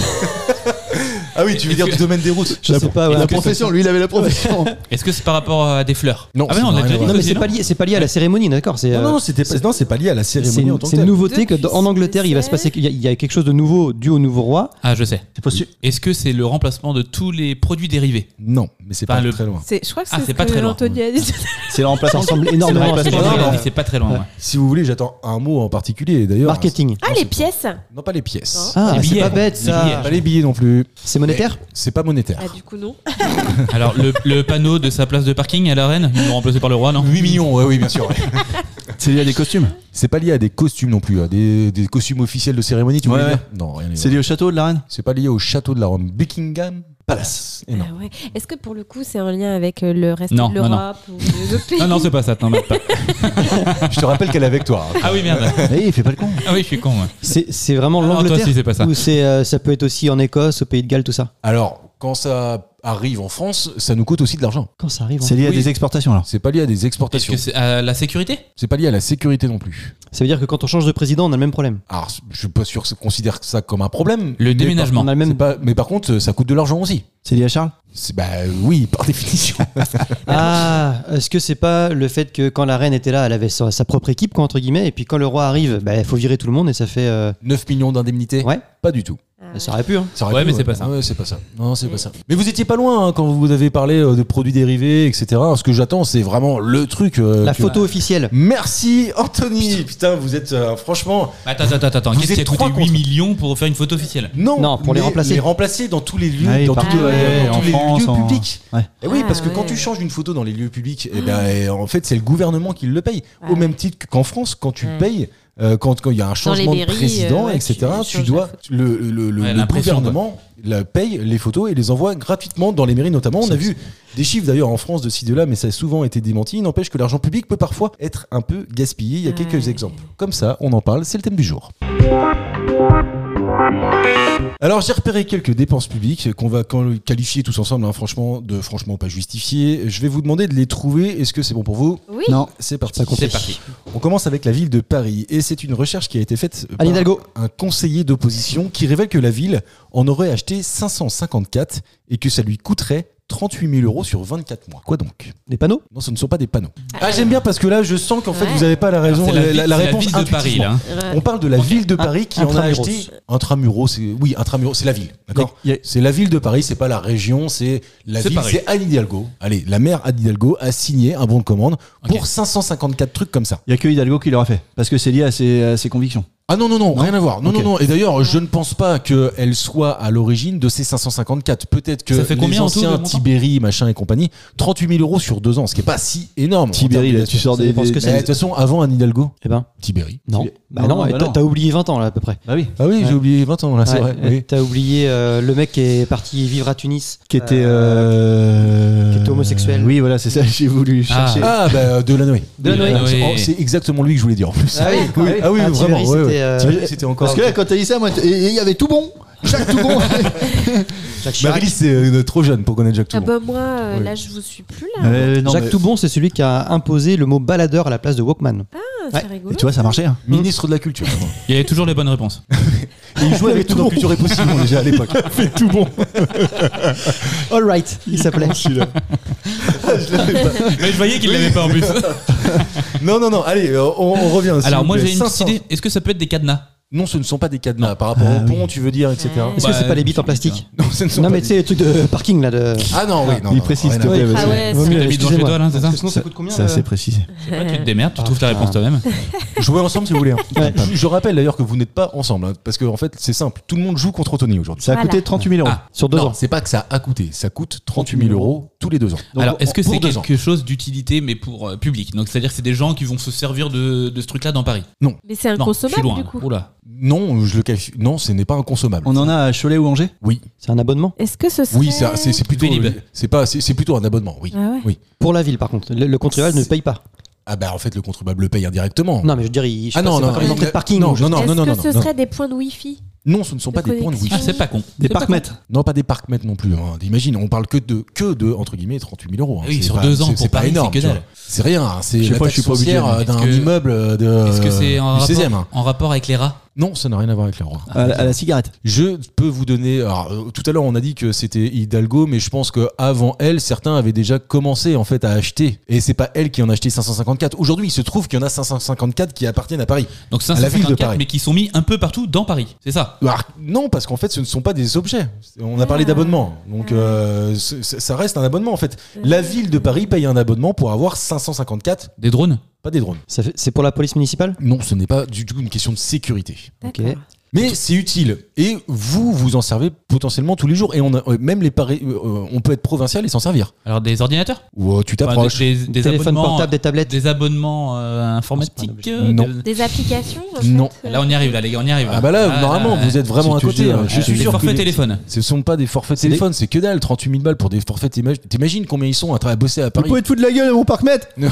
Speaker 4: ah oui, tu veux
Speaker 5: Est-ce
Speaker 4: dire
Speaker 5: que-
Speaker 4: du domaine des routes
Speaker 7: Je sais pas. ouais.
Speaker 3: La profession, lui, il avait la profession.
Speaker 5: Est-ce que c'est par rapport à des fleurs
Speaker 4: Non,
Speaker 5: ah bah non,
Speaker 4: ça
Speaker 5: on
Speaker 4: n'a
Speaker 5: a déjà
Speaker 4: rien à
Speaker 5: dit
Speaker 7: Non,
Speaker 4: voir.
Speaker 7: mais
Speaker 5: aussi,
Speaker 7: c'est pas lié, c'est pas lié à la cérémonie, d'accord
Speaker 4: *laughs*
Speaker 7: c'est,
Speaker 4: Non,
Speaker 7: euh,
Speaker 4: non, non, c'était pas, non, c'est pas lié à la
Speaker 7: C'est
Speaker 4: cérémonie en
Speaker 7: une,
Speaker 4: tant que
Speaker 7: c'est une
Speaker 4: telle.
Speaker 7: nouveauté que dans- en
Speaker 6: Depuis
Speaker 7: Angleterre, il va se passer qu'il y a- il y a quelque chose de nouveau dû au nouveau roi.
Speaker 5: Ah, je sais.
Speaker 3: C'est pas sûr.
Speaker 5: Est-ce que c'est le remplacement de tous les produits dérivés
Speaker 4: Non, mais c'est
Speaker 5: Enfin,
Speaker 4: pas
Speaker 5: le-
Speaker 4: très loin.
Speaker 6: C'est- Je crois que
Speaker 5: Ah,
Speaker 6: c'est
Speaker 5: c'est
Speaker 6: ce
Speaker 5: pas
Speaker 6: que
Speaker 5: très loin.
Speaker 6: Anthony a dit.
Speaker 3: C'est le remplacement.
Speaker 7: Ça ressemble
Speaker 3: C'est le
Speaker 7: énormément
Speaker 5: Ah,
Speaker 7: à
Speaker 3: remplacement
Speaker 7: ce que
Speaker 3: de-
Speaker 7: j'ai
Speaker 5: Non, mais C'est pas très loin.
Speaker 7: Ouais.
Speaker 5: ouais.
Speaker 4: Si vous voulez, j'attends un mot en particulier. D'ailleurs,
Speaker 7: Marketing.
Speaker 6: Ah, les pièces
Speaker 4: Non, pas les pièces.
Speaker 7: Ah,
Speaker 5: Les
Speaker 7: c'est
Speaker 5: billets.
Speaker 7: pas bête
Speaker 5: Les
Speaker 7: ça.
Speaker 5: billets.
Speaker 4: Pas les billets non plus.
Speaker 7: C'est monétaire
Speaker 4: C'est pas monétaire.
Speaker 6: Ah, du coup, non.
Speaker 5: Alors, le, le panneau de sa place de parking à la reine, ils l'ont remplacé par le roi, non
Speaker 4: 8 millions, ouais, oui, bien *laughs* sûr.
Speaker 3: C'est lié à des costumes.
Speaker 4: C'est pas lié à des costumes non plus, à des, des costumes officiels de cérémonie, tu
Speaker 3: Ouais,
Speaker 4: voulais
Speaker 3: ouais.
Speaker 4: dire Non, rien à
Speaker 3: C'est
Speaker 4: voir.
Speaker 3: lié au château de la reine.
Speaker 4: C'est pas lié au château de la Rome. Buckingham Palace. Et non.
Speaker 6: Ah ouais. Est-ce que pour le coup, c'est en lien avec euh, le reste
Speaker 5: Non,
Speaker 6: de
Speaker 5: non, non.
Speaker 6: l'Europe ou
Speaker 4: *laughs*
Speaker 6: le le pays
Speaker 5: Ah non, c'est pas ça, t'en as pas.
Speaker 4: Je te rappelle qu'elle est avec toi. hein.
Speaker 5: Ah oui, merde.
Speaker 3: Eh, il fait pas le con.
Speaker 5: Ah oui, je suis con. ouais.
Speaker 7: C'est c'est
Speaker 5: Ah,
Speaker 7: vraiment
Speaker 5: non, toi
Speaker 7: l'Angleterre
Speaker 5: aussi, c'est pas ça.
Speaker 7: ou c'est, euh, ça peut être aussi en Écosse, au Pays de Galles, tout ça.
Speaker 4: Alors, quand ça arrive en France, ça nous coûte aussi de l'argent.
Speaker 7: Quand ça arrive, hein. en-
Speaker 3: C'est lié à
Speaker 5: Oui.
Speaker 3: des exportations alors.
Speaker 4: C'est pas lié à des
Speaker 5: Est-ce
Speaker 4: exportations.
Speaker 5: que c'est à la sécurité
Speaker 4: C'est pas lié à la sécurité non plus.
Speaker 7: ça veut dire que quand on change de président, on a le même problème.
Speaker 4: Alors, je suis pas sûr que ça considère ça comme un problème.
Speaker 5: Le
Speaker 4: mais
Speaker 5: déménagement.
Speaker 7: On a
Speaker 4: par-
Speaker 7: le même.
Speaker 4: c'est pas- mais par contre, ça coûte de l'argent aussi.
Speaker 3: C'est lié à Charles
Speaker 4: C'est- Bah euh, oui, par *laughs* définition.
Speaker 7: Ah, est-ce que c'est pas le fait que quand la reine était là, elle avait sa, sa propre équipe, quoi, entre guillemets, et puis quand le roi arrive, bah, il faut virer tout le monde et ça fait. euh,
Speaker 4: 9 millions d'indemnités
Speaker 7: Ouais,
Speaker 4: Pas du tout.
Speaker 6: Ah
Speaker 7: bah,
Speaker 6: ouais.
Speaker 7: ça aurait pu. hein.
Speaker 4: Ça aurait
Speaker 5: Ouais,
Speaker 4: pu, euh,
Speaker 5: mais c'est pas ça.
Speaker 4: Ouais, c'est pas ça. Non, c'est pas ça. Mais vous étiez pas loin hein, quand vous avez parlé euh, de produits dérivés, etc. Ce que j'attends, c'est vraiment le truc. euh,
Speaker 7: La
Speaker 4: que-
Speaker 7: photo officielle.
Speaker 4: Merci Anthony. Putain, vous êtes euh, franchement.
Speaker 5: Attends, attends, attends, attends.
Speaker 4: Vous
Speaker 5: Qu'est-ce
Speaker 4: êtes
Speaker 5: qui a coûté
Speaker 4: trois
Speaker 5: 8
Speaker 4: contre-
Speaker 5: millions pour faire une photo officielle
Speaker 4: Non,
Speaker 7: Non, pour les
Speaker 4: mais
Speaker 7: remplacer.
Speaker 4: Les remplacer dans tous les lieux,
Speaker 3: Ouais,
Speaker 4: dans
Speaker 3: Ah
Speaker 4: tous
Speaker 3: partout,
Speaker 4: les,
Speaker 3: ouais,
Speaker 4: dans
Speaker 3: en
Speaker 4: tous les
Speaker 3: France,
Speaker 4: lieux
Speaker 3: en-
Speaker 4: publics.
Speaker 3: Ouais.
Speaker 4: Eh oui,
Speaker 6: Ah,
Speaker 4: parce que quand
Speaker 6: ouais.
Speaker 4: tu changes une photo dans les lieux publics, eh ben, eh, en fait, c'est le gouvernement qui le paye. Au même titre que- qu'en France, quand tu
Speaker 6: Ouais.
Speaker 4: payes. euh, quand quand il y a un changement
Speaker 6: les
Speaker 4: de
Speaker 6: mairies,
Speaker 4: président,
Speaker 6: euh, ouais,
Speaker 4: etc.,
Speaker 6: tu-
Speaker 4: tu,
Speaker 6: tu changes
Speaker 4: dois
Speaker 6: la photo.
Speaker 4: le, le, le-
Speaker 5: Ouais,
Speaker 4: le
Speaker 5: l'impression,
Speaker 4: gouvernement la paye les photos et les envoie gratuitement dans les mairies notamment. On a vu des chiffres d'ailleurs en France de ci de là, mais ça a souvent été démenti. Il n'empêche que l'argent public peut parfois être un peu gaspillé. Il y a quelques
Speaker 6: Ouais.
Speaker 4: exemples comme ça. On en parle. C'est le thème du jour. Alors j'ai repéré quelques dépenses publiques qu'on va quand- qualifier tous ensemble, hein, franchement, de franchement pas justifiées. Je vais vous demander de les trouver. Est-ce que c'est bon pour vous
Speaker 6: Oui.
Speaker 3: Non,
Speaker 4: C'est parti.
Speaker 5: C'est parti.
Speaker 4: On commence avec la ville de Paris et c'est une recherche qui a été faite par
Speaker 7: Anne Hidalgo.
Speaker 4: un conseiller d'opposition qui révèle que la ville en aurait acheté 554 et que ça lui coûterait 38 000 euros sur 24 mois. Quoi donc
Speaker 7: Des panneaux
Speaker 4: Non, ce ne sont pas des panneaux. Ah, j'aime bien parce que là, je sens qu'en fait,
Speaker 6: Ouais.
Speaker 4: vous n'avez pas la raison,
Speaker 5: C'est
Speaker 4: la,
Speaker 5: la,
Speaker 4: la
Speaker 5: ville- c'est la
Speaker 4: réponse
Speaker 5: ville de Paris,
Speaker 4: intuitivement.
Speaker 5: là. hein.
Speaker 4: On parle de la ville de
Speaker 7: Un-
Speaker 4: Paris qui en a
Speaker 7: intramuros.
Speaker 4: acheté intramuros. C'est oui, intramuros, c'est la ville. D'accord.
Speaker 3: Il y a-
Speaker 4: C'est la ville de Paris, c'est pas la région, c'est la
Speaker 5: C'est
Speaker 4: ville.
Speaker 5: Paris.
Speaker 4: C'est Anne Hidalgo. Allez, la maire Anne Hidalgo a signé un bon de commande
Speaker 5: Ok.
Speaker 4: pour 554 trucs comme ça.
Speaker 3: il y a que Hidalgo qui l'aura fait parce que c'est lié à ses, à ses convictions.
Speaker 4: Ah non, non, non, rien à voir. Non,
Speaker 3: Ok.
Speaker 4: non, non. Et d'ailleurs, je ne pense pas qu'elle soit à l'origine de ces 554. Peut-être que
Speaker 5: Ça fait
Speaker 4: les
Speaker 5: combien en tout,
Speaker 4: anciens
Speaker 5: le montant
Speaker 4: Tibéri, machin et compagnie, 38 000 euros sur deux ans, ce qui est pas si énorme. en
Speaker 3: Tibéri,
Speaker 4: termes
Speaker 3: là,
Speaker 4: de-
Speaker 3: tu sors
Speaker 7: ça
Speaker 3: des.
Speaker 7: dépend ce
Speaker 3: des-
Speaker 7: que
Speaker 4: Mais De toute façon, avant Anne Hidalgo,
Speaker 7: Eh ben,
Speaker 4: Tibéri.
Speaker 7: non.
Speaker 3: Tu-
Speaker 7: Bah non,
Speaker 3: non,
Speaker 7: et
Speaker 3: bah
Speaker 7: toi,
Speaker 3: non.
Speaker 7: t'as oublié 20 ans là à peu près.
Speaker 3: Bah oui,
Speaker 4: Ah oui,
Speaker 7: Ouais.
Speaker 4: j'ai oublié 20 ans, là, c'est
Speaker 7: Ouais,
Speaker 4: vrai. oui.
Speaker 7: T'as oublié euh, le mec qui est parti vivre à Tunis.
Speaker 3: qui était.
Speaker 7: Euh,
Speaker 3: euh,
Speaker 7: qui était homosexuel.
Speaker 3: Oui, voilà, c'est ça, *laughs* j'ai voulu chercher.
Speaker 4: Ah, bah, Delanoé.
Speaker 7: Delanoë.
Speaker 5: Delanoë.
Speaker 4: Oh, C'est exactement lui que je voulais dire en plus.
Speaker 7: Ah oui, ah oui.
Speaker 4: Ah oui,
Speaker 7: Ah,
Speaker 4: vraiment.
Speaker 7: Tibéri,
Speaker 4: ouais,
Speaker 7: c'était,
Speaker 4: ouais.
Speaker 7: euh,
Speaker 4: Tibéri, c'était encore.
Speaker 3: Parce que là, quand t'as dit ça, moi, t- et- et il y avait tout bon Jacques Toubon
Speaker 7: Jacques Chirac.
Speaker 4: Marie, c'est euh, trop jeune pour connaître Jacques
Speaker 6: Ah
Speaker 4: Toubon.
Speaker 6: bah moi, euh,
Speaker 4: Oui.
Speaker 6: là, je vous suis plus là.
Speaker 3: Euh, non,
Speaker 7: Jacques
Speaker 3: mais-
Speaker 7: Toubon, c'est celui qui a imposé le mot baladeur à la place de Walkman.
Speaker 6: Ah,
Speaker 7: Ouais.
Speaker 6: c'est rigolo.
Speaker 3: Et tu vois, ça marchait. hein.
Speaker 4: Ministre de la Culture.
Speaker 5: Il y avait toujours les bonnes réponses.
Speaker 4: Et il jouait avec tout dans Culture et Possible déjà à *laughs* l'époque. fait tout bon.
Speaker 7: All right, il s'appelait.
Speaker 5: Mais je voyais qu'il l'avait pas *laughs* en plus.
Speaker 4: Non, non, non, allez, euh, on, on revient. s'il
Speaker 5: Alors
Speaker 4: vous
Speaker 5: moi
Speaker 4: plaît. Ah.
Speaker 5: j'ai une petite
Speaker 4: 500.
Speaker 5: idée. Est-ce que ça peut être des cadenas
Speaker 4: Non, ce ne sont pas des cadenas par rapport au pont, tu veux dire, etc.
Speaker 7: Est-ce que
Speaker 5: Bah,
Speaker 7: c'est pas les bites en
Speaker 5: putain.
Speaker 7: plastique
Speaker 4: *laughs* Non, ce ne sont
Speaker 7: Non,
Speaker 4: pas des-
Speaker 7: mais tu sais, les trucs de parking là. De...
Speaker 4: Ah non, oui, non.
Speaker 3: Il
Speaker 4: non,
Speaker 3: précise,
Speaker 4: rien
Speaker 3: s'il te
Speaker 4: à
Speaker 3: plaît,
Speaker 4: voir.
Speaker 3: parce
Speaker 6: Ah
Speaker 3: que-
Speaker 6: ouais,
Speaker 7: Vaut
Speaker 6: c'est-
Speaker 5: T'as
Speaker 7: mieux,
Speaker 5: mis dans chez
Speaker 7: excusez-moi.
Speaker 5: toi, là, c'est ça Ah.
Speaker 7: Parce que sinon, ça
Speaker 3: Ça-
Speaker 7: coûte combien euh,
Speaker 3: C'est
Speaker 7: le-
Speaker 3: assez précisé.
Speaker 5: Je sais pas, Tu te démerdes, tu trouves ta réponse toi-même.
Speaker 4: Jouez ensemble si vous voulez. hein. Je, je rappelle d'ailleurs que vous n'êtes pas ensemble, hein, parce que en fait, c'est simple. Tout le monde joue contre Tony aujourd'hui.
Speaker 3: Ça a
Speaker 6: Voilà.
Speaker 3: coûté 38 000 euros.
Speaker 5: Ah.
Speaker 7: Sur deux
Speaker 4: non,
Speaker 7: ans.
Speaker 4: c'est pas que ça a coûté. Ça coûte 38 000 euros tous les deux ans. Donc,
Speaker 5: Alors, est-ce que
Speaker 4: pour
Speaker 5: c'est
Speaker 4: deux ans.
Speaker 5: quelque chose d'utilité, mais pour euh, public Donc, c'est-à-dire que c'est des gens qui vont se servir de, de ce truc-là dans Paris
Speaker 6: Mais c'est
Speaker 5: Non, je suis
Speaker 6: inconsommable
Speaker 5: loin.
Speaker 6: du coup.
Speaker 5: Oula.
Speaker 4: Non, je le qualifie- Non, ce n'est pas inconsommable.
Speaker 3: On en a à Cholet ou Angers
Speaker 4: Oui,
Speaker 7: C'est un abonnement.
Speaker 6: Est-ce que ce serait...
Speaker 4: oui, c'est- c'est c'est plutôt.
Speaker 5: Vélib.
Speaker 4: C'est pas. C'est c'est plutôt un abonnement. Oui.
Speaker 6: Ah ouais.
Speaker 4: Oui.
Speaker 7: Pour la ville, par contre. Le, le contribuable ne paye pas.
Speaker 4: Ah bah en fait, le contribuable le paye indirectement.
Speaker 7: Non, mais je veux dire, il. je sais
Speaker 4: Ah
Speaker 7: pas,
Speaker 4: non,
Speaker 7: c'est
Speaker 4: non,
Speaker 7: pas comme une entrée de parking.
Speaker 4: non,
Speaker 7: ou je-
Speaker 4: non, non,
Speaker 6: Est-ce
Speaker 4: non, non,
Speaker 6: que
Speaker 4: non,
Speaker 6: ce
Speaker 4: non.
Speaker 6: serait des points de Wi-Fi
Speaker 4: Non, ce ne sont pas
Speaker 6: de
Speaker 4: des points de
Speaker 6: connexion.
Speaker 4: wifi.
Speaker 5: Ah, c'est pas con.
Speaker 3: Des
Speaker 5: C'est pas con.
Speaker 3: parcs-mètres.
Speaker 4: Non, pas des parcs-mètres non plus. Hein. Imagine, on parle que de, que de, entre guillemets, 38 000 euros. hein.
Speaker 5: Ah Oui,
Speaker 4: C'est
Speaker 5: sur
Speaker 4: pas-
Speaker 5: deux ans,
Speaker 4: c'est-
Speaker 5: pour
Speaker 4: c'est pas
Speaker 5: Paris,
Speaker 4: énorme,
Speaker 5: c'est que
Speaker 4: tu
Speaker 5: dalle.
Speaker 4: vois. C'est rien. hein. C'est
Speaker 3: Je
Speaker 4: la
Speaker 3: sais pas,
Speaker 4: taxe
Speaker 3: je suis pas obligé,
Speaker 4: foncière
Speaker 5: mais
Speaker 4: euh,
Speaker 5: est-ce
Speaker 4: d'un
Speaker 5: que-
Speaker 4: immeuble euh, de,
Speaker 5: Est-ce que c'est
Speaker 4: euh,
Speaker 5: en,
Speaker 4: du 16e. hein.
Speaker 5: rapport- en rapport avec les rats
Speaker 4: Non, ça n'a rien à voir avec les rois.
Speaker 3: À, la- à la cigarette.
Speaker 4: Je peux vous donner. alors, euh, tout à l'heure, on a dit que c'était Hidalgo, mais je pense que avant elle, certains avaient déjà commencé en fait à acheter. Et c'est pas elle qui en a acheté 554. Aujourd'hui, il se trouve qu'il y en a 554 qui appartiennent à Paris.
Speaker 5: Donc
Speaker 4: À la ville de
Speaker 5: 554,
Speaker 4: Paris.
Speaker 5: mais qui sont mis un peu partout dans Paris. C'est ça
Speaker 4: Alors, Bah, non, parce qu'en fait, ce ne sont pas des objets. On a parlé d'abonnement. Donc, euh, c- c- ça reste un abonnement, en fait. La ville de Paris paye un abonnement pour avoir 554,
Speaker 5: Des drones
Speaker 4: pas des drones.
Speaker 7: Ça fait- C'est pour la police municipale
Speaker 4: Non, ce n'est pas du tout une question de sécurité.
Speaker 7: Ok.
Speaker 6: D'accord.
Speaker 4: Mais c'est utile. Et vous, vous en servez potentiellement tous les jours. Et on a- euh, même les Paris, euh, euh, on peut être provincial et s'en servir.
Speaker 5: Alors, des ordinateurs
Speaker 4: Ou euh, tu
Speaker 5: Enfin,
Speaker 4: t'approches.
Speaker 5: Des, des- des
Speaker 7: Téléphone
Speaker 5: abonnements, euh,
Speaker 7: portable, des tablettes.
Speaker 5: des abonnements euh,
Speaker 7: Non,
Speaker 5: informatiques
Speaker 7: c'est pas
Speaker 5: euh,
Speaker 4: Non.
Speaker 5: des-
Speaker 6: Des applications en
Speaker 4: Non.
Speaker 6: fait, euh,
Speaker 5: Là, on y arrive, là, les gars, on y arrive.
Speaker 4: Ah bah là, normalement, vous êtes vraiment
Speaker 3: Si
Speaker 4: à
Speaker 3: tu
Speaker 4: côté.
Speaker 3: dis,
Speaker 4: hein.
Speaker 3: euh,
Speaker 4: Je suis
Speaker 5: Des
Speaker 4: sûr que
Speaker 5: forfaits
Speaker 4: les-
Speaker 5: téléphone.
Speaker 4: Ce ne sont pas des forfaits
Speaker 7: C'est des-
Speaker 4: téléphone, c'est que dalle. 38 000 balles pour des forfaits. t'imagines- T'imagines combien ils sont à tra- à bosser à Paris
Speaker 3: te foutre de la gueule à mon parc-mètre
Speaker 4: Non,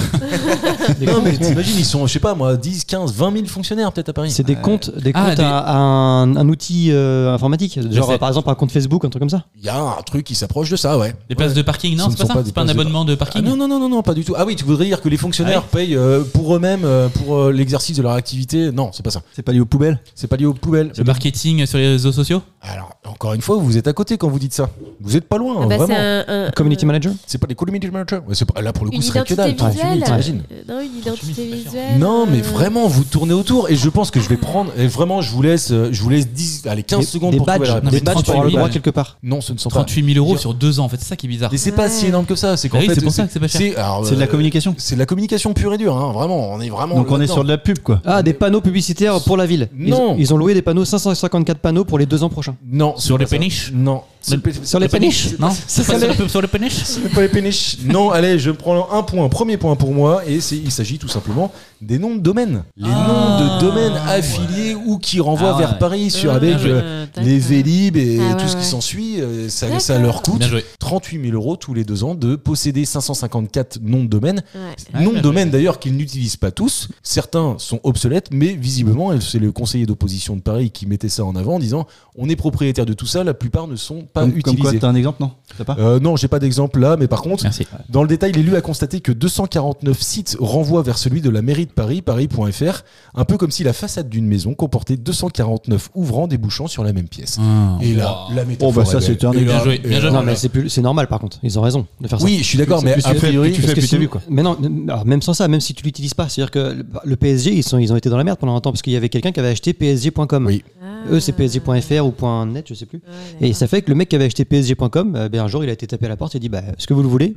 Speaker 4: mais t'imagines, ils sont, je sais pas moi, 10, 15, 20 000 fonctionnaires peut-être à Paris.
Speaker 7: C'est des comptes, des
Speaker 5: Ah,
Speaker 7: comptes
Speaker 5: des-
Speaker 7: à, à un, un outil euh, informatique. Genre,
Speaker 5: sais.
Speaker 7: euh, par exemple, un compte Facebook, un truc comme ça.
Speaker 4: Il y a un truc qui s'approche de ça, ouais.
Speaker 5: Des places de parking,
Speaker 4: Ce
Speaker 5: non
Speaker 4: ne
Speaker 5: C'est pas
Speaker 4: sont pas
Speaker 5: ça
Speaker 4: des
Speaker 5: C'est pas un
Speaker 4: places de-
Speaker 5: abonnement de
Speaker 4: Ah
Speaker 5: parking
Speaker 4: non, non, non, non, non, pas du tout. Ah oui, tu voudrais dire que les fonctionnaires
Speaker 7: Ah
Speaker 4: payent euh, pour eux-mêmes, euh, pour euh, l'exercice de leur activité. Non, c'est pas ça.
Speaker 3: C'est pas lié aux poubelles
Speaker 4: C'est pas lié aux poubelles.
Speaker 5: Le marketing sur les réseaux sociaux
Speaker 4: Alors, encore une fois, vous êtes à côté quand vous dites ça. Vous êtes pas loin,
Speaker 6: Ah bah, c'est
Speaker 4: vraiment.
Speaker 6: un- un-
Speaker 7: Community
Speaker 6: un-
Speaker 7: manager
Speaker 4: C'est pas les community managers. Ouais, c'est pas- Là, pour le coup,
Speaker 6: une
Speaker 4: ce serait que
Speaker 6: identité
Speaker 4: dalle. 38 000,
Speaker 6: visuelle.
Speaker 4: t'imagines
Speaker 6: Euh, Non, une identité visuelle.
Speaker 4: Non, mais
Speaker 6: euh,
Speaker 4: vraiment, vous tournez autour et je pense que je vais prendre. Et vraiment, je vous laisse, euh, je vous laisse 10, allez, 15
Speaker 7: Des-
Speaker 4: secondes
Speaker 7: des
Speaker 4: pour trouver la
Speaker 7: badges,
Speaker 4: réponse.
Speaker 7: des
Speaker 5: Non, mais
Speaker 7: badges pour avoir
Speaker 5: 38
Speaker 7: le
Speaker 5: 000,
Speaker 7: droit
Speaker 5: ouais.
Speaker 7: quelque part.
Speaker 4: Non, ce ne sont pas.
Speaker 5: 38 000 euros sur deux ans, en fait, c'est ça qui est bizarre.
Speaker 4: Mais c'est pas si énorme que ça. C'est qu'en
Speaker 5: Bah oui,
Speaker 4: fait,
Speaker 5: c'est pour ça que c'est pas cher.
Speaker 4: alors,
Speaker 3: C'est de la
Speaker 4: euh,
Speaker 3: communication.
Speaker 4: C'est de la communication pure et dure, hein, vraiment. On est vraiment.
Speaker 3: Donc on est
Speaker 4: là-dedans.
Speaker 3: sur de la pub, quoi.
Speaker 7: Ah, des panneaux publicitaires pour la ville. Ils-
Speaker 4: Non.
Speaker 7: Ils, ont loué des panneaux, 554 panneaux pour les deux ans prochains.
Speaker 4: Non. c'est
Speaker 5: Sur les
Speaker 4: pas ça.
Speaker 5: péniches
Speaker 4: Non.
Speaker 5: Le-
Speaker 4: C'est- *laughs*
Speaker 7: Sur les
Speaker 4: c'est pas-
Speaker 7: péniches
Speaker 5: Non Ah, C'est
Speaker 7: ça,
Speaker 5: pas sur
Speaker 7: les-
Speaker 5: la pub sur les péniches
Speaker 4: c'est pas les péniches. Non, allez, je prends un point. Premier point pour moi et c'est- il s'agit tout simplement des noms de domaines. Les
Speaker 5: Ah,
Speaker 4: noms de domaines
Speaker 5: ouais.
Speaker 4: affiliés ou qui renvoient
Speaker 5: Ah,
Speaker 4: vers
Speaker 5: ouais.
Speaker 4: Paris sur
Speaker 6: Ah,
Speaker 4: avec
Speaker 5: bien joué.
Speaker 4: euh, les Vélib et
Speaker 6: Ah, ouais,
Speaker 4: tout ce qui
Speaker 6: ouais.
Speaker 4: s'ensuit. euh, Ça,
Speaker 6: D'accord.
Speaker 4: ça leur coûte
Speaker 5: Bien joué.
Speaker 4: 38 000 euros tous les deux ans de posséder 554 noms de domaines.
Speaker 6: Ouais.
Speaker 5: Ah,
Speaker 4: noms
Speaker 5: bien
Speaker 4: de
Speaker 5: joué.
Speaker 4: domaines d'ailleurs qu'ils n'utilisent pas tous. Certains sont obsolètes, mais visiblement, et c'est le conseiller d'opposition de Paris qui mettait ça en avant en disant on est propriétaire de tout ça, la plupart ne sont pas
Speaker 3: Comme, comme quoi,
Speaker 4: utilisés.
Speaker 3: t'as un exemple, non T'as pas
Speaker 4: Euh, non, j'ai pas d'exemple là, mais par contre,
Speaker 5: Merci.
Speaker 4: dans le détail, l'élu a constaté que 249 sites renvoient vers celui de la mairie de Paris, paris.fr, un peu comme si la façade d'une maison comportait 249 ouvrants débouchant sur la même pièce. Et là, la métaphore.
Speaker 3: bah ça,
Speaker 4: est belle.
Speaker 3: c'était un
Speaker 4: Et là,
Speaker 5: Bien joué,
Speaker 4: et
Speaker 5: bien
Speaker 4: là-
Speaker 5: joué.
Speaker 7: Non, mais c'est plus- c'est normal par contre. Ils ont raison de faire ça.
Speaker 4: Oui, je suis d'accord, mais
Speaker 7: Parce
Speaker 4: a
Speaker 7: que-
Speaker 4: priori,
Speaker 7: parce que
Speaker 4: parce que
Speaker 7: sinon- Mais non, alors, même sans ça, même si tu l'utilises pas, c'est-à-dire que le- le PSG, ils, sont, ils ont été dans la merde pendant un temps parce qu'il y avait quelqu'un qui avait acheté PSG.com.
Speaker 4: Oui.
Speaker 6: Ah,
Speaker 7: Eux, Euh, E, c'est PSG.fr ou point .net, je sais plus. Et ça fait que le mec qui avait acheté PSG.com, euh, ben, un jour, il a été tapé à la porte et dit bah, ce que vous le voulez,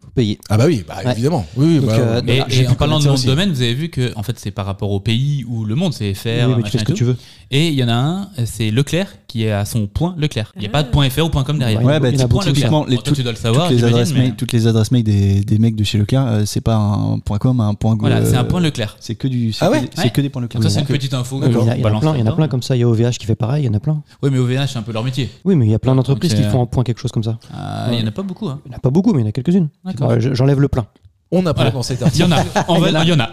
Speaker 7: vous payez.
Speaker 4: Ah bah oui, bah
Speaker 7: Ouais.
Speaker 4: évidemment. Oui,
Speaker 7: Donc,
Speaker 4: bah,
Speaker 7: euh,
Speaker 5: Et,
Speaker 7: voilà,
Speaker 5: et
Speaker 7: j'ai pu
Speaker 5: en parlant
Speaker 7: connaître
Speaker 5: de
Speaker 7: ça
Speaker 5: nom
Speaker 7: aussi.
Speaker 5: de domaine, vous avez vu que en fait c'est par rapport au pays où le monde c'est FR,
Speaker 7: Oui, mais
Speaker 5: Eh,
Speaker 7: tu
Speaker 5: machin
Speaker 7: fais ce
Speaker 5: et
Speaker 7: que
Speaker 5: tout.
Speaker 7: tu veux.
Speaker 5: Et il y en a un, c'est Leclerc qui est à son point Leclerc. Il n'y a pas de point .fr ou point .com derrière.
Speaker 3: Ouais, bah,
Speaker 5: C'est
Speaker 3: typ-
Speaker 5: point
Speaker 3: typiquement,
Speaker 5: Leclerc.
Speaker 3: les-
Speaker 5: Bon, toi, tu dois le savoir.
Speaker 3: toutes les
Speaker 5: j'imagine,
Speaker 3: adresses
Speaker 5: mais-
Speaker 3: mail, toutes les adresses mail des, des mecs de chez Leclerc, euh, c'est pas un point .com, un point .go.
Speaker 5: Voilà, c'est un
Speaker 3: euh,
Speaker 5: point Leclerc.
Speaker 3: C'est que du, c'est
Speaker 4: Ah
Speaker 3: que
Speaker 4: ouais
Speaker 3: des- c'est
Speaker 5: Ouais.
Speaker 3: que des points Leclerc.
Speaker 5: ça c'est une
Speaker 3: D'accord.
Speaker 5: petite info.
Speaker 7: Il y en a, il y en a
Speaker 5: Balance
Speaker 7: plein, il y en a
Speaker 5: là-dedans.
Speaker 7: plein comme ça. Il y a OVH qui fait pareil, il y en a plein.
Speaker 5: Oui, mais OVH c'est un peu leur métier.
Speaker 7: Oui, mais il y a plein d'entreprises
Speaker 5: Donc,
Speaker 7: qui
Speaker 5: c'est-
Speaker 7: font en point quelque chose comme ça.
Speaker 5: Ah, Il y en a pas beaucoup. hein.
Speaker 7: Il n'y en a pas beaucoup, mais il y en a quelques-unes.
Speaker 5: D'accord.
Speaker 7: Euh, je- J'enlève le plein.
Speaker 4: on apprend
Speaker 5: Voilà. *laughs*
Speaker 4: dans cet
Speaker 5: Il y
Speaker 4: article.
Speaker 5: en a. En vrai, il y en a.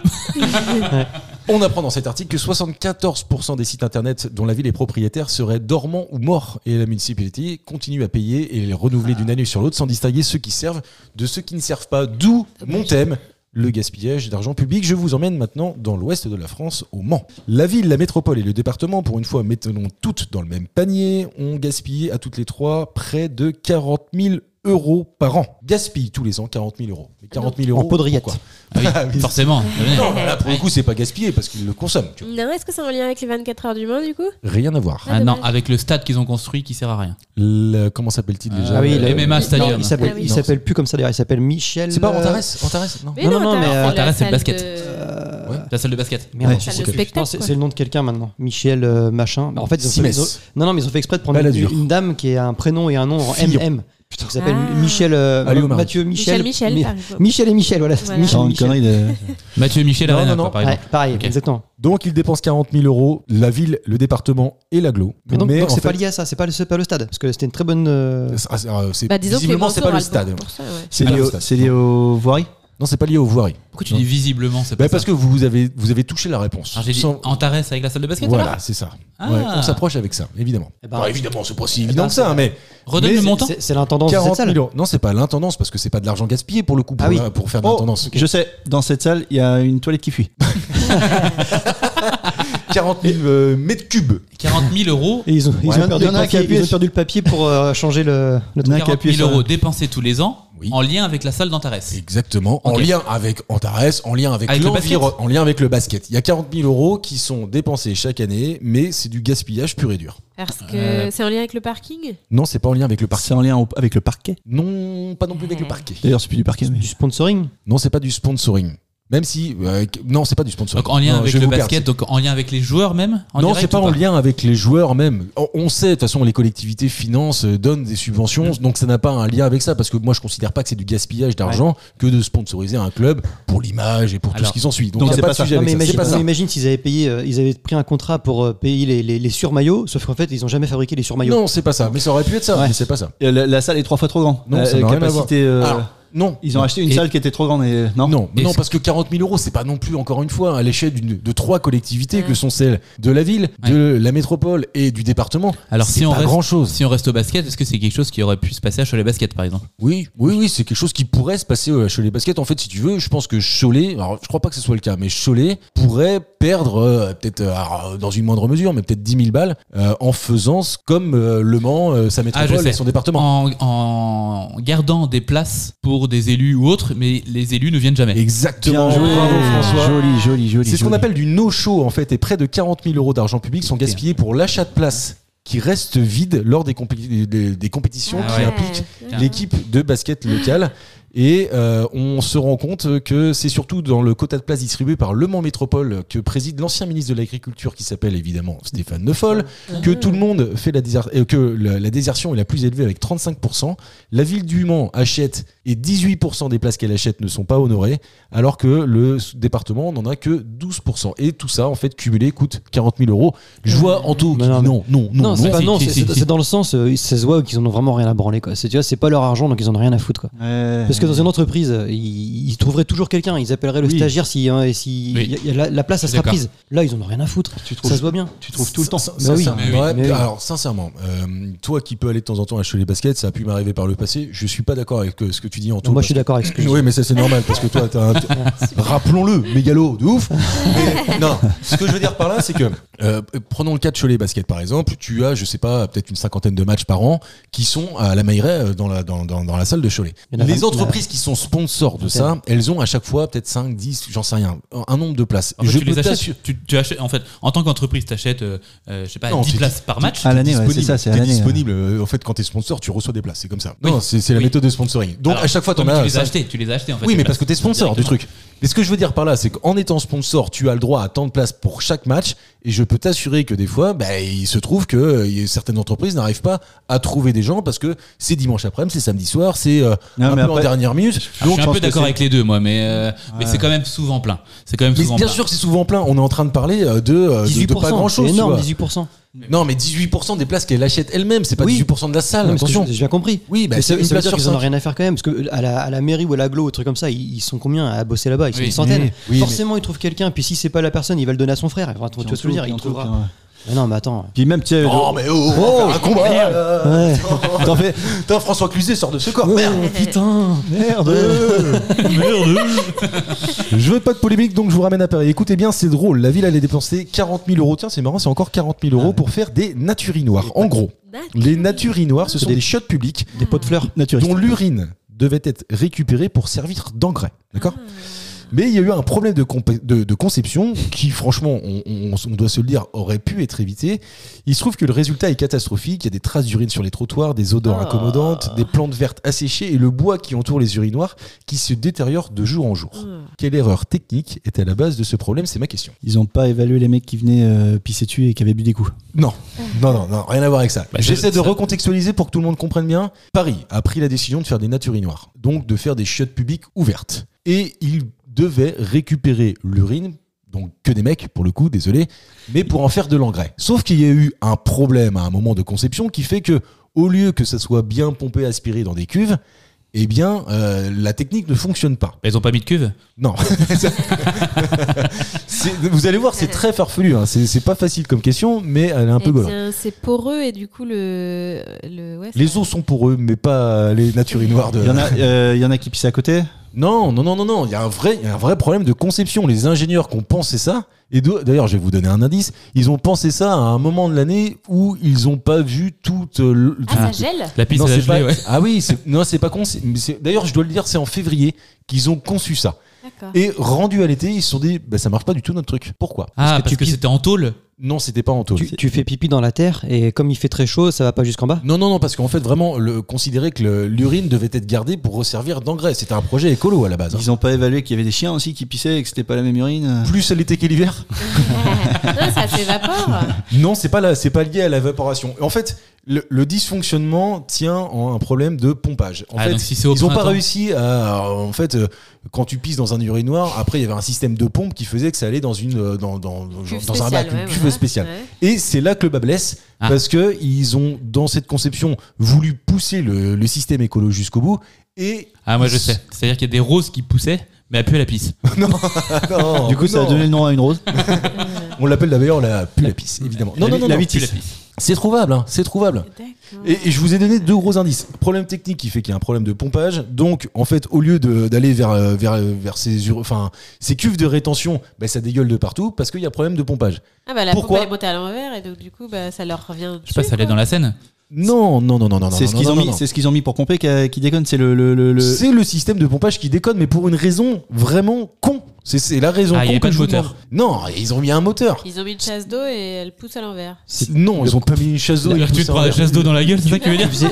Speaker 4: On apprend dans cet article que 74% des sites internet dont la ville est propriétaire seraient dormants ou morts et la municipalité continue à payer et les renouveler d'une année sur l'autre sans distinguer ceux qui servent de ceux qui ne servent pas. D'où mon thème. Le gaspillage d'argent public. Je vous emmène maintenant dans l'ouest de la France, au Mans. La ville, la métropole et le département, pour une fois, mettons toutes dans le même panier, ont gaspillé à toutes les trois près de 40 000 euros par an. Gaspille tous les ans 40 000 euros. Mais 40 000 euros.
Speaker 7: En poudriette.
Speaker 4: pourquoi *laughs*
Speaker 5: Ah oui, Forcément.
Speaker 4: Non, là, pour le coup, c'est pas gaspillé parce qu'ils le consomment. tu vois.
Speaker 6: Non, est-ce que c'est en lien avec les 24 heures du Mans du coup
Speaker 4: Rien à voir.
Speaker 5: Ah non,
Speaker 6: dommage.
Speaker 5: avec le stade qu'ils ont construit qui sert à rien.
Speaker 4: Le- comment s'appelle-t-il déjà
Speaker 5: Ah oui,
Speaker 4: le-
Speaker 5: le MMA
Speaker 7: il-
Speaker 5: Stadium.
Speaker 7: non, Il s'appelle
Speaker 6: Ah oui.
Speaker 7: il s'appelle plus comme ça d'ailleurs, il s'appelle Michel.
Speaker 4: C'est pas
Speaker 7: euh,
Speaker 4: Antares Antares Non.
Speaker 7: Non, non, non, mais, euh,
Speaker 6: la
Speaker 5: t'arrêtes, c'est le
Speaker 6: salle
Speaker 5: basket.
Speaker 4: Euh,
Speaker 6: de-
Speaker 5: La salle de basket.
Speaker 7: Merde,
Speaker 3: Ouais,
Speaker 7: je
Speaker 6: salle
Speaker 7: sais
Speaker 6: de
Speaker 7: plus.
Speaker 6: spectacle,
Speaker 7: Non, c'est
Speaker 6: quoi.
Speaker 7: c'est le nom de quelqu'un maintenant. Michel euh, machin. En fait, ils ont fait,
Speaker 4: Simès.
Speaker 7: ils ont- non, non, mais ils ont fait exprès de prendre une,
Speaker 4: Balladur.
Speaker 7: une dame qui a un prénom et un nom en
Speaker 4: Fillon.
Speaker 7: MM. Putain, qui s'appelle
Speaker 6: Ah.
Speaker 7: Michel. euh,
Speaker 4: Allez, Omar.
Speaker 7: Mathieu Michel.
Speaker 6: Michel Michel,
Speaker 7: Mi-
Speaker 6: par exemple.
Speaker 7: Michel et Michel, voilà.
Speaker 6: Voilà.
Speaker 7: Michel,
Speaker 3: Genre euh, une
Speaker 7: Michel.
Speaker 3: connerie de.
Speaker 5: Mathieu Michel
Speaker 4: Non,
Speaker 5: Arena,
Speaker 4: non, non.
Speaker 5: quoi, par
Speaker 7: Ouais,
Speaker 5: exemple.
Speaker 7: pareil,
Speaker 5: Ok.
Speaker 7: exactement.
Speaker 4: Donc ils dépensent 40 000 euros, la ville, le département et l'agglo.
Speaker 7: Mais donc, donc
Speaker 4: en
Speaker 7: c'est pas
Speaker 4: fait,
Speaker 7: lié à ça, c'est pas, le- c'est pas le stade. Parce que c'était une très bonne. euh,
Speaker 4: c'est- c'est- euh, c'est-
Speaker 6: Bah, disons que les
Speaker 4: visiblement, c'est
Speaker 6: Mansour
Speaker 4: pas le
Speaker 6: a
Speaker 4: stade.
Speaker 6: bon pour ça, ouais.
Speaker 3: C'est
Speaker 4: Ah,
Speaker 3: lié,
Speaker 4: le
Speaker 3: au-
Speaker 4: stade.
Speaker 3: c'est lié aux voiries
Speaker 4: Non, c'est pas lié aux voiries.
Speaker 5: Pourquoi tu dis visiblement c'est pas
Speaker 4: Bah, parce
Speaker 5: ça
Speaker 4: que vous avez, vous avez touché la réponse.
Speaker 5: Alors, j'ai dit
Speaker 4: Sans-
Speaker 5: Antares avec la salle de basket
Speaker 4: Voilà,
Speaker 5: alors
Speaker 4: c'est ça.
Speaker 5: Ah.
Speaker 4: Ouais, on s'approche avec ça, évidemment.
Speaker 7: Eh ben,
Speaker 4: Bah, évidemment, c'est pas si
Speaker 7: ben,
Speaker 4: évident que
Speaker 7: c'est-
Speaker 4: ça, mais
Speaker 5: Redonne
Speaker 4: Mais
Speaker 5: le
Speaker 4: c'est-
Speaker 5: montant.
Speaker 7: c'est c'est l'intendance de cette
Speaker 4: 40 000
Speaker 7: salle.
Speaker 4: euros. Non, c'est pas l'intendance parce que c'est pas de l'argent gaspillé pour le coup pour,
Speaker 7: Ah oui.
Speaker 4: pour faire de l'intendance.
Speaker 3: Oh, Je sais, dans cette salle, il y a une toilette qui fuit.
Speaker 4: 40 000 euh, mètres cubes.
Speaker 5: 40 000 euros.
Speaker 7: Et ils ont, ils
Speaker 4: Ouais.
Speaker 7: ont perdu
Speaker 4: Il y en
Speaker 7: le
Speaker 4: a un qui a
Speaker 7: papier,
Speaker 4: appuyé
Speaker 7: ils ont
Speaker 4: sur-
Speaker 7: perdu le papier pour euh, changer le, le truc.
Speaker 5: 40 000 euros dépensés tous les ans
Speaker 4: Oui.
Speaker 5: en lien avec la salle d'Antares.
Speaker 4: Exactement, en
Speaker 5: Ok.
Speaker 4: lien avec Antares, en lien avec,
Speaker 5: Avec le
Speaker 4: l'enviro-
Speaker 5: basket.
Speaker 4: en lien avec le basket. Il y a 40 000 euros qui sont dépensés chaque année, mais c'est du gaspillage pur et dur.
Speaker 6: Parce que
Speaker 5: Euh,
Speaker 6: c'est en lien avec le parking
Speaker 4: Non, c'est pas en lien avec le parquet.
Speaker 3: C'est en lien au- avec le parquet.
Speaker 4: Non, pas non plus avec le parquet.
Speaker 3: D'ailleurs, c'est plus du parquet. Mais...
Speaker 7: Du sponsoring.
Speaker 4: Non, c'est pas du sponsoring. Même si, euh, non, c'est pas du sponsoring.
Speaker 5: Donc en lien
Speaker 4: Non,
Speaker 5: avec
Speaker 4: je
Speaker 5: le
Speaker 4: vous perds.
Speaker 5: basket, donc en lien avec les joueurs même en
Speaker 4: non,
Speaker 5: direct
Speaker 4: c'est pas
Speaker 5: ou
Speaker 4: en lien avec les joueurs même. On- On sait, de toute façon, les collectivités financent, euh, donnent des
Speaker 5: Mm.
Speaker 4: subventions, donc ça n'a pas un lien avec ça, parce que moi, je considère pas que c'est du gaspillage d'argent que de sponsoriser un club pour l'image et pour tout
Speaker 5: Alors,
Speaker 4: ce qui s'ensuit. Donc,
Speaker 3: donc
Speaker 4: il y a
Speaker 3: c'est
Speaker 4: pas
Speaker 3: pas
Speaker 4: de
Speaker 3: ça.
Speaker 4: sujet
Speaker 7: Non,
Speaker 4: avec
Speaker 7: mais
Speaker 4: ça. C'est
Speaker 7: imagine,
Speaker 4: pas
Speaker 7: non,
Speaker 4: ça.
Speaker 7: mais imagine s'ils avaient payé, euh, ils avaient pris un contrat pour euh, payer les, les, les surmaillots, sauf qu'en fait, ils ont jamais fabriqué les surmaillots.
Speaker 4: Non, c'est pas ça. Mais ça aurait pu être ça.
Speaker 3: Ouais.
Speaker 4: Mais c'est pas ça.
Speaker 3: Euh, La, la salle est trois fois trop grande.
Speaker 4: Non,
Speaker 3: La-
Speaker 4: ça n'a
Speaker 3: la
Speaker 4: rien à
Speaker 3: capacité, euh,
Speaker 4: Alors, non.
Speaker 3: Ils ont acheté une
Speaker 5: Et-
Speaker 3: salle qui était trop grande. Et... Non,
Speaker 4: Non,
Speaker 5: Et
Speaker 4: non,
Speaker 5: ce-
Speaker 4: parce que 40 000 euros, c'est pas non plus, encore une fois, à l'échelle d'une- de trois collectivités que sont celles de la ville, de la métropole et du département.
Speaker 5: Alors,
Speaker 4: c'est
Speaker 5: si on
Speaker 4: pas
Speaker 5: reste-
Speaker 4: grand chose.
Speaker 5: Si on reste au basket, est-ce que c'est quelque chose qui aurait pu se passer à Cholet Basket par exemple
Speaker 4: Oui, oui, oui, c'est quelque chose qui pourrait se passer euh, à Cholet Basket. En fait, si tu veux, je pense que Cholet, alors je crois pas que ce soit le cas, mais Cholet pourrait perdre, euh, peut-être euh, alors, euh, dans une moindre mesure, mais peut-être 10 000 balles euh, en faisant ce- comme euh, Le Mans, euh,
Speaker 3: Ah,
Speaker 4: sa métropole
Speaker 5: sais.
Speaker 4: et son département.
Speaker 5: en, en gardant des places pour des élus ou autres, mais les élus ne viennent jamais.
Speaker 4: Exactement.
Speaker 3: Bien joué.
Speaker 4: Bravo,
Speaker 6: Ah,
Speaker 4: François.
Speaker 3: Joli, joli, joli.
Speaker 4: C'est ce qu'on
Speaker 3: joli.
Speaker 4: appelle du no-show en fait, et près de 40 000 euros d'argent public sont gaspillés pour l'achat de places qui restent vides lors des, compé- des- des compétitions
Speaker 5: Ah
Speaker 4: qui
Speaker 5: ouais.
Speaker 4: impliquent
Speaker 6: Ouais.
Speaker 4: l'équipe de basket locale. Et euh, on se rend compte que c'est surtout dans le quota de places distribué par Le Mans Métropole que préside l'ancien ministre de l'Agriculture qui s'appelle évidemment Stéphane Neufol, que tout le monde fait la, déser- euh, que la, la désertion est la plus élevée avec 35%. La ville du Mans achète et 18% des places qu'elle achète ne sont pas honorées, alors que le s- département n'en a que 12%. Et tout ça, en fait, cumulé, coûte 40 000 euros. Je vois en tout.
Speaker 7: Euh, Mais non, mais-
Speaker 4: Non, non, non,
Speaker 7: Non,
Speaker 4: non.
Speaker 7: c'est pas
Speaker 5: si,
Speaker 7: non,
Speaker 5: si,
Speaker 7: c'est
Speaker 5: si,
Speaker 7: c'est-
Speaker 5: si.
Speaker 7: c'est dans le sens, euh, ça se voit qu'ils en ont vraiment rien à branler. quoi. C'est tu vois, c'est pas leur argent, donc ils en ont rien à foutre. quoi.
Speaker 3: Euh, Ouais.
Speaker 7: Parce que dans une entreprise, euh, ils, ils trouveraient toujours quelqu'un, ils appelleraient le
Speaker 3: Oui.
Speaker 7: stagiaire si, hein, et si
Speaker 5: Oui.
Speaker 7: y a- y a la, la place ça
Speaker 5: Je suis
Speaker 7: sera
Speaker 5: d'accord.
Speaker 7: prise. Là, ils en ont rien à foutre.
Speaker 3: tu trouves,
Speaker 7: Ça se voit bien.
Speaker 3: tu trouves tout le temps.
Speaker 4: Sin-
Speaker 7: Mais oui,
Speaker 4: sincèrement,
Speaker 5: mais oui,
Speaker 4: ouais,
Speaker 7: mais oui.
Speaker 4: Alors, sincèrement, euh, toi qui peux aller de temps en temps acheter les baskets, ça a pu m'arriver par le passé. Je suis pas d'accord avec euh, ce que tu dis en tout.
Speaker 7: Donc moi, je suis d'accord avec ce que je dis.
Speaker 4: Oui, mais ça c'est normal parce que toi, t'as
Speaker 7: *laughs*
Speaker 4: un- rappelons-le, mégalo, de ouf.
Speaker 7: *laughs*
Speaker 4: Mais non, ce que je veux dire par là, c'est que euh, prenons le cas de Cholet Basket par exemple. Tu as, je sais pas, peut-être une cinquantaine de matchs par an qui sont à la Mailleraie euh, dans la dans, dans- dans la salle de Cholet.
Speaker 7: Il y en a
Speaker 4: Les
Speaker 7: vingt-
Speaker 4: entreprises qui sont sponsors de ça, elles ont à chaque fois peut-être 5, 10, j'en sais rien, un- un nombre de places.
Speaker 5: En fait,
Speaker 4: je
Speaker 5: tu les
Speaker 4: peux
Speaker 5: achètes.
Speaker 4: t'assurer-
Speaker 5: Tu, tu achètes. En fait, en tant qu'entreprise, t'achètes, euh, euh, je sais pas,
Speaker 4: Non,
Speaker 5: 10
Speaker 4: tu-
Speaker 5: places par match.
Speaker 3: À l'année, ouais, c'est
Speaker 4: disponible.
Speaker 3: ça, c'est à
Speaker 4: T'es
Speaker 3: l'année. ouais.
Speaker 4: disponible. Euh, En fait, quand t'es sponsor, tu reçois des places. C'est comme ça.
Speaker 5: Oui.
Speaker 4: Non, c'est c'est la
Speaker 5: Oui.
Speaker 4: méthode de sponsoring. Donc
Speaker 5: Alors,
Speaker 4: à chaque fois, t'en
Speaker 5: comme
Speaker 4: as.
Speaker 5: Tu les as
Speaker 4: cinq-
Speaker 5: achetés, tu les as achetés en fait.
Speaker 4: oui,
Speaker 5: les
Speaker 4: mais
Speaker 5: places.
Speaker 4: parce que t'es sponsor du
Speaker 5: Directement.
Speaker 4: truc. Mais ce que je veux dire par là, c'est qu'en étant sponsor, tu as le droit à tant de places pour chaque match. Et je peux t'assurer que des fois, bah, il se trouve que euh, il y a certaines entreprises n'arrivent pas à trouver des gens parce que c'est dimanche après-midi, c'est samedi soir, c'est euh,
Speaker 3: Non,
Speaker 4: un peu
Speaker 3: mais
Speaker 4: en
Speaker 3: après-
Speaker 4: dernière minute.
Speaker 5: Alors, je suis un
Speaker 4: pense
Speaker 5: peu
Speaker 4: que
Speaker 5: d'accord
Speaker 4: c'est-
Speaker 5: avec les deux, moi, mais, euh, mais c'est quand même souvent plein. C'est quand même
Speaker 4: Mais
Speaker 5: souvent
Speaker 4: bien
Speaker 5: plein.
Speaker 4: sûr que c'est souvent plein. On est en train de parler euh, de, euh, de- de
Speaker 7: 18%,
Speaker 4: pas
Speaker 7: c'est
Speaker 4: grand-chose. tu
Speaker 7: énorme,
Speaker 4: vois.
Speaker 7: 18%.
Speaker 4: Non, mais 18% des places qu'elle achète elle-même, c'est pas
Speaker 7: Oui.
Speaker 4: 18% de la salle.
Speaker 7: Ah, Non, mais ce que
Speaker 4: attention.
Speaker 7: je- J'ai bien compris.
Speaker 4: Oui, bah,
Speaker 7: Mais
Speaker 4: c'est
Speaker 7: ça,
Speaker 4: une
Speaker 7: ça veut
Speaker 4: place
Speaker 7: dire
Speaker 4: sur
Speaker 7: qu'ils en ont
Speaker 4: cinq.
Speaker 7: rien à faire quand même, parce que à la, à la mairie ou à l'aglo, ou truc comme ça, ils, ils sont combien à bosser là-bas Ils sont
Speaker 5: Oui.
Speaker 7: une centaine.
Speaker 3: Oui,
Speaker 4: mais-
Speaker 7: Forcément, ils trouvent quelqu'un, puis si c'est pas la personne, ils va le donner à son frère. Enfin, tu vois ce que je veux dire, il trouvera. Mais non, mais attends.
Speaker 3: Puis même, tu sais,
Speaker 4: Oh, mais oh, oh, on va faire un combat. euh,
Speaker 7: Ouais.
Speaker 3: t'en fais.
Speaker 4: Putain, François Cluzet sort de ce corps. Merde.
Speaker 7: Oh, putain
Speaker 3: Merde
Speaker 4: Je veux pas de polémique, donc je vous ramène à Paris. Écoutez bien, c'est drôle. La ville allait dépenser 40 000 euros. Tiens, c'est marrant, c'est encore 40 000 euros pour faire des naturinoirs. En gros, les naturinoirs, ce sont des, chiottes publiques
Speaker 3: Des pots
Speaker 4: *laughs*
Speaker 3: de fleurs naturistes.
Speaker 4: dont l'urine devait être récupérée pour servir d'engrais. D'accord mais il y a eu un problème de, compé- de- de conception qui, franchement, on, on- on doit se le dire, aurait pu être évité. Il se trouve que le résultat est catastrophique. Il y a des traces d'urine sur les trottoirs, des odeurs
Speaker 6: Ah.
Speaker 4: incommodantes, des plantes vertes asséchées et le bois qui entoure les urinoirs qui se détériore de jour en jour. Quelle erreur technique est à la base de ce problème C'est ma question.
Speaker 3: Ils ont pas évalué les mecs qui venaient euh, pisser dessus et qui avaient bu des coups.
Speaker 4: Non, non, non, non, rien à voir avec ça.
Speaker 5: Bah,
Speaker 4: J'essaie
Speaker 5: ça-
Speaker 4: de
Speaker 5: ça-
Speaker 4: recontextualiser pour que tout le monde comprenne bien. Paris a pris la décision de faire des naturinoirs, donc de faire des chiottes publiques ouvertes. Et ils devaient récupérer l'urine, donc que des mecs pour le coup, désolé, mais pour en faire de l'engrais. Sauf qu'il y a eu un problème à un moment de conception qui fait que, au lieu que ça soit bien pompé, aspiré dans des cuves, eh bien, euh, la technique ne fonctionne pas.
Speaker 5: Bah, Ils ont pas mis de cuve
Speaker 4: Non. *laughs* C'est- vous allez voir, c'est très farfelu. hein. C'est c'est pas facile comme question, mais elle est un peu
Speaker 6: Eh
Speaker 4: gauleuse.
Speaker 6: bien, c'est poreux et du coup le, le ouais,
Speaker 4: Les
Speaker 6: ça-
Speaker 4: os sont pour eux, mais pas les naturinoirs de.
Speaker 3: Il y, en a, euh, il y en a qui pissaient à côté.
Speaker 4: Non, non, non, non, non. Il y a un vrai, il y a un vrai problème de conception. Les ingénieurs qui ont pensé ça, et d'o- d'ailleurs, je vais vous donner un indice. Ils ont pensé ça à un moment de l'année où ils ont pas vu toute. euh, le-
Speaker 6: Ah, ça gèle
Speaker 5: La piste
Speaker 4: Non,
Speaker 5: est
Speaker 4: c'est pas-
Speaker 5: gelée, ouais.
Speaker 4: Ah oui, c'est- non, c'est pas con. c'est- mais c'est- D'ailleurs, je dois le dire, c'est en février qu'ils ont conçu ça.
Speaker 6: *laughs* D'accord.
Speaker 4: Et rendu à l'été, ils se sont dit, bah, ça marche pas du tout notre truc. Pourquoi
Speaker 5: Ah,
Speaker 7: que
Speaker 5: parce
Speaker 7: tu
Speaker 5: que
Speaker 7: pisses-
Speaker 5: c'était en tôle
Speaker 4: Non, c'était pas en tôle.
Speaker 7: tu, tu fais pipi dans la terre, et comme il fait très chaud, ça va pas jusqu'en bas
Speaker 4: Non, non, non, parce qu'en fait, vraiment, le, considérer que le- l'urine devait être gardée pour resservir d'engrais. C'était un projet écolo à la base. hein.
Speaker 3: Ils ont pas évalué qu'il y avait des chiens aussi qui pissaient et que c'était pas la même urine.
Speaker 4: Plus à l'été qu'à l'hiver
Speaker 6: non, ça s'évapore.
Speaker 4: Non, c'est pas là, c'est pas lié à l'évaporation. En fait, le, le dysfonctionnement tient en un problème de pompage. En
Speaker 5: Ah,
Speaker 4: fait,
Speaker 5: donc si c'est au
Speaker 4: ils ont pas
Speaker 5: printemps.
Speaker 4: réussi à. En fait, euh, quand tu pisses dans un urinoir, après il y avait un système de pompe qui faisait que ça allait dans une euh, dans, dans,
Speaker 6: Cuve
Speaker 4: dans un
Speaker 6: spéciale,
Speaker 4: bac, une
Speaker 6: ouais,
Speaker 4: cuve
Speaker 6: voilà.
Speaker 4: spéciale.
Speaker 6: Ouais.
Speaker 4: Et c'est là que le bas blesse,
Speaker 5: Ah.
Speaker 4: parce que ils ont, dans cette conception, voulu pousser le, le système écolo jusqu'au bout. Et *laughs*
Speaker 5: Ah, moi je sais. C'est-à-dire qu'il y a des roses qui poussaient, mais à puer la pisse.
Speaker 4: Non,
Speaker 3: du coup, ça a
Speaker 4: non.
Speaker 3: donné le nom à une rose.
Speaker 4: On l'appelle d'ailleurs la pulapis, évidemment. Non,
Speaker 3: La-
Speaker 4: non, non,
Speaker 3: la
Speaker 4: non.
Speaker 3: vitis.
Speaker 5: Pue la pisse.
Speaker 4: C'est trouvable, hein, c'est trouvable.
Speaker 6: D'accord.
Speaker 4: Et, et je vous ai donné deux gros indices. Problème technique qui fait qu'il y a un problème de pompage. Donc, en fait, au lieu de- d'aller vers, euh, vers, euh, vers ces, ur- enfin, ces cuves de rétention, bah, ça dégueule de partout parce qu'il y a problème de pompage.
Speaker 6: Ah bah la
Speaker 4: Pourquoi
Speaker 6: pompe elle est montée à l'envers et donc du coup bah, ça leur revient.
Speaker 5: Je sais pas, ça allait dans la Seine.
Speaker 4: Non, non, non, non, non.
Speaker 3: C'est
Speaker 4: non,
Speaker 3: ce
Speaker 4: non,
Speaker 3: qu'ils
Speaker 4: non,
Speaker 3: ont
Speaker 4: non.
Speaker 3: mis. C'est ce qu'ils ont mis pour pomper qui, qui déconne. C'est le, le, le- le-
Speaker 4: C'est le système de pompage qui déconne, mais pour une raison vraiment con. C'est- C'est la raison
Speaker 5: Ah, il y
Speaker 4: pour
Speaker 5: avait pas
Speaker 4: laquelle
Speaker 5: de
Speaker 4: je vous
Speaker 5: moteur.
Speaker 4: demande. Non, ils ont mis un moteur.
Speaker 6: Ils ont mis une chasse d'eau et elle pousse
Speaker 4: *laughs*
Speaker 6: à l'envers.
Speaker 4: Non, ils ont pas mis une chasse d'eau. ils
Speaker 5: Tu
Speaker 4: poussent
Speaker 5: te prends la
Speaker 4: un-
Speaker 5: chasse d'eau dans la gueule, c'est ça que tu veux dire
Speaker 6: J'arrive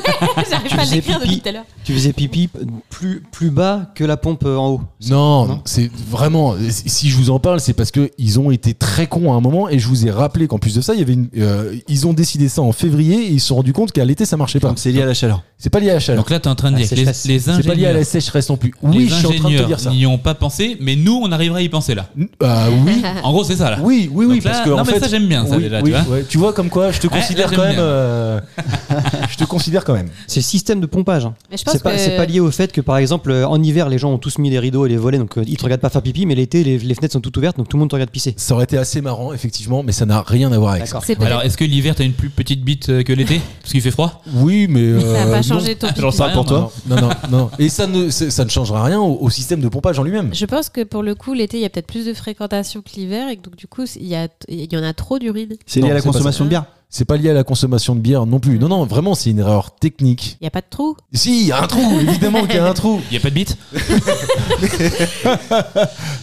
Speaker 7: Tu
Speaker 6: pas à
Speaker 7: faisais
Speaker 6: l'écrire
Speaker 7: pipi.
Speaker 6: depuis tout à l'heure.
Speaker 7: Tu faisais pipi p- plus, plus bas que la pompe euh, en haut.
Speaker 4: Non,
Speaker 7: Non.
Speaker 4: c'est vraiment. Si je vous en parle, c'est parce que ils ont été très cons à un moment et je vous ai rappelé qu'en plus de ça, il y avait une, euh, ils ont décidé ça en février et ils se sont rendus compte qu'à l'été ça marchait pas.
Speaker 3: Donc c'est lié à la chaleur.
Speaker 4: C'est pas lié à la chaleur.
Speaker 5: Donc là, t'es en train de
Speaker 7: Ah,
Speaker 5: dire que
Speaker 7: c'est
Speaker 5: les,
Speaker 7: chasse.
Speaker 5: les
Speaker 4: C'est pas lié à la
Speaker 5: ingénieurs,
Speaker 4: sécheresse non plus. Oui,
Speaker 5: les
Speaker 4: je suis en train de te dire
Speaker 5: ingénieurs
Speaker 4: ça.
Speaker 5: n'y ont pas pensé, mais nous, on arrivera à y penser là.
Speaker 4: Euh,
Speaker 5: *laughs*
Speaker 4: oui,
Speaker 5: En gros, c'est ça là.
Speaker 4: oui, oui, oui,
Speaker 5: Donc là,
Speaker 4: parce que
Speaker 5: non,
Speaker 4: en
Speaker 5: mais
Speaker 4: fait,
Speaker 5: ça, j'aime bien, ça,
Speaker 4: oui,
Speaker 5: déjà,
Speaker 4: oui,
Speaker 5: tu vois.
Speaker 4: ouais. vois comme quoi, je te
Speaker 5: Ouais,
Speaker 4: considère
Speaker 5: là,
Speaker 4: quand
Speaker 5: j'aime
Speaker 4: même.
Speaker 5: bien.
Speaker 4: euh, *laughs* je te considère quand même.
Speaker 7: C'est le système de pompage. hein.
Speaker 6: Mais je pense
Speaker 7: C'est pas,
Speaker 6: que-
Speaker 7: c'est pas lié au fait que, par exemple, euh, en hiver, les gens ont tous mis les rideaux et les volets, donc euh, ils te regardent pas faire pipi, mais l'été, les, les fenêtres sont toutes ouvertes, donc tout le monde te regarde pisser.
Speaker 4: Ça aurait été assez marrant, effectivement, mais ça n'a rien à voir avec ça.
Speaker 7: D'accord.
Speaker 6: C'est peut-être-
Speaker 5: Alors, est-ce que l'hiver, t'as une plus petite bite euh, que l'été Parce qu'il fait froid
Speaker 4: Oui, mais.
Speaker 6: Ça
Speaker 4: euh,
Speaker 6: n'a
Speaker 4: non.
Speaker 6: pas changé ton pipi.
Speaker 5: J'en sais rien,
Speaker 3: pour toi.
Speaker 4: Non, non, non, non. Et ça ne, ça ça ne changera rien au, au système de pompage en lui-même.
Speaker 6: Je pense que pour le coup, l'été, il y a peut-être plus de fréquentation que l'hiver et que donc du coup, il y, a- il y en a trop d'urine.
Speaker 3: C'est
Speaker 4: Non,
Speaker 3: lié à la
Speaker 4: c'est pas
Speaker 3: consommation
Speaker 6: ça.
Speaker 3: de bière.
Speaker 4: C'est pas lié à la consommation de bière non plus. Non, non, vraiment, c'est une erreur technique.
Speaker 6: Il n'y a pas de trou.
Speaker 4: Si, il y a un trou, évidemment qu'il y a un trou.
Speaker 5: Il y a pas de bite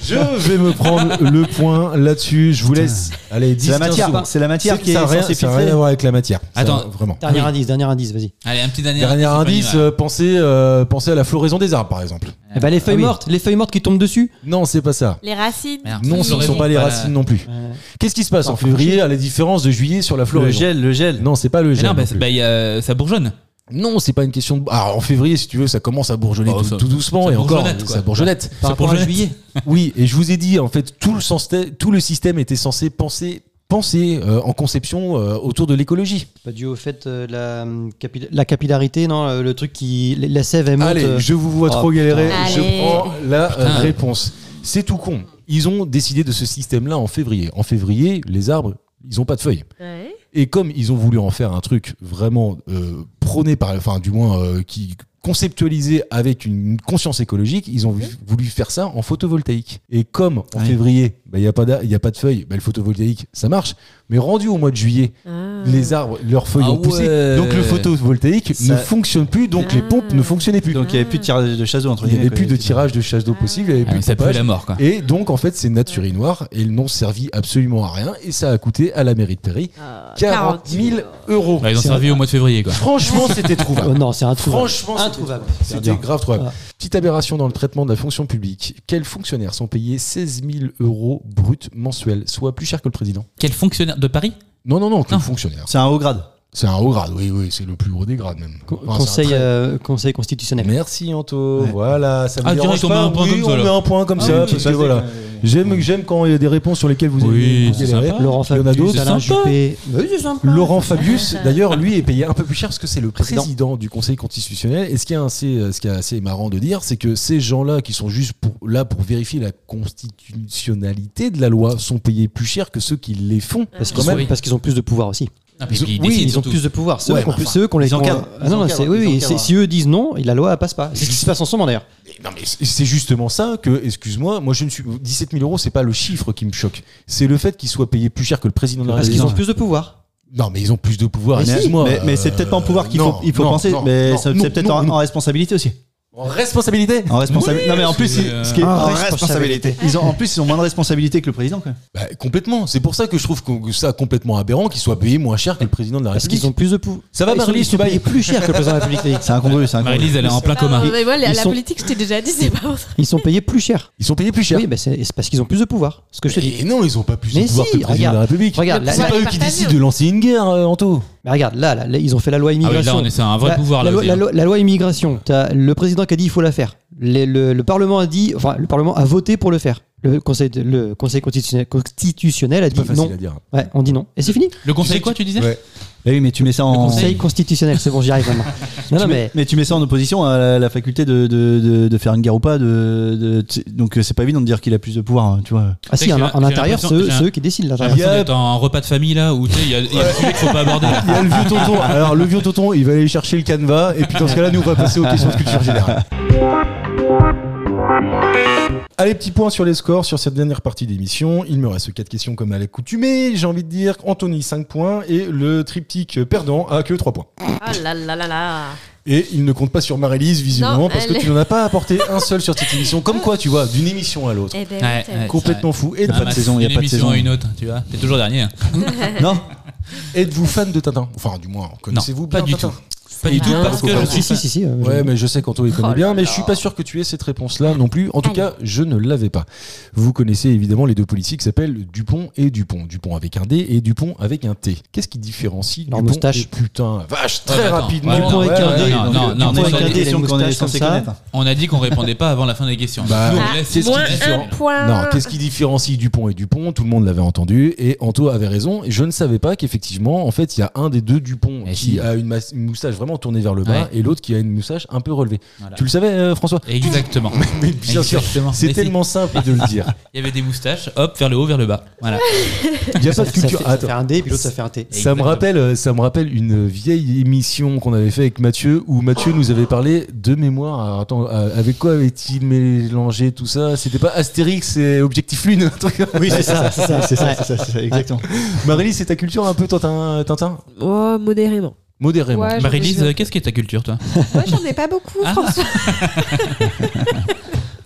Speaker 4: Je vais me prendre le point là-dessus. Je vous laisse. Allez, 10
Speaker 3: C'est la
Speaker 4: 15 secondes.
Speaker 3: matière. C'est la matière
Speaker 4: C'est-
Speaker 3: qui est
Speaker 4: ça a rien,
Speaker 3: censée
Speaker 4: ça a
Speaker 3: filtrer.
Speaker 4: rien à voir avec la matière. Ça,
Speaker 5: Attends.
Speaker 4: vraiment.
Speaker 7: Dernier
Speaker 5: oui.
Speaker 7: indice, dernier indice, vas-y.
Speaker 5: Allez, un petit dernier,
Speaker 4: Dernier
Speaker 5: et
Speaker 4: indice,
Speaker 5: puis on y va.
Speaker 4: euh, pensez, euh, pensez à la floraison des arbres, par exemple.
Speaker 7: Eh ben, les feuilles
Speaker 4: Ah oui.
Speaker 7: mortes, les feuilles mortes qui tombent dessus.
Speaker 4: Non, c'est pas ça.
Speaker 6: Les racines.
Speaker 5: Merde.
Speaker 4: Non,
Speaker 5: Qui-
Speaker 4: ce ne
Speaker 5: floraison,
Speaker 4: sont pas les
Speaker 5: pas la-
Speaker 4: racines non plus.
Speaker 7: Euh,
Speaker 4: Qu'est-ce qui se passe en
Speaker 7: Attends,
Speaker 4: février à la différence de juillet sur la
Speaker 3: Le
Speaker 4: floraison
Speaker 3: gel, le gel.
Speaker 4: Non, c'est pas le
Speaker 5: Mais
Speaker 4: gel.
Speaker 5: non, bah,
Speaker 4: non
Speaker 5: c'est-
Speaker 4: plus.
Speaker 5: bah, il y a- ça bourgeonne.
Speaker 4: Non, c'est pas une question de. Alors en février, si tu veux, ça commence à bourgeonner
Speaker 5: Oh,
Speaker 4: tout,
Speaker 5: ça-
Speaker 4: tout doucement
Speaker 5: ça
Speaker 4: et encore,
Speaker 5: bourgeonnette, quoi.
Speaker 4: ça bourgeonnette.
Speaker 7: Par
Speaker 5: C'est pour
Speaker 7: rapport à
Speaker 5: Jeannette.
Speaker 7: juillet.
Speaker 4: Oui, et je vous ai dit, en fait, tout le, sens, tout le système était censé penser, penser euh, en conception euh, autour de l'écologie.
Speaker 7: C'est Pas dû au fait euh, de la, hum, capi- la capillarité, non, euh, le truc qui. la- La sève, elle monte.
Speaker 4: Allez,
Speaker 7: euh,
Speaker 4: je vous vois
Speaker 7: oh,
Speaker 4: trop galérer,
Speaker 6: putain.
Speaker 4: je
Speaker 6: Allez.
Speaker 4: prends la euh,
Speaker 5: Putain.
Speaker 4: réponse. C'est tout con. Ils ont décidé de ce système-là en février. En février, les arbres, ils ont pas de feuilles.
Speaker 6: Ouais.
Speaker 4: Et comme ils ont voulu en faire un truc vraiment euh, prôné par, enfin du moins euh, qui conceptualisé avec une conscience écologique, ils ont vu- voulu faire ça en photovoltaïque. Et comme en
Speaker 3: Ouais.
Speaker 4: février, bah, il n'y a, pas d'a- il y a pas de feuilles, bah, le photovoltaïque, ça marche. Mais rendu au mois de juillet,
Speaker 6: Ah.
Speaker 4: les arbres, leurs feuilles
Speaker 5: Ah
Speaker 4: ont poussé.
Speaker 5: ouais.
Speaker 4: Donc le photovoltaïque ne
Speaker 3: Ça-
Speaker 4: fonctionne plus, donc les pompes ne fonctionnaient plus.
Speaker 3: Donc il n'y avait plus de tirage de chasse d'eau entre
Speaker 4: il n'y avait
Speaker 3: guillemets,
Speaker 4: plus
Speaker 3: quoi.
Speaker 4: de tirage de chasse d'eau possible, il n'y avait
Speaker 5: Ah,
Speaker 4: plus
Speaker 5: mais
Speaker 4: de
Speaker 5: ça pue
Speaker 4: pompage.
Speaker 5: la mort, quoi.
Speaker 4: Et donc, en fait, c'est nature noire et ils n'ont servi absolument à rien. Et ça a coûté à la mairie de Perry
Speaker 6: Ah,
Speaker 4: 40 000 euros.
Speaker 5: Bah, ils ont
Speaker 4: C'est
Speaker 5: servi au mois de février, quoi.
Speaker 4: Franchement, c'était
Speaker 7: oh
Speaker 4: trouvable.
Speaker 7: *laughs* non, c'est introuvable.
Speaker 4: Franchement, c'était
Speaker 7: introuvable.
Speaker 4: C'était grave trouvable.
Speaker 7: Ah.
Speaker 4: Petite aberration dans le traitement de la fonction publique. Quels fonctionnaires sont payés 16 000 euros bruts mensuels, soit plus cher que le président
Speaker 5: Quel fonctionnaire de Paris
Speaker 4: Non, non, non, que
Speaker 5: Non.
Speaker 4: le fonctionnaire.
Speaker 3: C'est un haut grade.
Speaker 4: C'est un haut grade, oui, oui, c'est le plus haut des grades même.
Speaker 7: Con-
Speaker 4: Enfin, Oh, c'est
Speaker 7: conseil,
Speaker 4: un très-
Speaker 7: euh, conseil constitutionnel.
Speaker 4: Merci Anto, voilà, ça me
Speaker 5: Ah,
Speaker 4: dérange
Speaker 5: direct, on met
Speaker 4: pas.
Speaker 5: un point
Speaker 4: Oui,
Speaker 5: comme ça, là.
Speaker 4: on
Speaker 5: Ah
Speaker 4: met un point comme ça, parce que voilà. J'aime, j'aime quand il y a des réponses sur lesquelles vous
Speaker 5: Oui,
Speaker 4: avez
Speaker 5: c'est
Speaker 4: galéré.
Speaker 5: sympa.
Speaker 7: Laurent
Speaker 4: Il y en a
Speaker 7: Fabius,
Speaker 4: d'autres.
Speaker 7: Alain
Speaker 5: sympa.
Speaker 7: Juppé.
Speaker 4: Laurent Fabius, d'ailleurs, lui est payé un peu plus cher parce que c'est le président,
Speaker 7: Président.
Speaker 4: du Conseil constitutionnel. Et ce qui est assez, euh, ce qui est assez marrant de dire, c'est que ces gens-là qui sont juste pour, là pour vérifier la constitutionnalité de la loi sont payés plus cher que ceux qui les font.
Speaker 6: Ah.
Speaker 7: Parce
Speaker 4: Quand
Speaker 7: qu'ils
Speaker 4: même.
Speaker 7: ont- parce qu'ils ont plus de pouvoir aussi.
Speaker 5: Ah, puis-
Speaker 4: Ils ont-
Speaker 5: puis
Speaker 4: oui,
Speaker 5: décident
Speaker 7: Ils ont
Speaker 5: surtout.
Speaker 7: plus de pouvoir. C'est
Speaker 4: Ouais,
Speaker 7: eux qu'on-
Speaker 4: mais
Speaker 7: c'est eux qu'on les
Speaker 3: ils encadrent.
Speaker 7: qu'on- Ah non,
Speaker 3: Ils
Speaker 7: non,
Speaker 3: encadrent.
Speaker 7: c'est- oui,
Speaker 3: Ils
Speaker 7: oui,
Speaker 3: encadrent.
Speaker 7: c'est- si eux disent non, et la loi elle passe pas. C'est ce qui se passe en ce moment d'ailleurs.
Speaker 4: Non, mais c'est c'est justement ça que, excuse-moi, moi je ne suis 17 000 euros, c'est pas le chiffre qui me choque, c'est le fait qu'ils soient payés plus cher que le président de la
Speaker 7: Parce qu'ils
Speaker 4: République.
Speaker 7: ont plus de pouvoir.
Speaker 4: Non, mais ils ont plus de pouvoir.
Speaker 3: Mais,
Speaker 4: excuse-moi.
Speaker 3: mais- mais c'est peut-être pas en pouvoir qu'il
Speaker 4: Euh,
Speaker 3: faut, il faut
Speaker 4: non,
Speaker 3: penser,
Speaker 4: non,
Speaker 3: mais
Speaker 4: non,
Speaker 3: c'est
Speaker 4: non,
Speaker 3: c'est peut-être
Speaker 4: non,
Speaker 3: en,
Speaker 4: non.
Speaker 3: en responsabilité aussi.
Speaker 4: En responsabilité.
Speaker 3: En responsabilité. non mais en plus,
Speaker 5: c'est, euh,
Speaker 3: ce qui est
Speaker 7: en
Speaker 3: en responsabilité. Ils ont, en plus, ils ont moins de responsabilité que le président. Quoi.
Speaker 4: Bah, complètement. C'est pour ça que je trouve que ça complètement aberrant qu'ils soient payés moins cher que le président de la
Speaker 7: Parce
Speaker 4: République.
Speaker 7: qu'ils ont plus de pouvoir.
Speaker 4: Ça va,
Speaker 7: Ils sont-
Speaker 4: Marie,
Speaker 7: Ils sont
Speaker 4: tu bailles
Speaker 7: payés plus cher que le président de la République.
Speaker 3: C'est incongru, c'est incongru.
Speaker 5: Marie-Lise, elle est en plein coma.
Speaker 6: mais moi, la,
Speaker 7: Ils
Speaker 6: la
Speaker 7: sont-
Speaker 6: politique, je t'ai déjà dit, c'est pas vrai.
Speaker 7: Ils sont payés plus cher.
Speaker 4: Ils sont payés plus cher.
Speaker 7: Oui, mais c'est c'est parce qu'ils ont plus de pouvoir. Ce que je te dis.
Speaker 4: Et non, ils ont pas plus de
Speaker 7: Mais
Speaker 4: pouvoir
Speaker 7: si,
Speaker 4: que le président
Speaker 7: regarde.
Speaker 4: de la République.
Speaker 7: Regarde, là,
Speaker 6: C'est
Speaker 7: là-
Speaker 4: C'est pas eux qui
Speaker 6: partagé,
Speaker 4: décident
Speaker 6: hein.
Speaker 4: de lancer une guerre, euh, Anto.
Speaker 7: mais regarde, là, là, là, ils ont fait la loi
Speaker 5: Ah oui,
Speaker 7: immigration.
Speaker 5: là, on est, c'est un vrai
Speaker 7: La-
Speaker 5: pouvoir, là.
Speaker 7: la, loi,
Speaker 5: aussi,
Speaker 7: la
Speaker 5: hein.
Speaker 7: loi- la loi immigration, t'as le président qui a dit il faut la faire. Les- le, le Parlement a dit, enfin le Parlement a voté pour le faire. Le Conseil, de- le conseil constitutionnel, constitutionnel a dit
Speaker 4: Pas facile
Speaker 7: non.
Speaker 4: à dire.
Speaker 7: Ouais, on dit non. Et c'est fini.
Speaker 5: Le conseil,
Speaker 4: sais
Speaker 5: quoi, tu disais
Speaker 4: Ouais.
Speaker 3: Eh oui, mais tu mets ça en.
Speaker 7: Conseil constitutionnel, c'est bon, j'y arrive maintenant.
Speaker 5: *laughs*
Speaker 7: non, non, mais
Speaker 3: Mais tu mets ça en opposition à la, la faculté de, de, de, de faire une guerre ou pas. De, de- tu- donc euh, c'est pas évident de dire qu'il a plus de pouvoir, hein, tu vois.
Speaker 7: ah, si,
Speaker 5: J'ai-
Speaker 7: en,
Speaker 5: j'ai
Speaker 7: en intérieur,
Speaker 5: l'impression-
Speaker 7: c'est eux,
Speaker 5: j'ai un-
Speaker 7: c'est eux qui décident
Speaker 3: Ah,
Speaker 5: J'ai
Speaker 7: l'intérieur.
Speaker 5: l'impression d'être en repas de famille, là, où tu sais, il y a, il y a des sujets qu'il faut pas aborder. là.
Speaker 4: Il y a Ah, le vieux *laughs* tonton. Alors, le vieux tonton, il va aller chercher le canevas. Et puis, dans ce cas-là, nous, on va passer aux questions de culture générale. Allez, petit point sur les scores sur cette dernière partie d'émission. Il me reste quatre questions comme à l'accoutumée. J'ai envie de dire Anthony, 5 points. Et le triptyque perdant a que 3 points.
Speaker 6: Ah là là là là.
Speaker 4: Et il ne compte pas sur Marie-Lise, visiblement,
Speaker 6: Non,
Speaker 4: parce que
Speaker 6: elle-
Speaker 4: tu n'en as pas apporté un seul sur cette émission. Comme quoi, tu vois, d'une émission à l'autre.
Speaker 6: Eh ben,
Speaker 5: Ouais,
Speaker 6: t'as-
Speaker 5: ouais.
Speaker 4: Complètement fou. Et
Speaker 3: a pas de
Speaker 5: Ah,
Speaker 3: saison, il y a
Speaker 5: une
Speaker 3: pas de
Speaker 5: émission
Speaker 3: saison.
Speaker 5: à une autre, tu vois. T'es toujours dernier. hein.
Speaker 3: Non
Speaker 4: Êtes-vous fan de Tintin Enfin, du moins, connaissez-vous
Speaker 5: pas
Speaker 4: bien
Speaker 5: du
Speaker 4: Tintin
Speaker 5: tout. Pas du tout,
Speaker 6: bien,
Speaker 5: parce que
Speaker 4: faut
Speaker 5: je
Speaker 4: pas-
Speaker 5: suis
Speaker 7: Si, si, si, si. euh,
Speaker 4: Ouais, mais je sais qu'Anto les connaît
Speaker 6: Oh
Speaker 4: bien,
Speaker 6: là
Speaker 4: mais je suis
Speaker 6: là.
Speaker 4: pas sûr que tu aies cette réponse-là non plus. En tout
Speaker 6: Allez.
Speaker 4: cas, je ne l'avais pas. Vous connaissez évidemment les deux policiers qui s'appellent Dupont et Dupont. Dupont avec un D et Dupont avec un T. Qu'est-ce qui différencie
Speaker 7: Leur
Speaker 4: Dupont
Speaker 7: moustache.
Speaker 4: et putain, vache,
Speaker 5: Ouais,
Speaker 4: très
Speaker 5: mais attends,
Speaker 4: rapidement.
Speaker 5: ouais,
Speaker 7: Dupont
Speaker 4: Ouais,
Speaker 7: avec un
Speaker 4: ouais,
Speaker 7: D,
Speaker 4: ouais,
Speaker 5: Ah non,
Speaker 4: donc,
Speaker 5: non,
Speaker 4: euh,
Speaker 5: non,
Speaker 4: Dupont
Speaker 5: mais
Speaker 4: avec
Speaker 5: ça,
Speaker 4: un
Speaker 5: les
Speaker 4: D.
Speaker 3: question
Speaker 7: moustaches
Speaker 3: qu'on est
Speaker 7: comme
Speaker 3: censé
Speaker 7: ça.
Speaker 3: connaître.
Speaker 5: On a dit qu'on répondait pas avant la fin des questions.
Speaker 4: Bah,
Speaker 5: Nous, on
Speaker 6: Ah,
Speaker 5: laisse ce
Speaker 6: moins
Speaker 5: qui est
Speaker 6: un
Speaker 5: différent.
Speaker 6: point.
Speaker 4: Non, qu'est-ce qui différencie Dupont et Dupont Tout le monde l'avait entendu et Anto avait raison. Et je ne savais pas qu'effectivement, en fait, il y a un des deux Dupont
Speaker 5: Eh
Speaker 4: qui
Speaker 5: si.
Speaker 4: a une, mas- une moustache vraiment tournée vers le bas
Speaker 5: Ouais.
Speaker 4: et l'autre qui a une moustache un peu relevée.
Speaker 5: Voilà.
Speaker 4: Tu le savais, euh, François
Speaker 5: Exactement.
Speaker 4: *laughs* Mais bien sûr,
Speaker 5: Exactement.
Speaker 4: c'est
Speaker 5: Mais si,
Speaker 4: tellement simple de le dire.
Speaker 5: Il y avait des moustaches, hop, vers le haut, vers le bas. Voilà.
Speaker 4: Il n'y a pas de
Speaker 7: ça- Ça
Speaker 4: culture.
Speaker 7: fait ça
Speaker 4: Attends.
Speaker 7: fait un D, puis l'autre, ça fait un T.
Speaker 4: Ça me,
Speaker 5: Exactement.
Speaker 4: rappelle, ça me rappelle une vieille émission qu'on avait fait avec Mathieu où Mathieu nous avait parlé de mémoire. Alors, attends, euh, avec quoi avait-il mélangé tout ça C'était pas Astérix et Objectif Lune un truc *laughs* comme-
Speaker 3: Oui, c'est ça, c'est ça, c'est ça, c'est ça, c'est ça, exactement.
Speaker 4: Marie-Lise, c'est ta culture un peu Tintin, Tintin
Speaker 6: Oh, modérément.
Speaker 4: Modérément.
Speaker 7: Ah,
Speaker 6: Ouais,
Speaker 5: Marie-Lise, euh, qu'est-ce qui est ta culture, toi
Speaker 6: Moi, j'en ai pas beaucoup,
Speaker 5: Ah.
Speaker 6: François.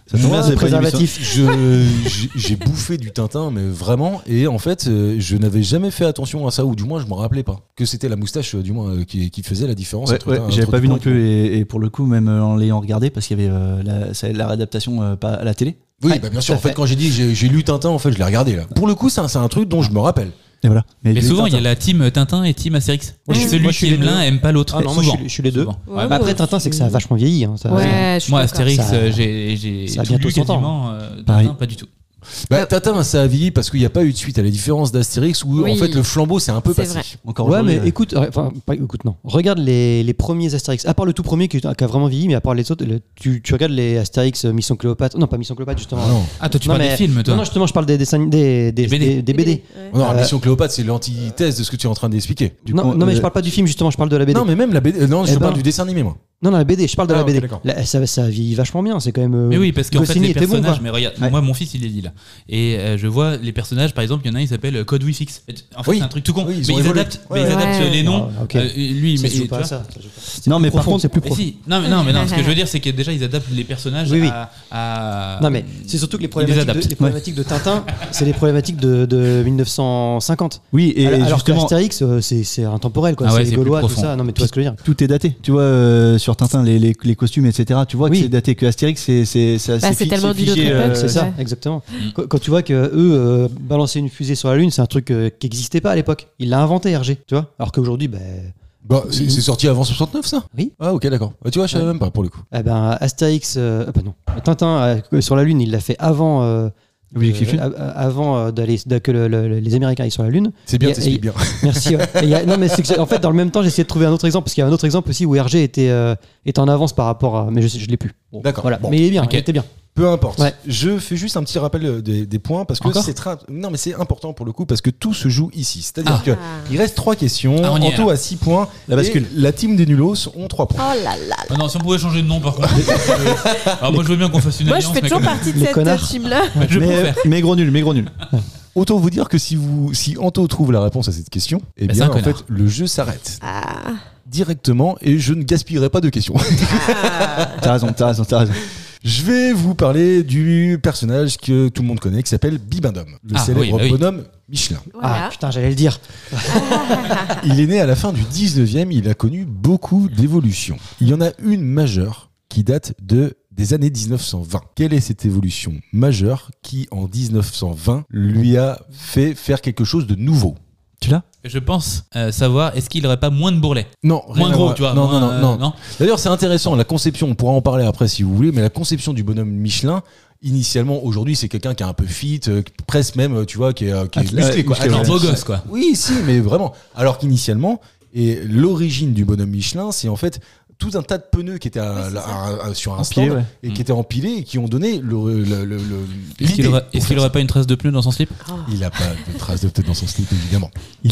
Speaker 3: Ça tombe bien, c'est pas une émission.
Speaker 4: Je- j'ai- J'ai bouffé du Tintin, mais vraiment. Et en fait, euh, je n'avais jamais fait attention à ça, ou du moins, je m'en rappelais pas. Que c'était la moustache, euh, du moins, euh, qui, qui faisait la différence.
Speaker 3: Ouais,
Speaker 4: entre
Speaker 3: ouais,
Speaker 4: Tintin-
Speaker 3: j'avais
Speaker 4: entre
Speaker 3: pas vu
Speaker 4: Dupont
Speaker 3: non
Speaker 4: et-
Speaker 3: plus et, et pour le coup même euh, en l'ayant regardé parce qu'il y avait euh, la, ça- la réadaptation euh, pas à la télé
Speaker 4: Oui,
Speaker 7: Ouais,
Speaker 4: bah bien sûr. En
Speaker 7: tout à
Speaker 4: fait,
Speaker 7: fait.
Speaker 4: quand j'ai dit que j'ai- j'ai lu Tintin, en fait, je l'ai regardé là. Pour le coup, c'est un, c'est un truc dont je me rappelle.
Speaker 3: et voilà
Speaker 5: Mais
Speaker 3: du-
Speaker 5: souvent, il y a la team Tintin et team Astérix.
Speaker 7: Moi,
Speaker 5: Et
Speaker 7: je suis-
Speaker 5: celui
Speaker 7: moi, je suis
Speaker 5: qui aime
Speaker 7: les deux.
Speaker 5: l'un aime pas l'autre.
Speaker 7: Ah non, moi, je
Speaker 5: Souvent.
Speaker 7: suis- je suis les deux.
Speaker 5: Souvent.
Speaker 6: Ouais,
Speaker 7: Bah, après,
Speaker 6: ouais,
Speaker 7: Tintin, c'est que ça a
Speaker 6: je-
Speaker 7: vachement vieilli. hein, ça-
Speaker 6: Ouais, je suis
Speaker 5: Moi,
Speaker 6: d'accord.
Speaker 5: Astérix,
Speaker 7: Ça-
Speaker 5: euh, j'ai j'ai
Speaker 7: ça a
Speaker 5: tout lu
Speaker 7: bientôt 100 ans.
Speaker 5: quasiment. euh,
Speaker 3: Pareil.
Speaker 5: Tintin, pas du tout.
Speaker 6: Euh.
Speaker 4: Bah, Tintin, ça a vieilli parce qu'il n'y a pas eu de suite à la différence d'Astérix où, en
Speaker 6: Oui.
Speaker 4: fait, le flambeau, c'est un peu
Speaker 6: C'est
Speaker 4: passé.
Speaker 6: vrai.
Speaker 3: encore
Speaker 7: ouais,
Speaker 3: aujourd'hui,
Speaker 7: mais
Speaker 3: euh,
Speaker 7: écoute, euh, enfin, pas écoute, non. Regarde les, les premiers Astérix, à part le tout premier qui, qui a vraiment vieilli, mais à part les autres, le- tu, tu regardes les Astérix euh, Mission Cléopâtre, non pas Mission Cléopâtre justement.
Speaker 4: Ah non.
Speaker 5: Ah, toi, tu
Speaker 7: Non,
Speaker 5: parles
Speaker 7: mais-
Speaker 5: des films, toi
Speaker 7: Non, non, justement, je parle des dessins, des, des,
Speaker 5: Des BD.
Speaker 7: des- des BD.
Speaker 6: Ouais.
Speaker 4: Non, la
Speaker 7: Euh,
Speaker 4: Mission Cléopâtre, c'est l'antithèse de ce que tu es en train d'expliquer.
Speaker 3: du
Speaker 7: non,
Speaker 3: coup,
Speaker 7: non, mais
Speaker 3: euh,
Speaker 7: je parle pas du film justement, je parle de la BD.
Speaker 4: Non, mais même la BD. Non, je
Speaker 7: Eh
Speaker 4: te
Speaker 7: ben-
Speaker 4: parle du dessin animé, moi.
Speaker 7: Non, non, la BD, je parle de
Speaker 4: Ah,
Speaker 7: la
Speaker 4: ok,
Speaker 7: BD.
Speaker 4: d'accord.
Speaker 7: Là, ça, ça vieillit vachement bien, c'est quand même. euh,
Speaker 5: Mais oui, parce qu'en fait,
Speaker 7: Goscinny
Speaker 5: les
Speaker 7: était bon,
Speaker 5: personnages,
Speaker 7: quoi.
Speaker 5: mais regarde,
Speaker 7: Ouais.
Speaker 5: moi, mon fils, il les lit là. Et euh, je vois les personnages, par exemple, il y en a euh, un, il s'appelle Code Wi Fix. En fait,
Speaker 4: Oui.
Speaker 5: c'est un truc tout con.
Speaker 4: Oui, ils
Speaker 5: mais
Speaker 4: ont
Speaker 5: ils
Speaker 4: évolué.
Speaker 5: adaptent, mais
Speaker 4: Ouais.
Speaker 5: ils adaptent
Speaker 6: Ouais.
Speaker 5: les noms.
Speaker 7: Ah, ok.
Speaker 5: Euh, lui,
Speaker 7: Ça
Speaker 5: mais
Speaker 7: se joue
Speaker 5: tu
Speaker 7: pas à
Speaker 5: vois.
Speaker 7: ça, ça se joue pas.
Speaker 3: non mais par
Speaker 7: profond,
Speaker 3: contre
Speaker 7: c'est plus
Speaker 5: Mais
Speaker 7: profond.
Speaker 5: si. Non, mais, non, mais non, ce que je veux dire, c'est que déjà, ils adaptent les personnages
Speaker 7: Oui, oui.
Speaker 5: à. à-
Speaker 7: Non mais c'est surtout que
Speaker 5: Ils
Speaker 7: les
Speaker 5: les
Speaker 7: problématiques, de,
Speaker 5: adaptent.
Speaker 7: les problématiques de Tintin, c'est les problématiques de, de 1950.
Speaker 3: oui et
Speaker 7: alors alors que
Speaker 3: justement
Speaker 7: Astérix, euh, c'est c'est intemporel, quoi.
Speaker 5: Ah ouais,
Speaker 7: c'est
Speaker 5: c'est
Speaker 7: les
Speaker 5: plus
Speaker 7: Gaulois, tout
Speaker 5: profond.
Speaker 7: ça. Non mais tu vois ce que je veux dire.
Speaker 3: tout est daté tu vois euh, sur Tintin les, les, les costumes etc tu vois
Speaker 7: Oui.
Speaker 3: que c'est daté que Astérix c'est c'est ça
Speaker 6: Bah, c'est
Speaker 3: fi-
Speaker 6: tellement d'une
Speaker 3: figé,
Speaker 6: autre époque,
Speaker 7: C'est ça,
Speaker 6: Ouais.
Speaker 7: exactement.
Speaker 5: Mm.
Speaker 7: Quand, quand tu vois que eux euh, balancer une fusée sur la lune, c'est un truc euh, qui n'existait pas à l'époque. Il l'a inventé Hergé, tu vois. Alors qu'aujourd'hui, ben,
Speaker 4: Bah, c'est
Speaker 7: Oui.
Speaker 4: c'est sorti avant 69, ça
Speaker 7: Oui.
Speaker 4: Ah, ok, d'accord. Bah, tu vois, je savais même pas pour le coup.
Speaker 7: eh ben Astérix, euh, ah, pardon, Tintin euh, sur la lune, il l'a fait avant. euh,
Speaker 3: Objectif
Speaker 7: euh,
Speaker 3: Lune.
Speaker 7: a- a- avant euh, d'aller de- que le- le- les Américains aillent sur la lune.
Speaker 4: C'est bien,
Speaker 7: Et- et-
Speaker 4: t'expliques bien. *laughs*
Speaker 7: Merci. ouais. Et il y a- non, mais c'est que j'ai- en fait, dans le même temps, j'ai essayé de trouver un autre exemple parce qu'il y a un autre exemple aussi où Hergé était, euh, était en avance par rapport à. Mais je sais, je l'ai plus. Bon,
Speaker 4: D'accord,
Speaker 7: Voilà.
Speaker 4: bon.
Speaker 7: Mais il est bien.
Speaker 5: Ok.
Speaker 7: Il était bien.
Speaker 4: Peu importe.
Speaker 7: Ouais.
Speaker 4: Je fais juste un petit rappel euh, des, des points parce que
Speaker 5: Encore
Speaker 4: c'est très- non mais c'est important pour le coup parce que tout se joue ici. C'est-à-dire que
Speaker 6: Ah.
Speaker 4: il reste trois questions.
Speaker 5: Ah, on y est,
Speaker 4: Anto a 6 points.
Speaker 3: La bascule.
Speaker 4: et la team des nulos ont 3 points.
Speaker 6: Oh là là.
Speaker 5: Ah non, si on pouvait changer de nom, par contre. Euh, Alors, moi, je veux bien qu'on fasse une
Speaker 6: Moi, je
Speaker 5: alliance,
Speaker 6: fais
Speaker 5: mais
Speaker 6: toujours
Speaker 5: comme-
Speaker 6: partie de
Speaker 7: Les
Speaker 6: cette
Speaker 7: connards.
Speaker 6: team-là.
Speaker 5: je
Speaker 3: euh, mais,
Speaker 5: préfère.
Speaker 3: mais gros nul mais gros nul
Speaker 4: Autant vous dire que si vous si Anto trouve la réponse à cette question, eh
Speaker 5: Bah, c'est
Speaker 4: bien
Speaker 5: un
Speaker 4: en
Speaker 5: connard.
Speaker 4: fait le jeu s'arrête
Speaker 6: Ah.
Speaker 4: directement et je ne gaspillerai pas de questions. *laughs*
Speaker 6: Ah.
Speaker 3: t'as raison t'as raison t'as raison
Speaker 4: je vais vous parler du personnage que tout le monde connaît qui s'appelle Bibendum, le
Speaker 5: Ah,
Speaker 4: célèbre
Speaker 5: oui, bah oui.
Speaker 4: bonhomme Michelin.
Speaker 7: Ah
Speaker 6: Voilà.
Speaker 7: putain, j'allais le dire.
Speaker 4: Il est né à la fin du 19e, il a connu beaucoup d'évolutions. Il y en a une majeure qui date de des années 1920. Quelle est cette évolution majeure qui, en 1920, lui a fait faire quelque chose de nouveau
Speaker 3: tu l'as
Speaker 5: Je pense euh, savoir, est-ce qu'il aurait pas moins de bourrelets
Speaker 4: Non, rien
Speaker 5: Moins
Speaker 4: à
Speaker 5: gros,
Speaker 4: voir.
Speaker 5: tu vois.
Speaker 4: Non,
Speaker 5: moins,
Speaker 4: non, non,
Speaker 5: euh,
Speaker 4: non. D'ailleurs, c'est intéressant, la conception, on pourra en parler après si vous voulez, mais la conception du bonhomme Michelin, initialement, aujourd'hui, c'est quelqu'un qui est un peu fit, euh, presque même, tu vois, qui est, euh, qui est
Speaker 3: Athlète,
Speaker 4: musclé, quoi.
Speaker 3: musclé, ouais.
Speaker 5: Un
Speaker 4: Athlète.
Speaker 5: beau gosse, quoi.
Speaker 4: Oui, si, mais vraiment. Alors qu'initialement, et l'origine du bonhomme Michelin, c'est en fait tout un tas de pneus qui étaient à-
Speaker 6: Oui, c'est
Speaker 4: à-
Speaker 6: ça.
Speaker 4: à- sur un
Speaker 3: Empilés,
Speaker 4: stand
Speaker 3: ouais.
Speaker 4: et qui étaient empilés et qui ont donné le. le- le- le-
Speaker 5: Mm. Est-ce qu'il
Speaker 4: l'idée
Speaker 5: aurait,
Speaker 4: pour
Speaker 5: est-ce qu'il
Speaker 4: faire
Speaker 5: aurait
Speaker 4: ça.
Speaker 5: pas une trace de pneu dans son slip
Speaker 4: Il n'a pas de trace de pneus dans son slip, évidemment.
Speaker 6: Mais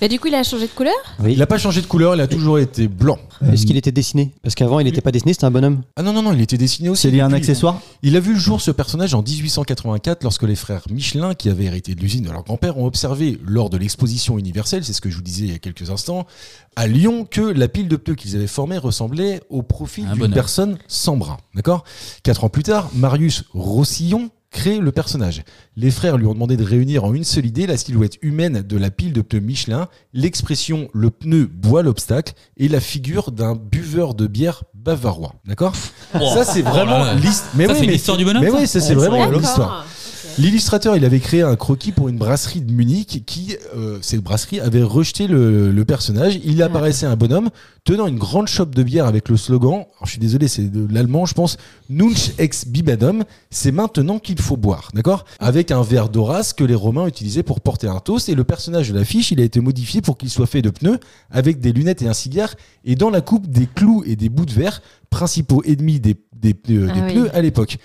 Speaker 6: Bah, du coup, il a changé de couleur
Speaker 4: Il n'a pas changé de couleur, il a toujours été blanc.
Speaker 7: Est-ce qu'il était dessiné Parce qu'avant, il n'était pas dessiné, c'était un bonhomme.
Speaker 4: Ah non, non, non, il était dessiné aussi.
Speaker 3: c'est lié à un
Speaker 4: depuis.
Speaker 3: accessoire
Speaker 4: Il a vu le jour ce personnage en 1884 lorsque les frères Michelin, qui avaient hérité de l'usine de leur grand-père, ont observé lors de l'exposition universelle, c'est ce que je vous disais il y a quelques instants, à Lyon, que la pile de pneus qu'ils avaient formée ressemblait au profil
Speaker 5: Un
Speaker 4: d'une
Speaker 5: bonhomme.
Speaker 4: personne sans bras. D'accord Quatre ans plus tard, Marius Rossillon crée le personnage. Les frères lui ont demandé de réunir en une seule idée la silhouette humaine de la pile de pneus Michelin, l'expression le pneu boit l'obstacle et la figure d'un buveur de bière bavarois. D'accord Ça c'est
Speaker 5: Oh
Speaker 4: vraiment
Speaker 5: là là.
Speaker 4: l'hist- mais
Speaker 5: Ça,
Speaker 4: oui,
Speaker 5: c'est
Speaker 4: mais-
Speaker 5: l'histoire du bonhomme,
Speaker 4: Mais
Speaker 5: ça
Speaker 4: oui, ça c'est
Speaker 5: Oh,
Speaker 4: vraiment
Speaker 6: D'accord.
Speaker 4: l'histoire.
Speaker 6: Ok.
Speaker 4: L'illustrateur, il avait créé un croquis pour une brasserie de Munich qui, euh, cette brasserie, avait rejeté le, le personnage. Il apparaissait un bonhomme tenant une grande chope de bière avec le slogan, alors je suis désolé, c'est de l'allemand, je pense, Nunch ex bibadum, c'est maintenant qu'il faut boire, d'accord Avec un verre d'Horace que les Romains utilisaient pour porter un toast. Et le personnage de l'affiche, il a été modifié pour qu'il soit fait de pneus avec des lunettes et un cigare et dans la coupe des clous et des bouts de verre, principaux ennemis des, des pneus,
Speaker 6: Ah
Speaker 4: des
Speaker 6: oui.
Speaker 4: pneus à l'époque.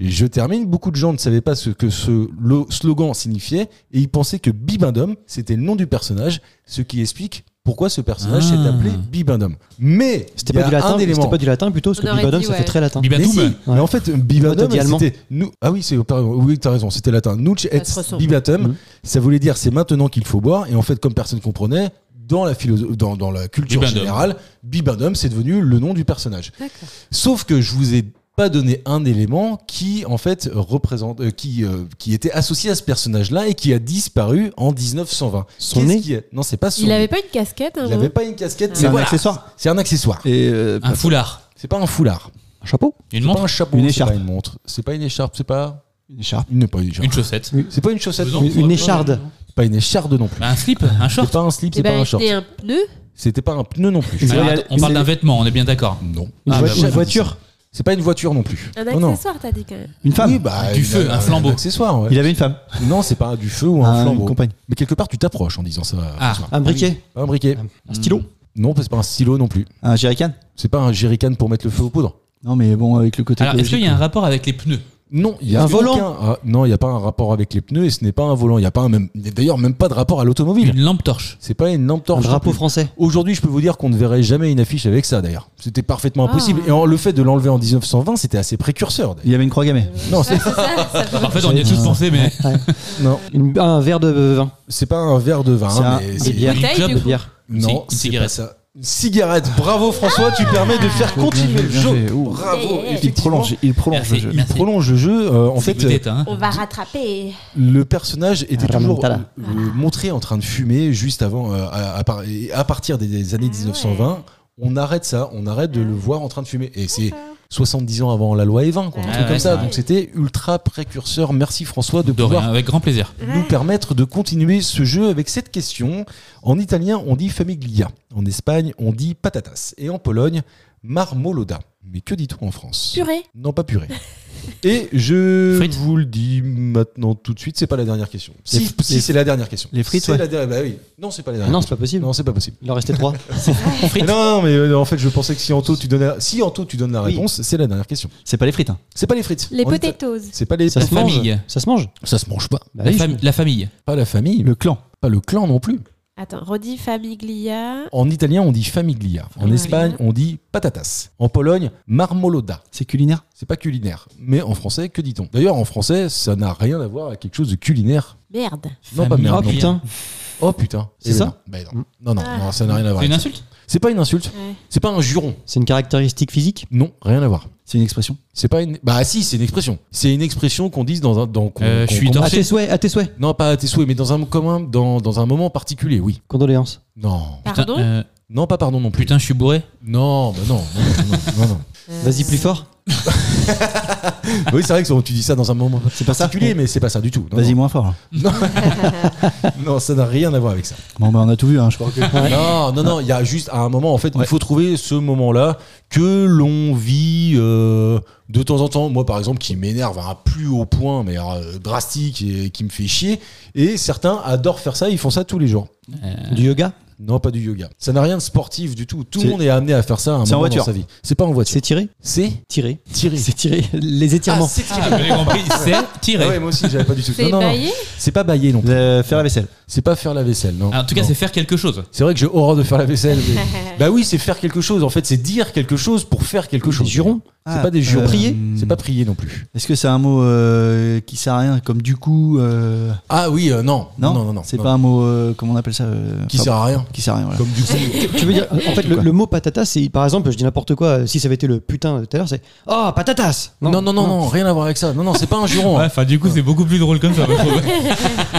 Speaker 4: Et Je termine. Beaucoup de gens ne savaient pas ce que ce lo- slogan signifiait et ils pensaient que Bibendum, c'était le nom du personnage, ce qui explique pourquoi ce personnage
Speaker 5: Ah.
Speaker 4: s'est appelé Bibendum. Mais
Speaker 7: C'était
Speaker 4: il y
Speaker 7: pas
Speaker 4: a
Speaker 7: du latin,
Speaker 4: un
Speaker 7: mais
Speaker 4: élément.
Speaker 7: c'était pas du latin plutôt, parce
Speaker 6: On
Speaker 7: que
Speaker 6: aurait
Speaker 7: Bibadum
Speaker 6: dit,
Speaker 7: ça fait
Speaker 6: ouais.
Speaker 7: très latin.
Speaker 4: Mais
Speaker 5: Bibadoum
Speaker 4: si, mais en fait, Bibendum,
Speaker 7: Toi, t'as dit
Speaker 4: c'était nous. Ah oui, c'est pardon, oui, t'as raison. C'était latin. Nuc et
Speaker 6: se ressemble.
Speaker 4: bibatum.
Speaker 7: Mhm.
Speaker 4: Ça voulait dire c'est maintenant qu'il faut boire. Et en fait, comme personne comprenait, dans la philosoph- dans, dans la culture
Speaker 5: Bibendum.
Speaker 4: générale, Bibendum, c'est devenu le nom du personnage.
Speaker 6: D'accord.
Speaker 4: Sauf que je vous ai pas donné un élément qui en fait représente euh, qui euh, qui était associé à ce personnage-là et qui a disparu en 1920.
Speaker 7: Son
Speaker 4: Qu'est-ce
Speaker 7: nez
Speaker 4: qui est- Non, c'est pas son.
Speaker 6: Il
Speaker 4: nez.
Speaker 6: avait pas une casquette un
Speaker 4: Il
Speaker 6: moment
Speaker 4: avait pas une casquette,
Speaker 3: C'est
Speaker 4: mais
Speaker 3: un
Speaker 4: voilà,
Speaker 3: accessoire.
Speaker 4: c'est un accessoire.
Speaker 3: Et euh,
Speaker 5: Un foulard.
Speaker 4: C'est pas un foulard,
Speaker 7: Un chapeau
Speaker 5: Une
Speaker 4: c'est pas
Speaker 5: montre.
Speaker 4: un chapeau,
Speaker 3: Une
Speaker 4: c'est pas
Speaker 3: écharpe.
Speaker 4: une montre, c'est pas une écharpe, c'est pas
Speaker 3: une écharpe.
Speaker 4: une pas une écharpe.
Speaker 5: Une chaussette.
Speaker 4: C'est pas une chaussette,
Speaker 5: Vous en
Speaker 4: non.
Speaker 7: Une, une écharde.
Speaker 4: C'est pas une écharde non plus.
Speaker 5: Bah, un slip, un
Speaker 4: C'est
Speaker 5: short.
Speaker 4: pas un slip,
Speaker 6: Eh
Speaker 4: c'est pas
Speaker 6: ben,
Speaker 4: un short.
Speaker 6: c'était un pneu.
Speaker 4: C'était pas un pneu non plus.
Speaker 7: Une-
Speaker 5: Alors,
Speaker 7: Il y a-
Speaker 5: attends, on
Speaker 7: il y a-
Speaker 5: parle d'un vêtement, on est bien d'accord.
Speaker 4: Non.
Speaker 7: Une,
Speaker 5: Ah,
Speaker 7: voi-
Speaker 5: bah
Speaker 7: une
Speaker 5: oui.
Speaker 7: voiture.
Speaker 4: C'est pas une voiture non plus.
Speaker 6: Un
Speaker 4: Oh Non, non.
Speaker 6: accessoire, t'as dit quand même.
Speaker 3: Une femme.
Speaker 4: Oui, bah,
Speaker 5: Du
Speaker 4: une-
Speaker 5: feu, un flambeau.
Speaker 4: accessoire, ouais.
Speaker 3: Il avait une femme.
Speaker 4: Non, c'est pas du feu ou un
Speaker 3: Un-
Speaker 4: flambeau.
Speaker 3: Une compagne.
Speaker 4: Mais quelque part, tu t'approches en disant ça.
Speaker 5: Ah.
Speaker 4: François.
Speaker 7: Un briquet.
Speaker 4: Pas Un briquet.
Speaker 7: Un stylo.
Speaker 4: Non, c'est pas un stylo non plus.
Speaker 3: Un jerrycan.
Speaker 4: C'est pas un jerrycan pour mettre le feu aux poudres.
Speaker 3: Non, mais bon, avec le côté.
Speaker 5: Alors, est-ce qu'il y a un
Speaker 3: écologique,
Speaker 5: rapport avec les pneus
Speaker 4: Non, il y a
Speaker 7: Un
Speaker 4: aucun-
Speaker 7: volant.
Speaker 4: Ah, non, il n'y a pas un rapport avec les pneus et ce n'est pas un volant. Il y a pas un même. D'ailleurs, même pas de rapport à l'automobile.
Speaker 5: Une lampe torche.
Speaker 4: C'est pas une lampe
Speaker 7: Un
Speaker 4: torche.
Speaker 7: drapeau
Speaker 4: non plus.
Speaker 7: français.
Speaker 4: Aujourd'hui, je peux vous dire qu'on ne verrait jamais une affiche avec ça d'ailleurs. C'était parfaitement
Speaker 6: Ah.
Speaker 4: impossible. Et en- le fait de l'enlever en 1920, c'était assez précurseur
Speaker 3: Il y avait une croix gammée.
Speaker 4: d'ailleurs. Non, c'est
Speaker 6: C'est ça, ça
Speaker 5: En fait, on y a tous pensé, mais.
Speaker 4: non,
Speaker 7: Une- un verre de euh, vin.
Speaker 4: c'est pas un verre de vin.
Speaker 3: C'est un-
Speaker 4: mais
Speaker 3: des
Speaker 4: c'est-
Speaker 7: bières.
Speaker 6: bouteille,
Speaker 5: club.
Speaker 6: du
Speaker 7: De
Speaker 6: coup.
Speaker 7: bière.
Speaker 4: Non,
Speaker 5: Une
Speaker 4: c'est
Speaker 5: cigarette.
Speaker 4: pas ça. Une cigarette. Bravo François, tu permets de faire
Speaker 3: Bien
Speaker 4: continuer
Speaker 3: joué,
Speaker 4: le
Speaker 3: bien
Speaker 4: jeu.
Speaker 3: joué. Ouh.
Speaker 4: Bravo.
Speaker 3: Il prolonge, il prolonge le
Speaker 5: Merci.
Speaker 3: jeu.
Speaker 4: Il prolonge le jeu. euh, en
Speaker 5: C'est
Speaker 4: fait,
Speaker 5: good date, hein.
Speaker 6: On va rattraper.
Speaker 4: le personnage était toujours euh,
Speaker 7: Ramontala.
Speaker 4: montré en train de fumer juste avant, euh, à, à par- et à partir des, des années
Speaker 6: Ah ouais.
Speaker 4: 1920. On arrête ça, on arrête de
Speaker 6: Ah.
Speaker 4: le voir en train de fumer. Et c'est 70 ans avant la loi E20, quoi, un
Speaker 6: Ah
Speaker 4: truc
Speaker 5: ouais,
Speaker 4: comme
Speaker 5: c'est
Speaker 4: ça.
Speaker 5: vrai.
Speaker 4: Donc c'était ultra précurseur. Merci François de,
Speaker 5: De
Speaker 4: pouvoir
Speaker 5: rien, avec grand plaisir.
Speaker 4: nous permettre de continuer ce jeu avec cette question. En italien, on dit famiglia. En Espagne, on dit patatas. Et en Pologne, marmolada. Mais que dit-on en France
Speaker 6: Purée.
Speaker 4: Non, pas
Speaker 6: *laughs*
Speaker 4: purée. Et je
Speaker 5: Frites
Speaker 4: vous le dis maintenant tout de suite, c'est pas la dernière question.
Speaker 3: Les
Speaker 4: Si,
Speaker 3: fr-
Speaker 4: si,
Speaker 3: les-
Speaker 4: c'est la dernière question.
Speaker 3: les frites,
Speaker 4: C'est
Speaker 3: ouais.
Speaker 4: la dernière- bah oui. Non, c'est pas la dernière.
Speaker 7: Non, c'est pas possible.
Speaker 4: Non, c'est pas possible.
Speaker 7: Il en restait trois.
Speaker 4: Mais Non, non, mais euh, en fait, je pensais que si Anto, tu donnais, la- si Anto, tu donnes la
Speaker 7: Oui.
Speaker 4: réponse, c'est la dernière question.
Speaker 3: C'est pas les frites. hein.
Speaker 4: C'est pas les frites.
Speaker 6: Les
Speaker 4: En Ita-
Speaker 6: potatoes.
Speaker 4: C'est pas les.
Speaker 7: Ça
Speaker 5: La
Speaker 7: se mange.
Speaker 5: famille.
Speaker 7: Ça se mange.
Speaker 4: Ça se mange pas.
Speaker 7: Bah
Speaker 5: La,
Speaker 7: oui,
Speaker 5: fam- la famille.
Speaker 4: Pas la famille,
Speaker 3: Le clan.
Speaker 4: pas le clan non plus.
Speaker 6: Attends, Rodi Famiglia.
Speaker 4: En italien, on dit famiglia. En
Speaker 6: Famiglia.
Speaker 4: Espagne, on dit patatas. En Pologne, marmolada.
Speaker 3: C'est culinaire.
Speaker 4: C'est pas culinaire. Mais en français, que dit-on D'ailleurs, en français, ça n'a rien à voir avec quelque chose de culinaire.
Speaker 6: Merde.
Speaker 4: Non, pas
Speaker 5: Famille.
Speaker 4: merde.
Speaker 7: Oh
Speaker 4: Ah, non.
Speaker 7: putain.
Speaker 4: Oh putain.
Speaker 7: C'est
Speaker 4: Eh ben
Speaker 7: ça
Speaker 4: non. Ben non. Non, non, non, ça n'a rien à voir.
Speaker 5: C'est une
Speaker 4: avec ça.
Speaker 5: insulte
Speaker 4: C'est pas une insulte.
Speaker 6: Ouais.
Speaker 4: C'est pas un juron.
Speaker 7: C'est une caractéristique physique.
Speaker 4: Non, rien à voir.
Speaker 3: C'est une expression.
Speaker 4: C'est pas une. Bah si, c'est une expression. C'est une expression qu'on dise dans un. Dans, qu'on-
Speaker 5: Euh,
Speaker 4: qu'on-
Speaker 5: je suis
Speaker 4: qu'on-
Speaker 5: dans-
Speaker 7: À
Speaker 5: Torché.
Speaker 7: tes souhaits, à tes souhaits.
Speaker 4: Non, pas à tes souhaits, mais dans un commun, dans, dans un moment particulier, oui.
Speaker 7: Condoléances.
Speaker 4: Non.
Speaker 5: Putain,
Speaker 6: Pardon
Speaker 5: euh,
Speaker 4: Non, pas pardon non plus.
Speaker 5: putain, je suis bourré.
Speaker 4: Non, bah non. Non, non, non, non.
Speaker 7: Vas-y plus fort.
Speaker 4: Oui, c'est vrai que tu dis ça dans un moment
Speaker 3: C'est pas ça
Speaker 4: particulier, mais c'est pas ça du tout.
Speaker 5: Oh.
Speaker 4: Non,
Speaker 3: Vas-y, moins fort.
Speaker 4: Non, ça n'a rien à voir avec ça.
Speaker 3: Bon, bah, on a tout vu, hein, je crois.
Speaker 4: Non, non, non, il y a juste à un moment, en fait,
Speaker 3: Ouais.
Speaker 4: il faut trouver ce moment-là que l'on vit euh, de temps en temps. Moi, par exemple, qui m'énerve à un plus haut point, mais euh, drastique et qui me fait chier. Et certains adorent faire ça, ils font ça tous les jours.
Speaker 5: Euh.
Speaker 7: Du yoga.
Speaker 4: Non, pas du yoga. Ça n'a rien de sportif du tout. Tout le
Speaker 3: C'est-
Speaker 4: monde est amené à faire ça à un
Speaker 3: C'est en
Speaker 4: moment dans
Speaker 3: voiture.
Speaker 4: sa vie. C'est pas en voiture.
Speaker 7: C'est tiré.
Speaker 4: C'est
Speaker 7: Tiré.
Speaker 4: tirer.
Speaker 7: C'est tiré. Les
Speaker 4: Ah,
Speaker 7: étirements.
Speaker 4: c'est tirer.
Speaker 5: J'ai compris, c'est tiré.
Speaker 4: Ah ouais, moi aussi, j'avais pas du tout. *laughs*
Speaker 6: C'est
Speaker 4: Non, non, non.
Speaker 6: baillé
Speaker 4: C'est pas bailler non plus.
Speaker 3: Euh, faire la vaisselle.
Speaker 4: c'est pas faire la vaisselle, non.
Speaker 5: Ah, En tout cas,
Speaker 4: Non.
Speaker 5: c'est faire quelque chose.
Speaker 4: c'est vrai que j'ai horreur de faire la vaisselle.
Speaker 6: *laughs*
Speaker 4: mais- bah oui, c'est faire quelque chose. En fait, c'est dire quelque chose pour faire quelque chose.
Speaker 7: jurons.
Speaker 4: C'est pas des jurons.
Speaker 3: Euh,
Speaker 4: prier. C'est pas prier non plus.
Speaker 3: Est-ce que c'est un mot euh, qui sert à rien, comme du coup euh,
Speaker 4: Ah oui, euh, non.
Speaker 3: Non,
Speaker 4: Non, non, non. non.
Speaker 3: C'est pas un mot, euh, comment on appelle ça euh,
Speaker 4: qui
Speaker 3: enfin,
Speaker 4: sert à rien.
Speaker 3: Qui sert à rien, voilà.
Speaker 4: Comme *laughs* du coup.
Speaker 7: Tu veux dire, en fait, le, le mot patata, c'est par exemple, je dis n'importe quoi, euh, si ça avait été le putain de tout à l'heure, c'est Oh, patatas
Speaker 4: Non, non, non, non, rien à voir avec ça. Non, non, c'est pas un juron.
Speaker 5: Ouais,
Speaker 4: hein.
Speaker 5: enfin, du coup, c'est beaucoup plus drôle comme ça. je trouve.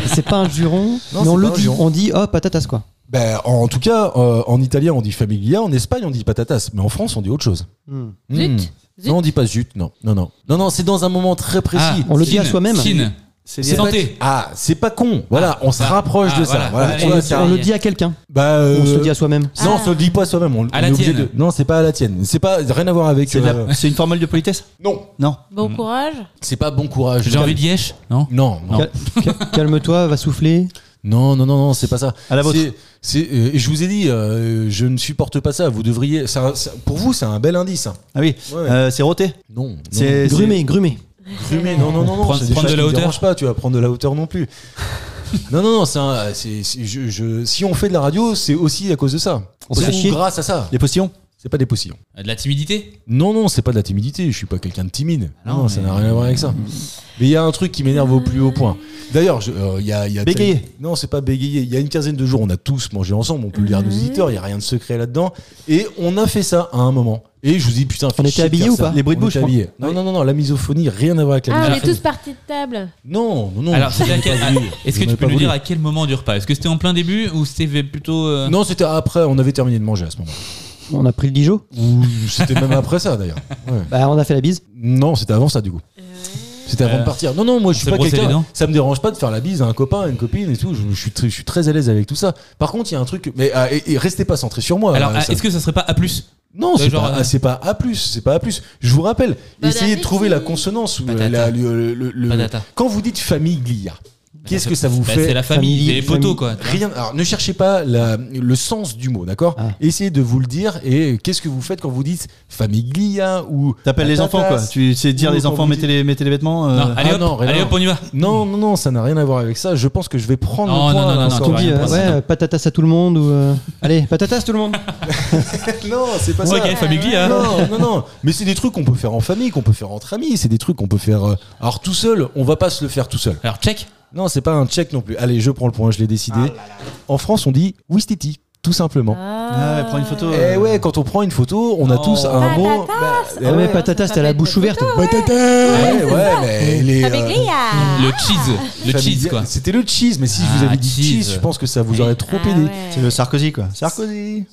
Speaker 7: C'est pas un juron,
Speaker 4: Non,
Speaker 7: mais on
Speaker 4: c'est
Speaker 7: le
Speaker 4: pas un
Speaker 7: dit.
Speaker 4: juron.
Speaker 7: On dit Oh, patatas quoi.
Speaker 4: Ben, en tout cas, euh, en italien, on dit familia, en Espagne, on dit patatas, mais en France, on dit autre chose.
Speaker 7: Hmm.
Speaker 6: Zut.
Speaker 4: Hmm.
Speaker 6: Zut.
Speaker 4: Non, on dit pas zut, non, non, non. Non, non, c'est dans un moment très précis.
Speaker 7: on le dit à
Speaker 5: Chine,
Speaker 7: soi-même.
Speaker 5: Chine.
Speaker 4: C'est pas-
Speaker 5: Ah. Santé.
Speaker 4: Ah, c'est pas con. Voilà,
Speaker 5: Ah,
Speaker 4: on se
Speaker 5: ah,
Speaker 4: rapproche
Speaker 5: ah,
Speaker 4: de ça.
Speaker 5: voilà.
Speaker 4: Voilà,
Speaker 5: Ouais,
Speaker 4: tu
Speaker 5: et
Speaker 4: vois,
Speaker 5: le-
Speaker 4: c'est
Speaker 7: On
Speaker 4: un-
Speaker 7: le dit à quelqu'un.
Speaker 4: Bah, euh,
Speaker 7: On se le dit à soi-même.
Speaker 4: Non, on se le dit pas à soi-même. On,
Speaker 5: À
Speaker 4: on
Speaker 5: la
Speaker 4: est obligé
Speaker 5: tienne.
Speaker 4: de- Non, c'est pas à la tienne. C'est pas rien à voir avec.
Speaker 3: C'est de la-
Speaker 4: euh,
Speaker 3: c'est une formule de politesse
Speaker 4: Non,
Speaker 3: Non.
Speaker 6: Bon courage. Ah,
Speaker 4: c'est pas bon courage.
Speaker 5: J'ai envie de Yesh, non
Speaker 4: Non, non, *laughs*
Speaker 7: Cal- cal- Calme-toi, va souffler.
Speaker 4: non, non, non, non, c'est pas ça.
Speaker 3: À la vôtre.
Speaker 4: C'est- c'est- euh, et je vous ai dit, euh, je ne supporte pas ça. Vous devriez. c'est un- c'est- pour vous, c'est un bel indice. hein.
Speaker 3: Ah oui,
Speaker 4: Ouais, ouais.
Speaker 3: euh, c'est roté.
Speaker 4: Non, non,
Speaker 3: C'est
Speaker 7: Grumer, grumer.
Speaker 4: Grumer, non, non, non, non.
Speaker 5: Prendre-
Speaker 4: c'est des
Speaker 5: prendre
Speaker 4: choses
Speaker 5: de la
Speaker 4: qui me
Speaker 5: hauteur.
Speaker 4: dérangent pas, tu vas prendre de la hauteur non plus. non, non, non, c'est un- c'est- c'est- je- je- si on fait de la radio, c'est aussi à cause de ça.
Speaker 7: On se fait
Speaker 4: Ou
Speaker 7: chier.
Speaker 4: grâce à ça.
Speaker 3: les postillons.
Speaker 4: C'est pas des possibles.
Speaker 5: De la timidité
Speaker 4: Non, non, c'est pas de la timidité, je suis pas quelqu'un de timide.
Speaker 5: Non,
Speaker 4: Non, ça
Speaker 5: mais-
Speaker 4: n'a rien à voir avec ça. Mais il y a un truc qui m'énerve au plus haut point. D'ailleurs, je- euh, il y a. il y a-
Speaker 3: Bégayer.
Speaker 4: Non, c'est pas bégayer. Il y a une quinzaine de jours, on a tous mangé ensemble, on peut le dire à nos auditeurs, il n'y a rien de secret là-dedans. Et on a fait ça à un moment. Et je vous dis, putain, fait
Speaker 7: était
Speaker 4: chier de
Speaker 7: habillés
Speaker 4: faire
Speaker 7: ou
Speaker 4: ça.
Speaker 7: pas
Speaker 3: Les bruits de
Speaker 4: On
Speaker 3: bouche,
Speaker 4: était
Speaker 3: je crois.
Speaker 4: habillés. Non, non, non, non, la misophonie, rien à voir avec la
Speaker 6: Ah, on est
Speaker 4: misophonie.
Speaker 6: tous partis de table.
Speaker 4: Non, non, non.
Speaker 5: Alors,
Speaker 4: je
Speaker 5: c'était
Speaker 4: vous
Speaker 5: à
Speaker 4: ai
Speaker 5: quel-
Speaker 4: pas
Speaker 5: Est-ce
Speaker 4: voulu. Je
Speaker 5: que
Speaker 4: vous
Speaker 5: tu
Speaker 4: ai
Speaker 5: peux
Speaker 4: pas
Speaker 5: nous
Speaker 4: voulu.
Speaker 5: dire à quel moment du repas Est-ce que c'était en plein début ou c'était plutôt. euh,
Speaker 4: Non, c'était après, on avait terminé de manger à ce moment.
Speaker 7: On a pris le Dijon.
Speaker 4: Ou c'était même après ça d'ailleurs. Ouais.
Speaker 7: Bah, on a fait la bise.
Speaker 4: Non, c'était avant ça du coup. C'était avant
Speaker 5: Euh,
Speaker 4: de partir. Non, non, moi je
Speaker 5: s'est
Speaker 4: suis pas
Speaker 5: brossé les
Speaker 4: quelqu'un.
Speaker 5: dents
Speaker 4: Ça me dérange pas de faire la bise à un copain, à une copine et tout. Je, je suis, très, je suis très à l'aise avec tout ça. Par contre, il y a un truc. Mais ah, et, et restez pas centré sur moi.
Speaker 5: Alors,
Speaker 4: euh,
Speaker 5: ah,
Speaker 4: ça-
Speaker 5: est-ce que ça serait pas A
Speaker 4: non, c'est
Speaker 5: genre,
Speaker 4: pas, ah,
Speaker 5: euh,
Speaker 4: c'est pas à plus. C'est pas à plus. Je vous rappelle,
Speaker 6: Bon
Speaker 4: essayez de
Speaker 6: appétit.
Speaker 4: trouver la consonance ou euh,
Speaker 5: Patata.
Speaker 4: la- le, le- le-
Speaker 5: Patata.
Speaker 4: Quand vous dites famiglia, qu'est-ce que ça vous
Speaker 5: Bah,
Speaker 4: fait
Speaker 5: C'est la famille,
Speaker 7: Famille,
Speaker 5: les poteaux,
Speaker 7: famille.
Speaker 5: quoi.
Speaker 4: Rien. Alors, ne cherchez pas la- le sens du mot, d'accord
Speaker 7: Ah.
Speaker 4: Essayez de vous le dire. Et qu'est-ce que vous faites quand vous dites famiglia ou
Speaker 3: T'appelles les
Speaker 4: patatas
Speaker 3: enfants quoi. Tu sais dire
Speaker 4: Ou
Speaker 3: les
Speaker 4: quand
Speaker 3: enfants
Speaker 4: vous
Speaker 3: mettez
Speaker 4: dites-
Speaker 3: les mettez les vêtements. euh,
Speaker 5: Non, allez
Speaker 4: ah
Speaker 5: hop,
Speaker 4: non, rien.
Speaker 5: allez hop, on y va.
Speaker 4: Non, non, non, ça n'a rien à voir avec ça. Je pense que je vais prendre
Speaker 5: Non,
Speaker 4: le
Speaker 5: non,
Speaker 4: point.
Speaker 5: non,
Speaker 4: là,
Speaker 5: non,
Speaker 4: ça
Speaker 5: non,
Speaker 7: On
Speaker 4: aura
Speaker 7: dit
Speaker 5: rien
Speaker 4: *laughs*
Speaker 7: euh,
Speaker 4: pas
Speaker 5: passé,
Speaker 7: ouais, euh, patatas à tout le monde ou. euh, Allez, patatas tout le monde.
Speaker 4: Non, c'est pas
Speaker 5: Ok,
Speaker 4: ça.
Speaker 5: famille, hein.
Speaker 4: Non, non, non. Mais c'est des trucs qu'on peut faire en famille, qu'on peut faire entre amis. C'est des trucs qu'on peut faire. euh, Alors tout seul, on va pas se le faire tout seul.
Speaker 5: Alors, check.
Speaker 4: Non, c'est pas un check non plus. Allez, je prends le point, je l'ai
Speaker 5: Ah
Speaker 4: décidé. En France, on dit Wistiti, tout simplement.
Speaker 3: Ah, ouais, prends une photo.
Speaker 4: Eh ouais, quand on prend une photo, on a
Speaker 5: Oh.
Speaker 4: tous un mot. Bah, eh
Speaker 7: Ah, mais
Speaker 4: ouais.
Speaker 7: patatas,
Speaker 6: Ça
Speaker 7: t'as la
Speaker 6: s'appelle
Speaker 7: bouche
Speaker 6: des
Speaker 7: ouverte.
Speaker 4: Patata. Ouais, ouais, mais les. euh,
Speaker 6: Famiglia.
Speaker 5: Le cheese. Le
Speaker 4: famille-
Speaker 5: cheese, quoi.
Speaker 4: C'était le cheese, mais si je vous
Speaker 5: Ah,
Speaker 4: avais dit
Speaker 5: cheese.
Speaker 4: cheese, je pense que ça vous aurait trop
Speaker 6: Ah
Speaker 4: aidé.
Speaker 6: ouais.
Speaker 3: C'est le Sarkozy quoi. Sarkozy.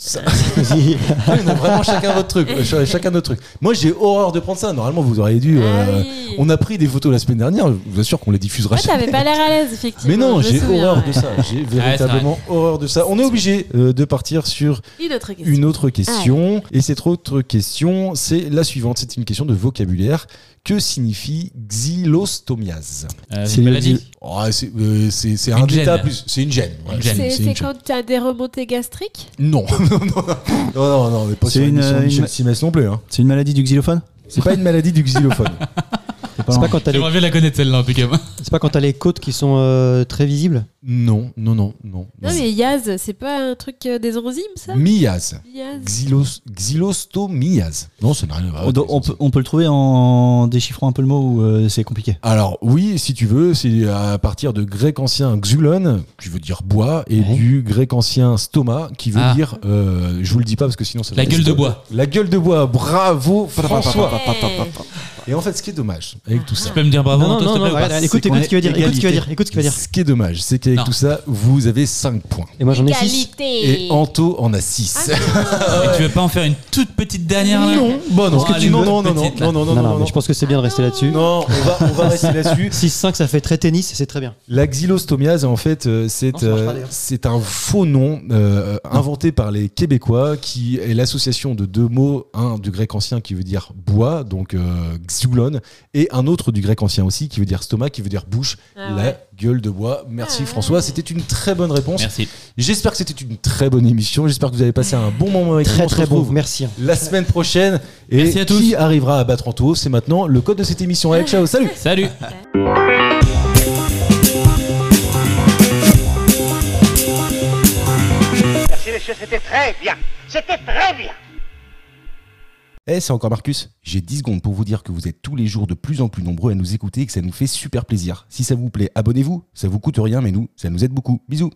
Speaker 4: Ah, on a vraiment chacun votre truc. euh, ch- chacun notre truc. Moi, j'ai horreur de prendre ça. Normalement, vous auriez dû. euh,
Speaker 6: Ah oui.
Speaker 4: On a pris des photos la semaine dernière. Je vous assure qu'on les diffusera.
Speaker 6: Ouais,
Speaker 4: jamais.
Speaker 6: t'avais pas l'air à l'aise, effectivement.
Speaker 4: Mais non,
Speaker 6: je me
Speaker 4: j'ai
Speaker 6: souviens,
Speaker 4: horreur
Speaker 6: ouais.
Speaker 4: de ça. J'ai véritablement horreur de ça. On est obligé euh, de partir sur
Speaker 6: Une autre question. Ah
Speaker 4: une autre question. Et cette autre question, c'est la suivante. C'est une question de vocabulaire. Que signifie xylostomiase
Speaker 5: Euh,
Speaker 3: C'est
Speaker 5: C'est une
Speaker 3: le-
Speaker 5: maladie.
Speaker 4: Oh, C'est euh, c'est- c'est un
Speaker 5: Une gêne.
Speaker 4: état plus. C'est une gêne. ouais,
Speaker 5: Une gêne.
Speaker 6: C'est
Speaker 4: c'est
Speaker 6: c'est
Speaker 4: une gêne.
Speaker 6: quand t'as des remontées gastriques
Speaker 4: Non, *laughs* non, non, non, non, non, on n'est pas
Speaker 3: C'est
Speaker 4: sur une,
Speaker 3: une,
Speaker 4: émission de
Speaker 3: euh,
Speaker 4: Michel
Speaker 3: une-
Speaker 4: Simès non plus. Hein.
Speaker 3: C'est une maladie du xylophone.
Speaker 4: C'est pas une maladie du xylophone.
Speaker 7: C'est pas quand t'as les-
Speaker 5: J'aimerais bien la connaître, celle-là, en tout cas.
Speaker 7: c'est pas quand t'as les côtes qui sont euh, très visibles.
Speaker 4: Non, non, non, non.
Speaker 6: Non, mais Yaz, c'est pas un truc euh, des enzymes, ça
Speaker 4: Miase.
Speaker 6: Yaz
Speaker 4: Xylos, xylostomiase. Non, ça n'a rien à voir.
Speaker 3: On,
Speaker 4: avec
Speaker 3: do-
Speaker 4: les
Speaker 3: on
Speaker 4: autres.
Speaker 3: peut, on peut le trouver en déchiffrant un peu le mot ou euh, c'est compliqué.
Speaker 4: Alors oui, si tu veux, c'est à partir de grec ancien xulon, qui veut dire bois, et
Speaker 7: Ouais.
Speaker 4: du grec ancien stoma, qui veut
Speaker 5: Ah.
Speaker 4: dire, euh, je vous le dis pas parce que sinon ça va
Speaker 5: La
Speaker 4: être-
Speaker 5: gueule de bois.
Speaker 4: La gueule de bois, bravo François.
Speaker 6: Ouais.
Speaker 4: Et en fait, ce qui est dommage avec tout ça,
Speaker 5: Tu peux me dire bravo
Speaker 7: non,
Speaker 5: Antoine,
Speaker 7: non,
Speaker 5: Ah s'il te
Speaker 7: non,
Speaker 5: plaît, ou pas
Speaker 7: regarde, écoute,
Speaker 3: C'est qu'on
Speaker 7: écoute ce qu'il va dire,
Speaker 3: est
Speaker 7: écoute ce qu'il va
Speaker 3: égalité.
Speaker 7: dire, écoute ce qu'il va dire.
Speaker 4: ce qui est dommage, c'est qu'avec
Speaker 5: Non.
Speaker 4: tout ça, vous avez 5 points.
Speaker 7: Et moi j'en ai 6.
Speaker 6: Égalité.
Speaker 4: Et Anto en a 6.
Speaker 5: Et tu veux pas en faire une toute petite dernière là Oh,
Speaker 4: Non, bah non,
Speaker 5: Parce que
Speaker 4: Ah,
Speaker 5: tu
Speaker 4: non,
Speaker 5: veux-
Speaker 4: non, non, non,
Speaker 5: petite, là.
Speaker 4: non, non,
Speaker 7: Non,
Speaker 4: non,
Speaker 7: non,
Speaker 4: non,
Speaker 7: mais je pense que c'est bien de rester là-dessus.
Speaker 4: non, on va, on va rester
Speaker 7: *laughs*
Speaker 4: là-dessus.
Speaker 7: 6-5, ça fait très tennis, c'est très bien.
Speaker 4: La xylostomiase, en fait, euh,
Speaker 7: Non,
Speaker 4: c'est
Speaker 7: ça marche pas,
Speaker 4: euh,
Speaker 7: d'ailleurs.
Speaker 4: c'est un faux nom euh, inventé par les Québécois, qui est l'association de deux mots, un du grec ancien qui veut dire bois, donc euh, xylon, et un autre du grec ancien aussi qui veut dire stomac, qui veut dire bouche,
Speaker 6: Ah
Speaker 4: la
Speaker 6: ouais.
Speaker 4: gueule de bois. Merci
Speaker 6: Ah
Speaker 4: François,
Speaker 6: ouais.
Speaker 4: c'était une très bonne réponse.
Speaker 5: Merci.
Speaker 4: J'espère que c'était une très bonne émission. J'espère que vous avez passé un bon moment avec nous.
Speaker 7: Très
Speaker 4: On se
Speaker 7: très bon,
Speaker 4: retrouve
Speaker 7: merci. hein.
Speaker 4: La semaine prochaine, et
Speaker 5: Merci à tous.
Speaker 4: qui arrivera à battre Anto, c'est maintenant le code de cette émission. Allez, ciao, salut
Speaker 5: Salut
Speaker 2: monsieur, c'était très bien. C'était très bien.
Speaker 4: Eh, c'est encore Marcus. J'ai 10 secondes pour vous dire que vous êtes tous les jours de plus en plus nombreux à nous écouter et que ça nous fait super plaisir. Si ça vous plaît, abonnez-vous. Ça vous coûte rien, mais nous, ça nous aide beaucoup. Bisous.